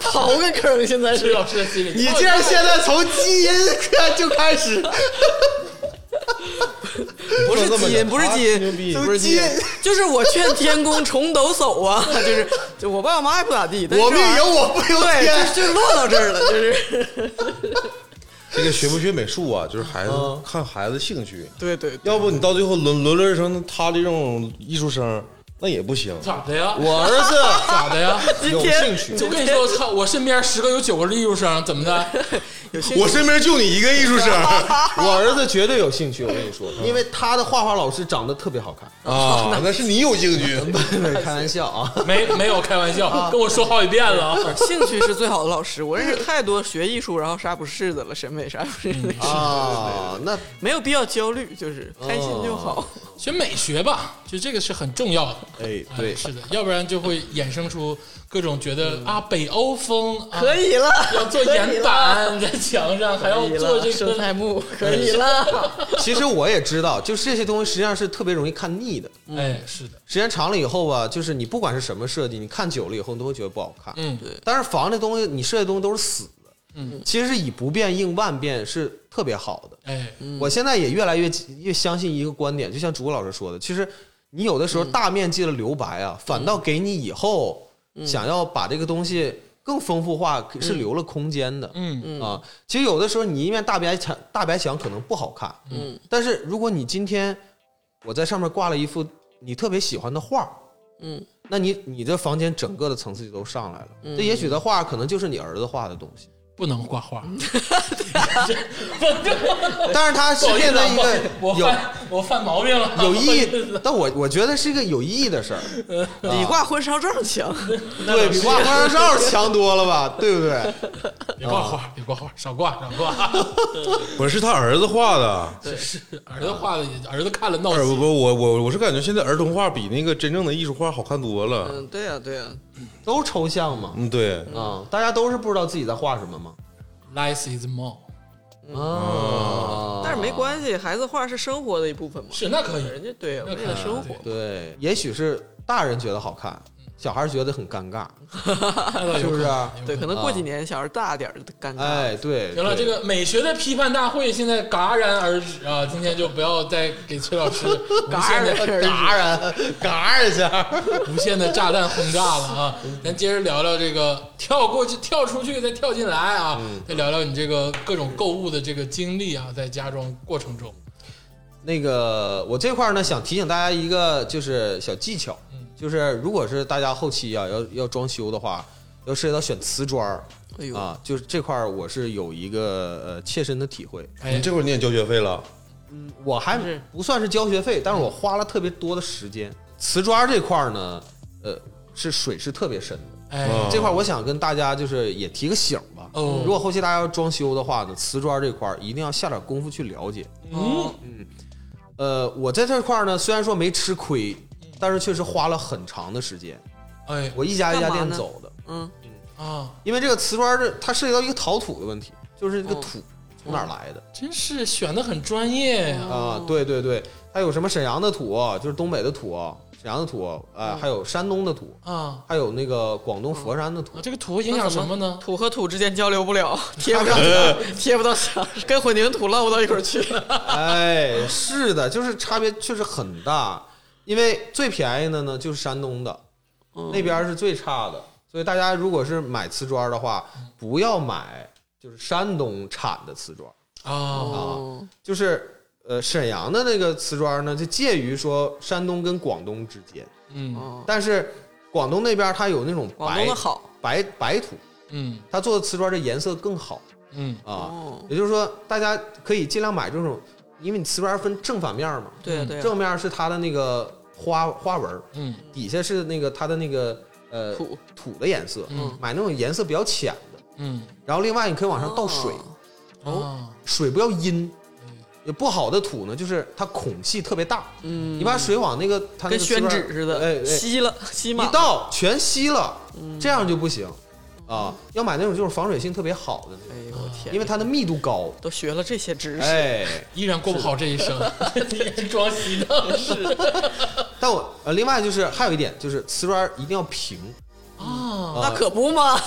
B: 刨个坑，现在
A: 崔
B: 是
A: 老师的心里。
D: 你这样现在从基因 *laughs* 就开始，
B: *laughs* 不是
D: 这么
B: 基因，
D: 讲
B: 不是
D: 啊
B: 基
D: 牛逼
B: 因，不是基因
D: 从基因，
B: 就是我劝天公重抖擞啊， *laughs* 就是就我爸我妈也不咋地，但是
D: 我
B: 这玩
D: 命
B: 意儿
D: 由我不由
B: 对，
D: 天。
B: 就就落到这儿了，
D: *laughs*
B: 就是
C: 这个学不学美术啊，就是孩子
D: 嗯
C: 看孩子兴趣，
B: 对对对，
C: 要不你到最后沦沦落成他这种艺术生，那也不行。
A: 咋的呀？
D: 我儿子
A: 咋
C: *laughs*
A: 的呀？
B: 今
D: 有兴
B: 天
D: 趣，
A: 啊就跟你说，我操，我身边十个有九个是艺术生，怎么的？
B: 有兴
C: 我
B: 趣
C: 身边就你一个艺术生
D: 我儿子绝对有兴趣。我跟你说，因为他的画画老师长得特别好
B: *laughs*
D: 看。
C: 啊， *laughs* 那是你有兴趣。
D: 开玩笑啊，
A: 没没有开玩笑，跟我说好几遍了啊。
B: 兴趣是最好的老师，我认识太多学艺术然后啥不是的了，审美啥不是
D: 嗯
B: 的，
D: 啊，那
B: 没有必要焦虑，就是
D: 哦
B: 开心就好。
A: 学美学吧，就这个是很重要的。
D: 哎
A: 哎
D: 对，
A: 是的，要不然就会衍生出各种觉得啊，北欧风啊
B: 可以了，
A: 要做
B: 可以
A: 岩
B: 了，
A: 板在墙上，还
B: 可
A: 要
B: 以
A: 做
B: 了，
A: 这
B: 生态
A: 个，
B: 木可以了，
D: 其实我也知道，就这些东西实际上是特别容易看腻的。
A: 哎，是的，
D: 时间长了以后吧，就是你不管是什么设计，你看久了以后你都会觉得不好看。
A: 嗯，
D: 但是房这东西，你设计东西都是死的。
A: 嗯，
D: 其实是以不变应万变是特别好的。
A: 哎，
B: 嗯
D: 我现在也越来越越相信一个观点，就像朱老师说的，其实你有的时候大面积的留白啊，反倒给你以后
B: 嗯
D: 想要把这个东西更丰富化是留了空间的。
A: 嗯，
D: 啊，其实有的时候你一面大白墙，大白墙可能不好看，
B: 嗯，
D: 但是如果你今天我在上面挂了一幅你特别喜欢的画，
B: 嗯，
D: 那你你这房间整个的层次就都上来了。
B: 嗯
D: 这也许的画可能就是你儿子画的东西，
A: 不能挂画。
D: 但是它是变
A: 不好
D: 得
A: 意
D: 一
A: 思啊
D: 个
A: 我
D: 有
A: 犯我犯毛病了，*laughs*
D: 有意义，但我我觉得是一个有意义的事儿，
B: 比挂婚纱照强。
D: 对比挂婚纱照强多了吧，对不对？
A: 别挂画，别挂画，少挂少挂。
C: 不是他儿子画的，
A: 是是，儿子画的，儿子看了闹
C: 不是不
A: 心。
C: 不，我我我是感觉现在儿童画比那个真正的艺术画好看多了。
B: 嗯，
D: 啊
B: 对呀、对呀、
D: 都抽象嘛，
C: 嗯，对，
D: 啊，大家都是不知道自己在画什么嘛，
A: Life is more，
D: 啊，
B: 但是没关系，孩子画是生活的一部分嘛，
A: 是那可以，
B: 人家对呀
A: 那
B: 为
A: 可
B: 了生
D: 哦
A: 对
B: 活，
D: 对，也许是大人觉得好看，小孩觉得很尴尬，
A: 那倒
D: 是
A: 有
D: 不
A: 可
D: 是？啊
A: 能。
B: 对，可能过几年小孩大点儿就尴尬。
D: 哎，对，
A: 行了，
D: 对
A: 这个美学的批判大会现在戛然而止啊！今天就不要再给崔老
D: *laughs*
A: 师无限的
D: 嘎然嘎一下，
A: 无限的炸弹轰炸了啊！咱接着聊聊这个跳过去、跳出去再跳进来啊，
D: 嗯
A: 再聊聊你这个各种购物的这个经历啊，在家装过程中，
D: 那个我这块儿呢，想提醒大家一个就是小技巧，就是如果是大家后期啊要要装修的话，要涉及到选瓷砖儿
B: 哎
D: 啊
B: 呦，
D: 啊，就是这块儿我是有一个呃切身的体会。
A: 哎
C: 你，这会儿你也交学费了，
D: 嗯，我还
B: 是
D: 不算是交学费，但是我花了特别多的时间。瓷砖这块儿呢，呃，是水是特别深的。
A: 哎，
B: 哦
C: 嗯
D: 这块儿我想跟大家就是也提个醒吧。
A: 哦
D: 如果后期大家要装修的话呢，瓷砖这块儿一定要下点功夫去了解。
B: 哦
D: 呃，我在这块儿呢，虽然说没吃亏，但是确实花了很长的时间。
A: 哎
D: 我一家一家
B: 干嘛
D: 店
B: 呢
D: 走的，
B: 嗯
A: 啊，
D: 因为这个瓷砖这它涉及到一个陶土的问题，就是这个
B: 哦
D: 土从哪儿来的。
A: 真是选的很专业呀、
D: 啊，对对对，还有什么沈阳的土，就是东北的土，沈阳的土，
B: 嗯
D: 呃，还有山东的土，
A: 啊
D: 还有那个广东佛山的
B: *laughs*
D: 土
A: 啊，，这个土影响什么呢？
B: 嗯土和土之间交流不了，贴
D: *laughs*
B: 不上墙，贴不到墙，跟混凝土唠不到一块儿去。
D: 哎，是的，就是差别确实很大，因为最便宜的呢就是山东的，
B: 嗯
D: 那边是最差的，所以大家如果是买瓷砖的话，
B: 嗯
D: 不要买就是山东产的瓷砖，
A: 啊，
B: 哦，
D: 就是呃沈阳的那个瓷砖呢，就介于说山东跟广东之间，
A: 嗯
B: 哦
D: 但是广东那边它有那种
B: 广
D: 白
B: 东的好，
D: 白白土，
A: 嗯
D: 它做的瓷砖的颜色更好
A: 嗯
D: 啊。
B: 哦，
D: 也就是说，大家可以尽量买这种，因为你瓷砖分正反面嘛，
B: 对啊对啊，
D: 嗯正面是它的那个花花纹儿，
A: 嗯
D: 底下是那个它的那个呃
B: 土
D: 土的颜色，
A: 嗯
D: 买那种颜色比较浅的。
A: 嗯
D: 然后另外你可以往上倒水，
B: 哦
A: 哦，
D: 水不要阴。
A: 嗯
D: 也不好的土呢，就是它孔隙特别大，
B: 嗯，
D: 你把水往那个它那个
B: 跟宣
D: 瓷砖
B: 纸似的，
D: 哎哎，
B: 吸了吸满
D: 一
B: 了，
D: 倒全吸了，这样就不行啊！要买那种就是防水性特别好的那
B: 哎
D: 种，
B: 呦我天，
D: 因为它的密度高。
B: 都学了这些知识，
D: 哎，
A: 依然过不好这一生， *laughs* 依然装西
B: *laughs*
A: 藏是
D: 但我呃，另外就是还有一点就是瓷砖一定要平，
A: 啊，
B: *laughs* 哦那可不
D: *laughs*
B: 嘛。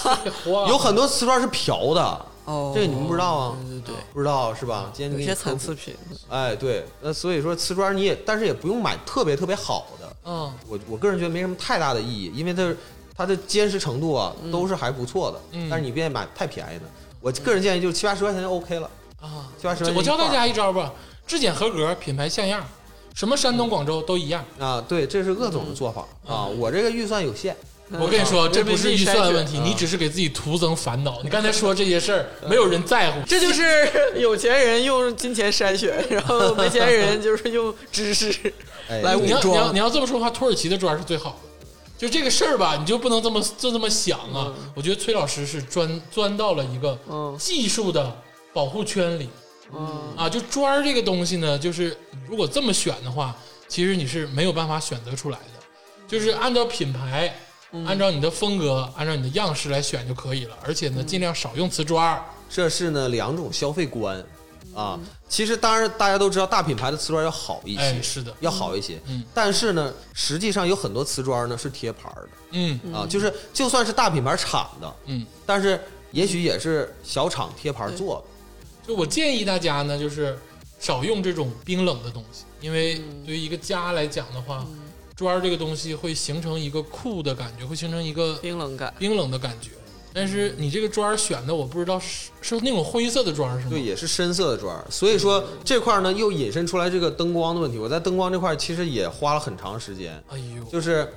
A: 哇
D: 有很多瓷砖是瓢的，
B: 哦
D: 这个你们不知道啊？
B: 对对
D: 不知道是吧？今天就
B: 对，
D: 给
B: 有
D: 你
B: 些
D: 科
B: 残
D: 普
B: 次。品，
D: *laughs* 哎，对，那所以说瓷砖你也，但是也不用买特别特别好的，
A: 啊
D: 我我个人觉得没什么太大的意义，因为它它的坚实程度啊都是还不错的，
A: 嗯
D: 但是你别买太便宜的。我个人建议就是七八十块钱就 OK 了，
A: 啊，
D: 七八十块钱
A: 我
D: 一
A: 教
D: 块
A: 大
D: 儿
A: 家一招吧，质检合格，品牌像样，什么山东、广州都一样。
D: 啊，对，这是鄂
A: 嗯
D: 总的做法、啊。我这个预算有限，
A: 我跟你说，
B: 嗯
A: 这不是预算问题，
D: 嗯
A: 你只是给自己徒增烦恼。你刚才说这些事儿，没有人在乎，
B: 嗯这就是 *laughs* 有钱人用金钱筛选，然后没钱人就是用知识 *laughs*
D: 哎
B: 来武
A: 你要你要
B: 装
A: 你。要这么说的话，土耳其的砖是最好的。就这个事儿吧，你就不能这么 *laughs* 就这么想啊！我觉得崔老师是钻钻到了一个
B: 嗯
A: 技术的保护圈里
B: 嗯
A: 啊。就砖儿这个东西呢，就是你如果这么选的话，其实你是没有办法选择出来的，就是按照品牌。
B: 嗯
A: 按照你的风格，按照你的样式来选就可以了，而且
B: 嗯
A: 呢，尽量少用瓷砖儿。
D: 这是呢两种消费观
A: 嗯
D: 啊。其实当然大家都知道，大品牌的瓷砖要好一些，
A: 哎是的
D: 要好一些。
A: 嗯
D: 但是呢，实际上有很多瓷砖呢是贴牌儿的
A: 嗯
D: 啊，就是就算是大品牌产的，
A: 嗯，
D: 但是也许也是小厂贴牌做的。
A: 就我建议大家呢，就是少用这种冰冷的东西，因为
B: 嗯
A: 对于一个家来讲的话，砖儿这个东西会形成一个酷的感觉，会形成一个
B: 冰冷感，
A: 冰冷的感觉。但是你这个砖儿选的，我不知道是是那种灰色的砖儿是吗？
D: 对，也是深色的砖儿，所以说这块儿呢又引申出来这个灯光的问题。我在灯光这块儿其实也花了很长时间，
A: 哎呦，
D: 就是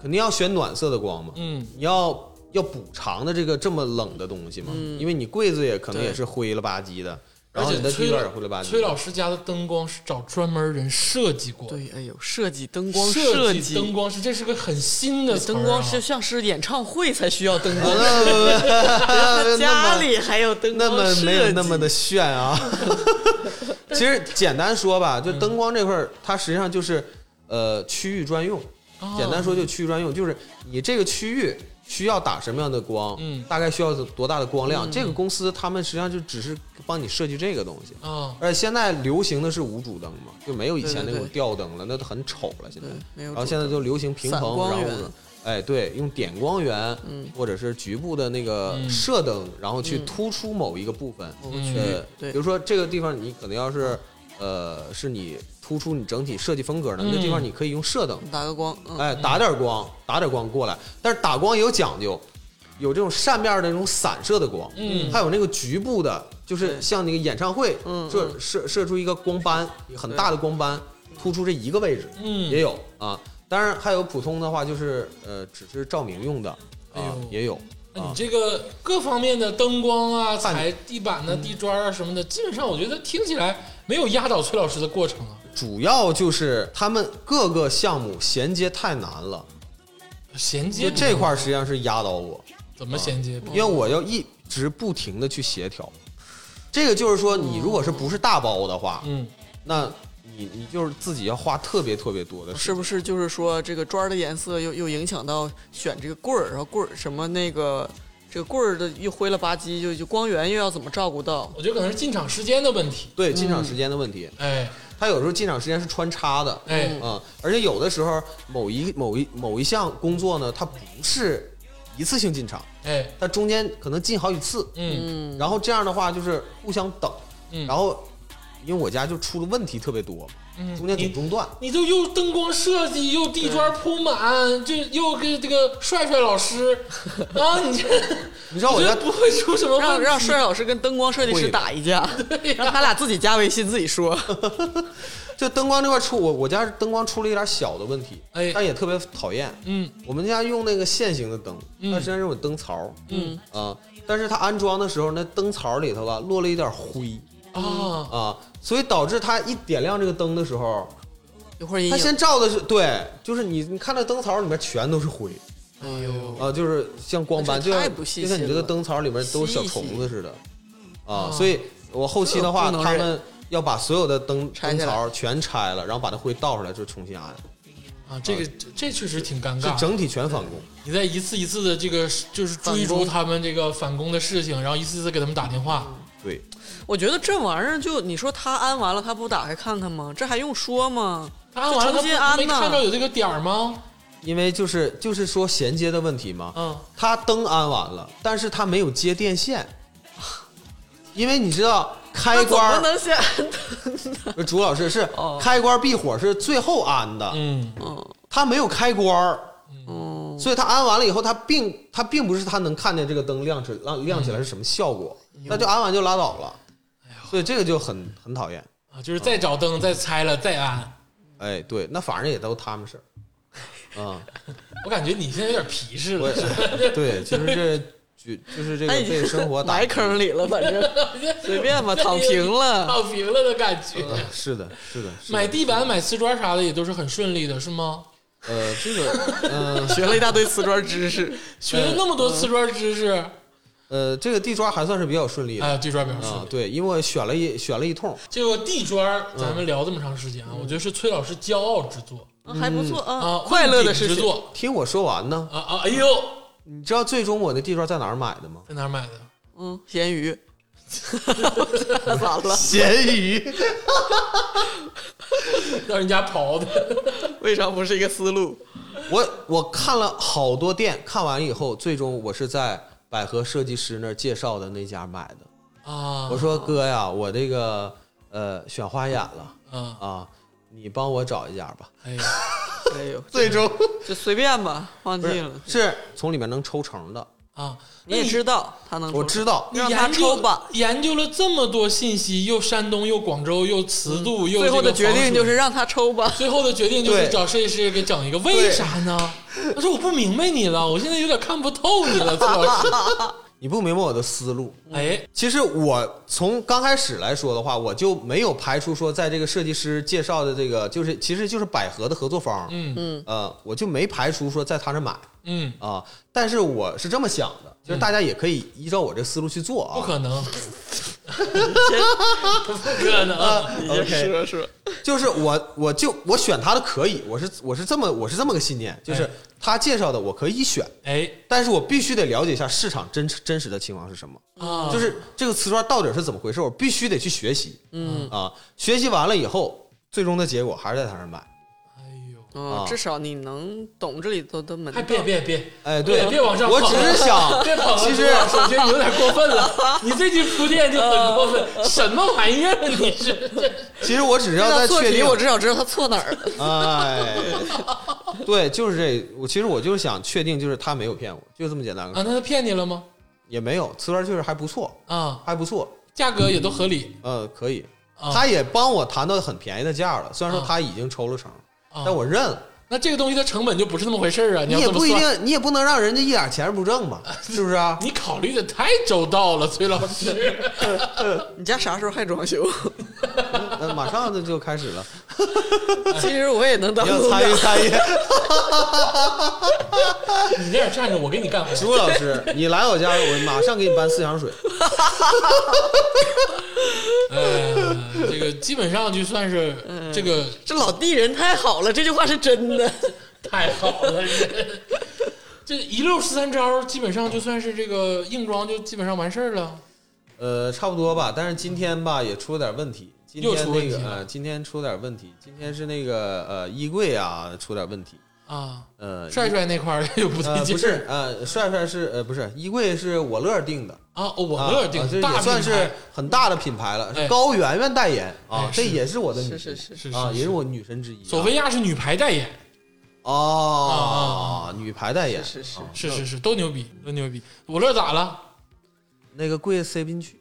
D: 肯定要选暖色的光嘛，
A: 嗯
D: 你要要补偿的这个这么冷的东西嘛，因为你柜子也可能
B: 对
D: 也是灰了吧唧的，
A: 而
D: 然后
A: 且
D: 你的
A: 崔
D: 地
A: 老
D: 板也灰了吧唧
A: 崔老
D: *laughs* 的。
A: 师家的灯光是找专门人设计过的，
B: 对，哎呦，设计灯光
A: 设
B: 计
A: 灯光是这是个很新的
B: 对
A: 词儿啊
B: 灯光就像是演唱会才需要灯
A: *laughs*
B: 光，
A: 哎
D: 那
B: 家里还有灯
D: 那
B: 光
D: 么
B: 设计，
D: 没有那么的炫
B: *laughs*
D: 啊。其实简单说吧，就灯光这块儿，它实际上就是呃区域专用。
B: 哦
D: 简单说就区域专用，就是你这个区域需要打什么样的光，
A: 嗯
D: 大概需要多大的光
B: 嗯
D: 量，这个公司他们实际上就只是帮你设计这个东西。
A: 啊，
D: 而且现在流行的是无主灯嘛，就没有以前
B: 哦对
D: 那种
B: 对对
D: 吊灯了，那都很丑了。现在
B: 对，没有
D: 然后
B: 主
D: 现在就流行平
B: 散
D: 衡，
B: 光
D: 然后
B: 源嗯
D: 呢哎，对，用点光源，或者是局部的那个射灯，然后去突出某一个部分。
B: 某个区域
D: 呃，，
B: 对
D: 比如，说这个地方你可能要是，呃，是你突出你整体设计风格的，
A: 嗯
D: 那地方你可以用射灯，
B: 打个光，嗯，
D: 哎，打点光，打点光过来。但是打光也有讲究，有这种扇面的那种散射的光，
A: 嗯
D: 还有那个局部的，就是
B: 对
D: 像那个演唱会，
B: 嗯
D: 射射射出一个光斑，很大的光斑，突出这一个位置，
A: 嗯
D: 也有啊。当然还有普通的话，就是呃，只是照明用的，
A: 哎
D: 啊
A: 呦，
D: 也有。
A: 那你这个各方面的灯光啊、
D: 看
A: 彩地板呐、地砖啊什么的，基本上我觉得听起来没有压倒崔老师的过程啊，
D: 主要就是他们各个项目衔接太难了，
A: 衔接
D: 就这块儿实际啊上是压倒我，
A: 怎么衔接？
D: 因为我要一直不停的去协调。这个就是说，你如果是不是大包的话，
A: 嗯，
D: 那你你就是自己要花特别特别多的时
B: 是
D: 间。
B: 不是就是说这个砖儿的颜色又又影响到选这个棍儿，然后棍儿什么那个这个棍儿的又灰了吧唧，就就光源又要怎么照顾到？
A: 我觉得可能是进场时间的问题。
D: 对进场时间的问题，
A: 哎
D: 他有时候进场时间是穿插的，
A: 哎，
D: 嗯，而且有的时候某一某一某一项工作呢，它不是一次性进场，
A: 哎，
D: 它中间可能进好几次，
A: 嗯
D: 然后这样的话就是互相等，
A: 嗯，
D: 然后因为我家就出了问题特别多，
A: 嗯
D: 中间
A: 你
D: 总中断，
A: 你就又灯光设计，又地砖铺满，就又跟这个帅帅老
D: *laughs*
A: 师啊，你这
D: 你知道我
A: 觉
D: 家
A: 得不会出什么问
B: 让
A: 题。
B: 让帅老师跟灯光设计师打一
A: *laughs*
B: 架，让他俩自己加微信自己说。
D: 就灯光这块出我我家灯光出了一点小的问题，
A: 哎
D: 但也特别讨厌。
A: 嗯
D: 我们家用那个线形的灯，
A: 嗯
D: 它实际上是有灯槽，
A: 嗯
D: 啊，但是它安装的时候，那灯槽里头吧落了一点灰
A: 啊，
D: 啊，所以导致它一点亮这个灯的时候，
B: 有
A: 哎
B: 会儿阴
D: 它
B: 影，
D: 先照的是对，就是你你看那灯槽里面全都是灰
B: 哎呦，
D: 啊，就是像光斑，
B: 那
D: 就
B: 这太
D: 像
B: 不细
D: 就像你
B: 心
D: 这个
B: 了
D: 灯槽里面都是小
B: 洗一洗
D: 虫子似的啊
A: 啊，
D: 所以我后期的
B: 这
D: 话，
B: 不能
D: 他
B: 忍
D: 们要把所有的灯
B: 拆
D: 灯
B: 下来
D: 槽全拆了，然后把那灰倒出来，就重新安，
A: 啊，这个这这确实挺尴
D: 是
A: 尬。嗯
D: 整体全返工。
A: 你在一次一次的这个就是追逐他们这个反攻的事情，然后一次一次给他们打电话。
B: 嗯
D: 对，
B: 我觉得这玩意儿就你说他安完了，他不打开看看吗？这还用说吗？
A: 他按完了，
B: 重新安
A: 他
B: 呢
A: 没看着有这个点儿吗？
D: 因为就是就是说衔接的问题嘛，
A: 嗯，
D: 它灯安完了，但是它没有接电线，因为你知道开关
B: 那怎么
D: 儿，
B: 能 *laughs* 先？
D: 不是朱老师是
B: 哦
D: 开关闭火是最后安的，
A: 嗯，
B: 嗯
D: 它没有开关儿，
B: 嗯，
D: 所以它安完了以后，它并它并不是它能看见这个灯亮起亮亮起来是什么效果，
B: 嗯
D: 那就安完就拉倒了，
B: 哎
D: 所以这个就很很讨厌。
A: 啊，就是再找灯，再拆了，再安。
D: 哎，对，那反正也都他们
B: *laughs*
D: 事儿，啊、
A: 我感觉你现在有点皮实
D: 我
A: 了
D: 也，
A: *laughs*
D: 是，对，其实这就就是这
B: *laughs*
D: 个
B: 哎你
D: 被生活打
B: 埋
D: 击
B: 坑里了，反正 *laughs* 随便吧， *laughs* 躺平了。
A: 躺平了的感觉。
D: 啊是的，是的，是的
A: 买地板、买瓷砖啥的也都是很顺利的，是吗？
D: 呃，这
B: *laughs*
D: 个，嗯、
B: 学了一大堆瓷砖知识，
A: 学了那么多瓷砖知识，
D: 呃，这个地抓还算是比较顺利的
A: 哎
D: 啊、
A: 呀，地砖表示。
D: 对，因为我选了一选了一通，
A: 这个地砖，咱们聊这么长时间啊，
D: 嗯
A: 我觉得是崔老师骄傲之作
B: 嗯还不错
A: 啊
B: 啊，，快乐的事
A: 问鼎之
B: 情。
A: 作
D: 听我说完呢，
A: 啊啊！哎呦，
D: 你知道最终我的地抓在哪儿买的吗？
A: 在哪儿买的？
B: 嗯，咸
D: *laughs*
B: 鱼，咋了？
D: 咸鱼，
A: 让人家刨的。
B: 为啥不是一个思路？
D: 我我看了好多店，看完以后，最终我是在百合设计师那儿介绍的那家买的。
A: 啊，
D: 我说哥呀，我这个呃选花眼了
A: 啊，
D: 啊，你帮我找一家吧。
A: 哎呀，
B: 哎呦，
D: 最终
B: 就随便吧，忘
D: 不
B: 记
D: 是
B: 了。
D: 是从里面能抽成的，
A: 啊，
B: 你也
A: 那
B: 知道他能，
D: 我知，道
A: 你
B: *laughs* 让他
A: 研究
B: 抽吧
A: 研究了这么多信息，又山东，又广州，又瓷度，又
B: 嗯最后的
A: 这个
B: 决
A: 防
B: 定就
A: 水
B: 是让他抽吧。
A: 最后的决定就是
D: 对
A: 找设计师给整一个，为啥呢？他说我不明白你了，我现在有点看不透你了，崔老
B: *laughs*
A: 师。
D: 你不明白我的思路。
A: 哎，
D: 其实我从刚开始来说的话，我就没有排除说，在这个设计师介绍的这个，就是其实就是百合的合作方，
A: 嗯
D: 嗯，呃，我就没排除说在他那买
A: 嗯，
D: 啊。但是我是这么想的，就是大家也可以依照我这思路去做
A: 不
D: 啊。
A: 可能， *laughs* 不可能，
B: 你
D: 呃 OK
B: 先说说，
D: 就是我，我就我选他的可以，我是我是这么我是这么个信念，就是
A: 哎
D: 他介绍的我可以选，
A: 哎
D: 但是我必须得了解一下市场真真实的情况是什么。
A: 啊，
D: 就是这个瓷砖到底是怎么回事，我必须得去学习。嗯啊，学习完了以后，最终的结果还是在他那儿买。
A: 哎呦，
B: 嗯，至少你能懂这里头的门
A: 哎，
B: 道。
A: 别别别，
D: 哎，对，
A: 别往上
D: 我
A: 捧
D: 只是 *laughs* 想
A: *laughs* 别捧，了，
D: 其实
A: 崔老师我觉得你有点过分了，你这句铺垫就很过分，什么玩意儿？啊你是
D: 其实我只是
B: 这
D: 要
B: 道
D: 在
B: 错
D: 确
B: 题
D: 定，
B: 我至少知道他错哪儿了。 *laughs*
D: 哎，对，就是这，我其实我就是想确定，就是他没有骗我，就这么简单
A: 啊？，那他骗你了吗？
D: 也没有，瓷砖确实还不错，
A: 啊，
D: 还不错，
A: 价格也都合理
D: 呃，可以，
A: 啊
D: 他也帮我谈到很便宜的价了，虽然说
A: 啊
D: 他已经抽了成，
A: 啊
D: 但我认了，
A: 那这个东西的成本就不是那么回事儿啊！你
D: 你
A: 要
D: 也
A: 这么
D: 不一
A: 算，
D: 定，你也不能让人家一点钱不
A: *laughs*
D: 挣吧？是不是啊？
A: 你考虑的太周到了，崔老师。
B: 你家啥时候还装 *laughs* 修？
D: 那马上这就开始
A: *laughs*
D: 了，
B: 其实我也能当
D: 你要
B: 工
D: 参与
B: 长，
D: 参与。
A: *laughs* 你这样站着，我给你干活。
D: 植物老师，你来我家，我马上给你搬四箱水。
A: 呃，这个基本上就算是这个
B: 这老弟人太好了，这句话是真的。 *laughs*
A: 太好了，这这一溜十三招，基本上就算是这个硬装就基本上完事儿了。
D: 呃，差不多吧。但是今天吧也出了点问题，今
A: 又
D: 天
A: 出问
D: 那
A: 题
D: 个
A: 了
D: 呃，今天出点问题，今天是那个呃衣柜啊出点问题，
A: 啊，
D: 呃，
A: 帅帅那块儿就不
D: 呃
A: 对劲儿
D: 不是呃帅帅是呃不是衣柜是我乐儿定的。
A: 啊，哦我乐定
D: 啊、这
A: 大
D: 也
A: 品
D: 算是
A: 牌
D: 很大的品牌了，
A: 哎
D: 是高圆圆代言啊
A: 哎，
D: 这
A: 是
D: 也是我的女
B: 是
D: 神，
B: 是是，
A: 是
D: 啊，
A: 是
D: 也是我女神之一啊。
A: 索菲亚是女排代言，啊
D: 哦，女排代言
B: 是是是
D: 啊
A: 是是是，都牛逼，都牛逼。我乐咋了？
D: 那个柜塞不进去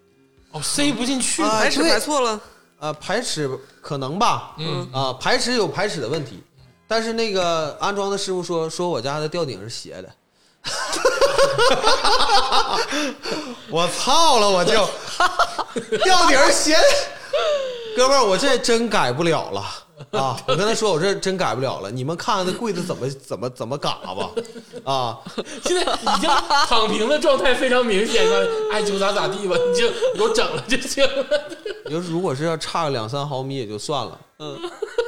A: 哦，塞不进去。
D: 啊
B: 排尺
D: 对
B: 排错了，
D: 啊，排尺可能吧，
A: 嗯
D: 啊，排尺有排尺的问题，但是那个安装的师傅说说我家的吊顶是斜的。 *laughs* 我操了，我就吊顶儿斜的，哥们儿，我这真改不了了啊！我跟他说，我这真改不了了，你们看看这柜子怎么怎么怎么嘎吧啊！
A: 现在已经躺平的状态非常明显了，爱就咋咋地吧，你就给我整了就行了。
D: 你说如果是要差个两三毫米也就算了，嗯，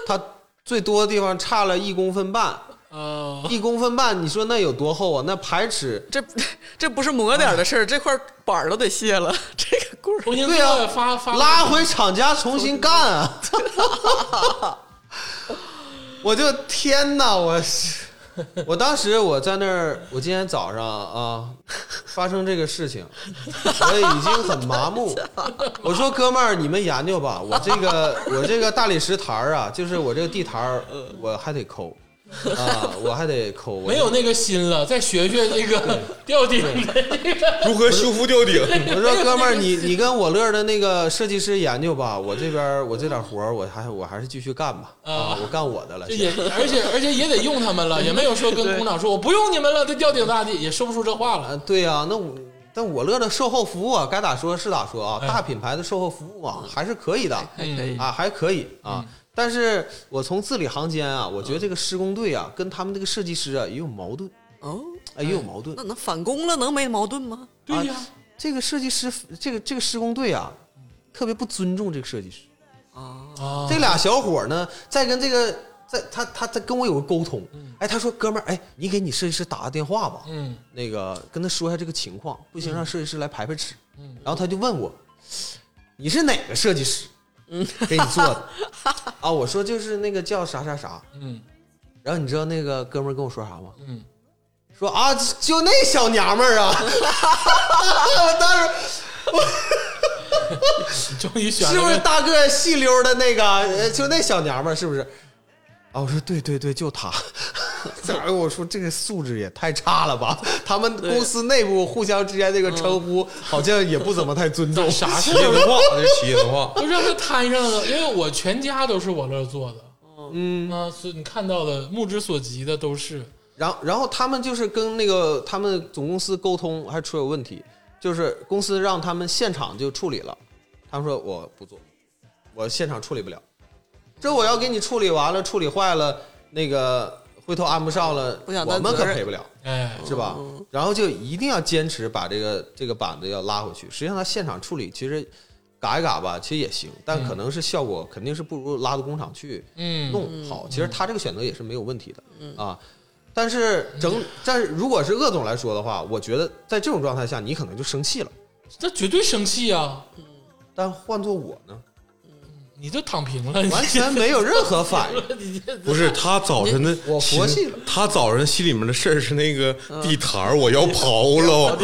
D: 它最多的地方差了一公分半，
A: 哦，
D: 一公分半，你说那有多厚啊？那排尺，
B: 这这不是抹点儿的事儿，这块板儿都得卸了。这个棍儿
A: 重新
D: 对啊
A: 做发发
D: 拉回厂家重新干啊！ *laughs* 我就天哪，我是，我当时我在那儿，我今天早上啊发生这个事情，我已经很麻木。我说哥们儿，你们研究吧，我这个我这个大理石台儿啊，就是我这个地台儿，我还得抠啊，我还得抠。我
A: 没有那个心了，再学学那个 *laughs* 吊顶的那个。
C: 如何修复吊 *laughs* 顶？
D: 我说哥们儿，你你跟我乐的那个设计师研究吧，我这边儿我这点活儿，我还我还是继续干吧啊
A: 啊，
D: 我干我的了
A: 这。也而且而且也得用他们了，也没有说跟工厂说我不用你们了，这吊顶咋地，也说不出这话
D: 啊
A: 了。，
D: 对呀、那我但我乐的售后服务啊，该咋说是咋说啊，大品牌的售后服务啊还是可以的
A: 嗯
D: 啊，还可以啊。但是我从字里行间啊，我觉得这个施工队啊，跟他们这个设计师啊也有矛盾，
B: 哦，
D: 哎，也有矛盾
B: *laughs* 那。能返工了，能没矛盾 *laughs* 吗？
A: 对呀，
D: 这个设计师，这个这个施工队啊，特别不尊重这个设计师。
B: 啊，
A: 啊，
D: 这俩小伙儿呢，在跟这个，在他他他跟我有个沟通，哎，他说哥们儿，哎，你给你设计师打个电话吧，
A: 嗯
D: 那个跟他说一下这个情况，不行让设计师来排排尺，
A: 嗯
D: 然后他就问我，你是哪个设计师？
A: 嗯
D: 给你做的啊？我说就是那个叫啥啥啥，
A: 嗯
D: 然后你知道那个哥们儿跟我说啥吗？
A: 嗯，
D: 说啊，就就那小娘们儿啊， *laughs* 我当时。
A: 终于选
D: 是不是
A: 了
D: 大个细溜的那个，呃就那小娘们儿是不是？啊，我说对对对，就 *laughs* 她。哎呦，我说这个素质也太差了吧！他们公司内部互相之间这个称呼好像也不怎么太尊重
A: 个。啥
C: 企
A: 事
C: 业
A: 儿，
C: 文化，这是企业文化。
A: 都让他摊上了，因为我全家都是我乐做的。嗯啊，所以你看到的目之所及的都是，
D: *laughs* 然后，然后他们就是跟那个他们总公司沟通还出了问题，就是公司让他们现场就处理了，他们说我不做，我现场处理不了。这我要给你处理完了，处理坏了，那个回头安不上了，
B: 不想担
D: 我们可
B: 责任
D: 赔不了。
A: 哎，
D: 是吧？然后就一定要坚持把这个这个板子要拉回去。实际上，它现场处理其实嘎一嘎吧，其实也行，但可能是效果肯定是不如拉到工厂去
A: 嗯，
D: 弄好。其实他这个选择也是没有问题
B: 嗯
D: 的啊。但是整，但是如果是鄂总来说的话，我觉得在这种状态下，你可能就生气了。
A: 这绝对生气啊！
D: 但换做我呢，
A: 你就躺平了，你
D: 完全没有任何反应。
A: 你这
C: 不是他早晨的，
D: 我佛系了。嗯
C: 他早晨心里面的事儿是那个地毯儿我要
D: *laughs*
C: 刨了，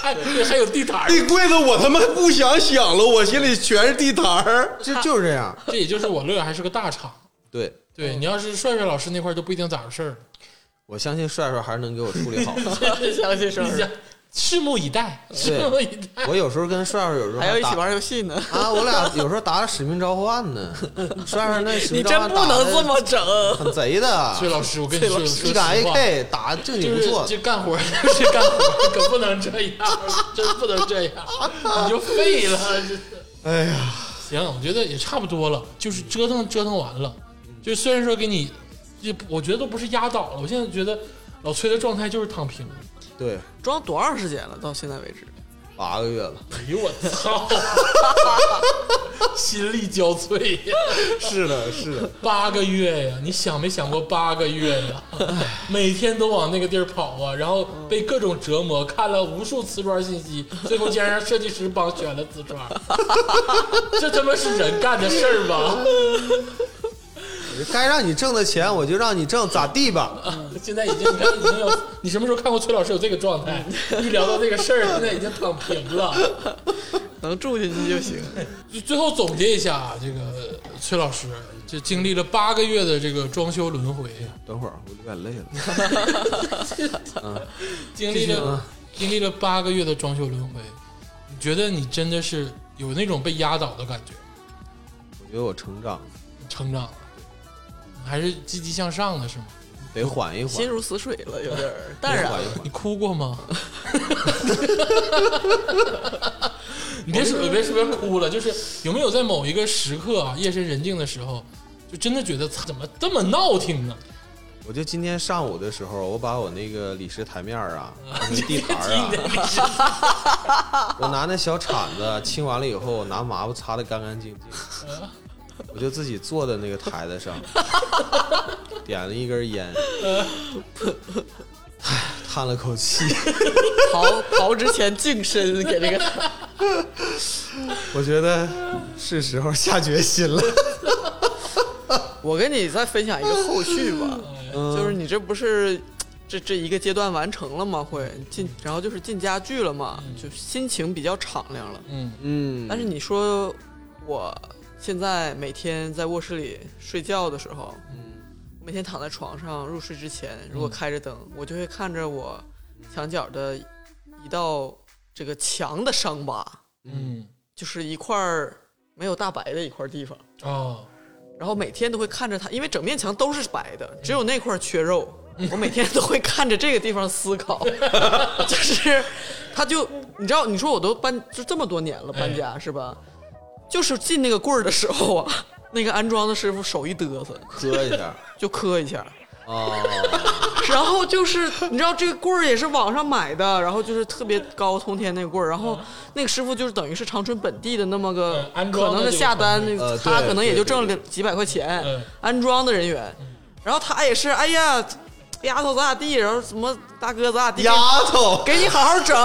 A: 还还有地毯儿，
C: 那柜子我他妈不想想了，我心里全是地毯儿。
D: 就就是这样，
A: 这也就是我乐还是个大厂。
D: 对
A: 对你要是帅帅老师那块儿就不一定咋回事儿了。
D: 我相信帅帅还是能给我处理好的。
B: 相信
A: 你想 *laughs* 拭目以待，拭目以待。
D: 我有时候跟帅帅有时候
B: 还要一起
D: 打
B: 玩游戏呢。
D: *laughs* 啊，我俩有时候打使命召唤
B: *laughs*
D: 呢。帅帅那
B: 你
D: 使命
B: 真
D: 召唤
B: 不能这么整，
D: *laughs* 打得很贼的，
A: 崔老师，我跟你说，说
D: 一
A: 实
D: 打
A: 话，
D: AK 打正经
A: 就
D: 不
A: 是
D: 错，
A: *laughs* 这干活就是干活，可不能这样，真不能这样，你就废了。这
D: 哎呀，
A: 行，我觉得也差不多了，就是折腾折腾完了，
D: 嗯
A: 就虽然说给你，就我觉得都不是压倒了，我现在觉得老崔的状态就是躺平。
D: 对，
B: 装多长时间了？到现在为止，
D: 八个月了，
A: 哎呦我
D: *laughs*
A: 操！ *laughs* 心力交瘁呀，
D: 是的，是的，
A: 八个月呀，你想没想过八个月呀？每天都往那个地儿跑啊，然后
D: 嗯
A: 被各种折磨，看了无数瓷砖信息，最后竟然让设计师帮选了瓷砖， *laughs* 这他妈是人干的事儿吗？
D: 该让你挣的钱我就让你挣，咋地吧？
A: *laughs* 现在已经你看已经有，你什么时候看过崔老师有这个状态？一聊到这个事儿，现在已经躺平了。
B: 能住进去就行。
A: 就最后总结一下啊，这个崔老师就经历了八个月的这个装修轮回，
D: 等会儿我有点累了，
A: *laughs*
D: 嗯
A: 经历
D: 继续
A: 了
D: 啊
A: 经历了八个月的装修轮回，你觉得你真的是有那种被压倒的感觉，
D: 我觉得我成长
A: 成长了，还是积极向上的是吗？
D: 得缓一
B: 心
D: 缓，
B: 如死水了，有点儿啊淡
D: 得
B: 然
D: 缓一
B: 了。
D: 缓
A: 你。哭过吗？你别说别说别哭了，就是有没有在某一个时刻啊，夜深人静的时候，就真的觉得操怎么这么闹挺呢？
D: 我就今天上午的时候，我把我那个李石台面儿啊， *laughs* 那个地
A: 你
D: 台儿啊，
A: 的
D: 我拿那小铲子清完了以后，我拿抹布擦的干干净净，我就自己坐在那个台子上，点了一根烟，唉叹了口气。
B: 逃逃之前净身给这个
D: 我觉得是时候下决心了。
B: 我跟你再分享一个后续吧，就是你这不是这这一个阶段完成了吗？会进，然后就是进家具了嘛，就心情比较敞亮了。
A: 嗯
D: 嗯
B: 但是你说我现在每天在卧室里睡觉的时候，每天躺在床上入睡之前，如果开着灯，我就会看着我墙角的一道这个墙的伤疤，
A: 嗯
B: 就是一块儿没有大白的一块地方。
A: 哦，
B: 然后每天都会看着它，因为整面墙都是白
A: 嗯
B: 的，只有那块儿缺肉。我每天都会看着这个地方思
A: *laughs*
B: 考，就是，他就你知道，你说我都搬就这么多年了，搬家是吧？
A: 嗯
B: 就是进那个柜儿的时候啊， *laughs* 那个安装的师傅手一嘚瑟
D: 遮一下
B: 就磕一下，
A: 哦
D: 啊，
B: *laughs* 然后就是你知道这个棍儿也是网上买的，然后就是特别高通天那个棍儿，然后那个师傅就是等于是长春本地的那么个
A: 嗯，安装
B: 可
A: 的这
B: 能他
A: 个
B: 下单
A: 朋，
D: 呃
B: 他
D: 对
B: 可能也
D: 对
B: 就
D: 对
B: 挣了几百块钱
A: 嗯，
B: 安装的人员，然后他也是哎呀，丫头咋咋地，然后什么大哥咋咋地，
D: 丫头，
B: 给你好好整，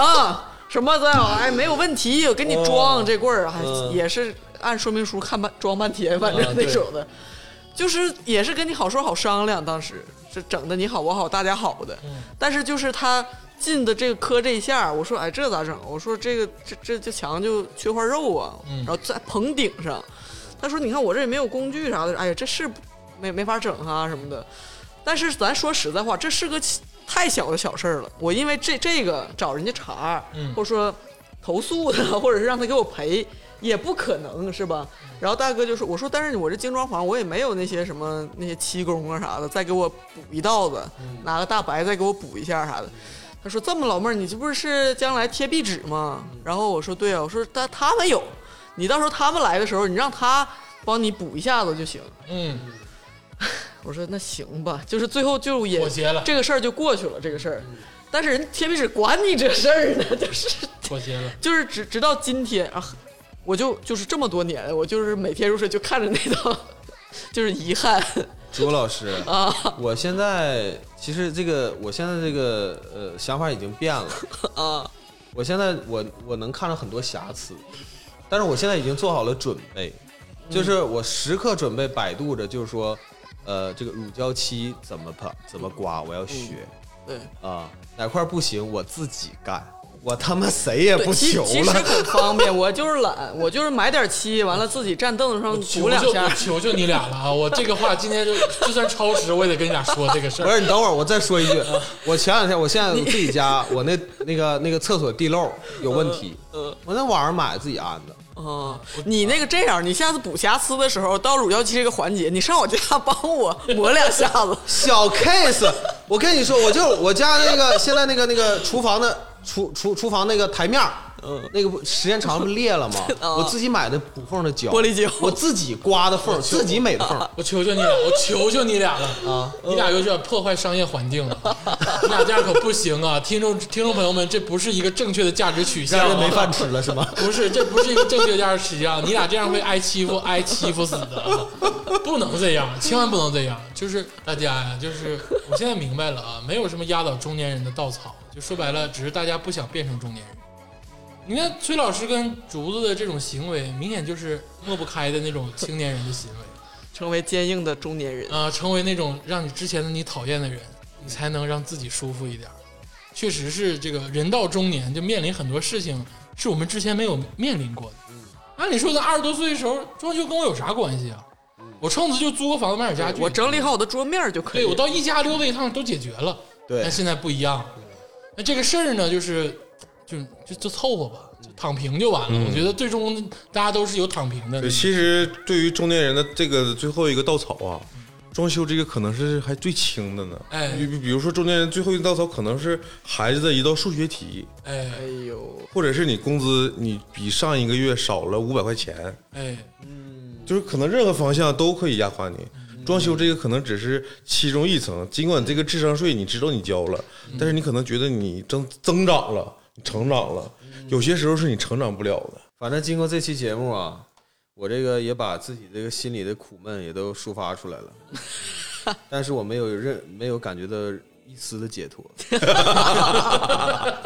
B: 什么
D: *laughs*
B: 的，哎，没有问题，我给你装
D: 哦
B: 这棍儿，还哎
D: 嗯
B: 也是按说明书看半装半天，反
D: 哦
B: 正那种的，就是也是跟你好说好商量，当时是整的你好我好大家好的，但是就是他进的这个磕这一下，我说哎这咋整？我说这个这这这墙就缺块肉啊，然后在棚顶上，他说你看我这也没有工具啥的，哎呀这是不没没法整哈、什么的，但是咱说实在话，这是个起太小的小事儿了。我因为这这个找人家茬儿，或者说投诉他，或者是让他给我赔，也不可能是吧？然后大哥就说：“我说，但是我这精装房，我也没有那些什么那些漆工啊啥的，再给我补一道子，拿个大白再给我补一下啥的。”他说：“这么老妹儿，你这不是将来贴壁纸吗？”然后我说：“对啊，我说他他们有，你到时候他们来的时候，你让他帮你补一下子就行。”
A: 嗯，
B: 我说那行吧，就是最后就也
A: 妥协了
B: 这个事儿就过去了，这个事儿。
A: 嗯
B: 但是人贴壁纸管你这事儿呢， *laughs* 就是
A: 妥协了。
B: 就是直直到今天啊，我就就是这么多年，我就是每天入睡就看着那道， *laughs* 就是遗憾
D: 朱老师，
B: *laughs* 啊，
D: 我现在其实这个，我现在这个呃想法已经变了
B: *laughs* 啊。
D: 我现在我我能看到很多瑕疵，但是我现在已经做好了准备，
B: 嗯
D: 就是我时刻准备百度着，就是说，呃，这个乳胶漆怎么喷，怎么刮，我要学
B: 嗯对，
D: 啊、哪块儿不行我自己干。我他妈谁也
B: 对
D: 不
B: 其
D: 求
B: 其实
D: 了。
B: 很方便，我就是懒，我就是买点漆，完了自己站凳子上
A: 求
B: 鼓两
A: 就
B: 下
A: 我。求求你俩了啊！我这个话今天就就算超时，我也得跟你俩说这个事
D: *laughs* 不
A: 儿。
D: 是你等会儿，我再说一句，我前两天我现在自己家，我那那个那个厕所地漏有问题，
B: 嗯
D: 我在网上买自己安的。
B: 嗯，你那个这样，你下次补瑕疵的时候，到乳胶漆这个环节，你上我家帮我抹两下子。
D: 小 case，我跟你说，我就我家那个现在那个那个厨房的厨厨厨房那个台面儿，
A: 嗯
D: 那个不时间长不裂
A: *laughs*
D: 了吗？
B: 啊
A: 哦
D: 我自己买的补缝的胶，
B: 玻璃胶
D: 我自己刮
A: *laughs*
D: 的缝，自己美的缝。
A: 我求求你俩，我求求你俩了啊！你俩有点破坏商业环境了，你俩这样可不行啊！听众听众朋友们，这不是一个正确的价值取向、
D: 让人
A: 啊，
D: 没饭吃了是吗？ *laughs*
A: 不是，这不是一个正确的价值取向，你俩这样会挨欺负，挨欺负死的啊，不能这样，千万不能这样。就是大家呀，就是我现在明白了啊，没有什么压倒中年人的稻草，就说白了，只是大家不想变成中年人。你看崔老师跟竹子的这种行为，明显就是抹不开的那种青年人的行为
B: 成为坚硬的中年人。
A: 啊、成为那种让你之前的你讨厌的人，你才能让自己舒服一点儿。确实是这个人到中年就面临很多事情是我们之前没有面临过的。按理说，咱二十多岁的时候装修跟我有啥关系啊？我撑死就租个房子买点家具，
B: 我整理好我的桌面就可
A: 对
B: 以了。
A: 我到一家溜达一趟都解决了。
D: 对
A: 但现在不一样了。那这个事儿呢，就是就就就凑合吧，就躺平就完了。我觉得最终大家都是有躺平的
C: 对，。其实对于中年人的这个最后一个稻草啊，装修这个可能是还最轻的呢。
A: 哎
C: 比比如说中年人最后一个稻草可能是孩子的一道数学题，
A: 哎
B: 哎呦，
C: 或者是你工资你比上一个月少了五百块钱，
A: 哎，
C: 就是可能任何方向都可以压垮你。装修这个可能只是其中一层，尽管这个智商税你知道你交了，但是你可能觉得你增增长了，你成长了，有些时候是你成长不了的。
D: 反正经过这期节目啊，我这个也把自己这个心里的苦闷也都抒发出来了，
A: *laughs*
D: 但是我没有任没有感觉到一丝的解脱。
A: *laughs*
D: *laughs*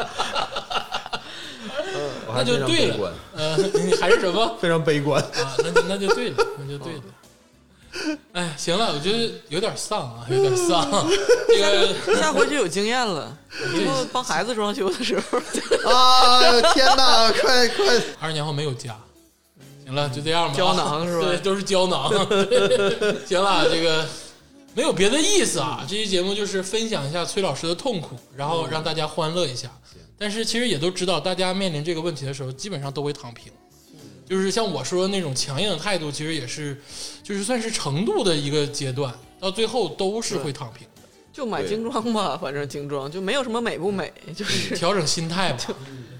D: 我
A: 那
D: 还
A: 就
D: 非常
A: 对
D: 悲
A: 了
D: 观，，
A: 呃，你还是什么？
D: 非常悲观。
A: 啊，那就那就对了，那就对了。哎，行了，我觉得有点丧啊，有点丧。这个
B: 哎下回就有经验了。以后帮孩子装修的时候，
D: 啊！天哪，快快！
A: 二十年后没有家，行了，就这样吧。啊
B: 胶囊是吧
A: 对，都是胶囊。 *laughs* 行了，这个没有别的意思啊。这期节目就是分享一下崔老师的痛苦，然后让大家欢乐一下。但是其实也都知道，大家面临这个问题的时候，基本上都会躺平。就是像我说的那种强硬的态度，其实也是，就是算是程度的一个阶段，到最后都是会躺平。
B: 就买精装吧，反正精装就没有什么美不美，就是
A: 调整心态吧，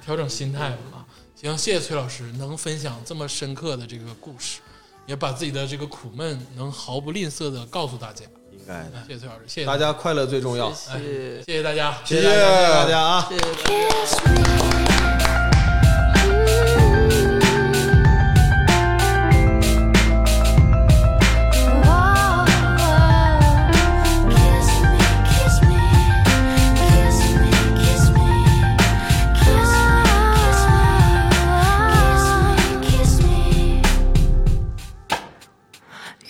A: 调整心态吧。啊行，谢谢崔老师能分享这么深刻的这个故事，也把自己的这个苦闷能毫不吝啬的告诉大家。
D: 应该的，
A: 谢谢崔老师，谢谢
D: 大，家快乐最重要。
A: 哎
B: 谢
A: 谢谢大家，
D: 谢谢大家啊！
B: 谢谢。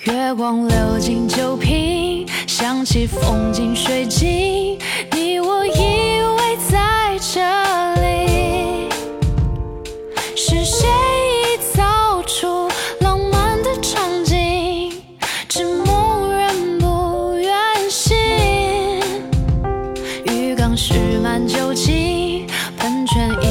F: 月光流进酒瓶，想起风景水晶，你我依偎在这里。是谁营造出浪漫的场景，只牧人不远行？浴缸蓄满酒精，喷泉一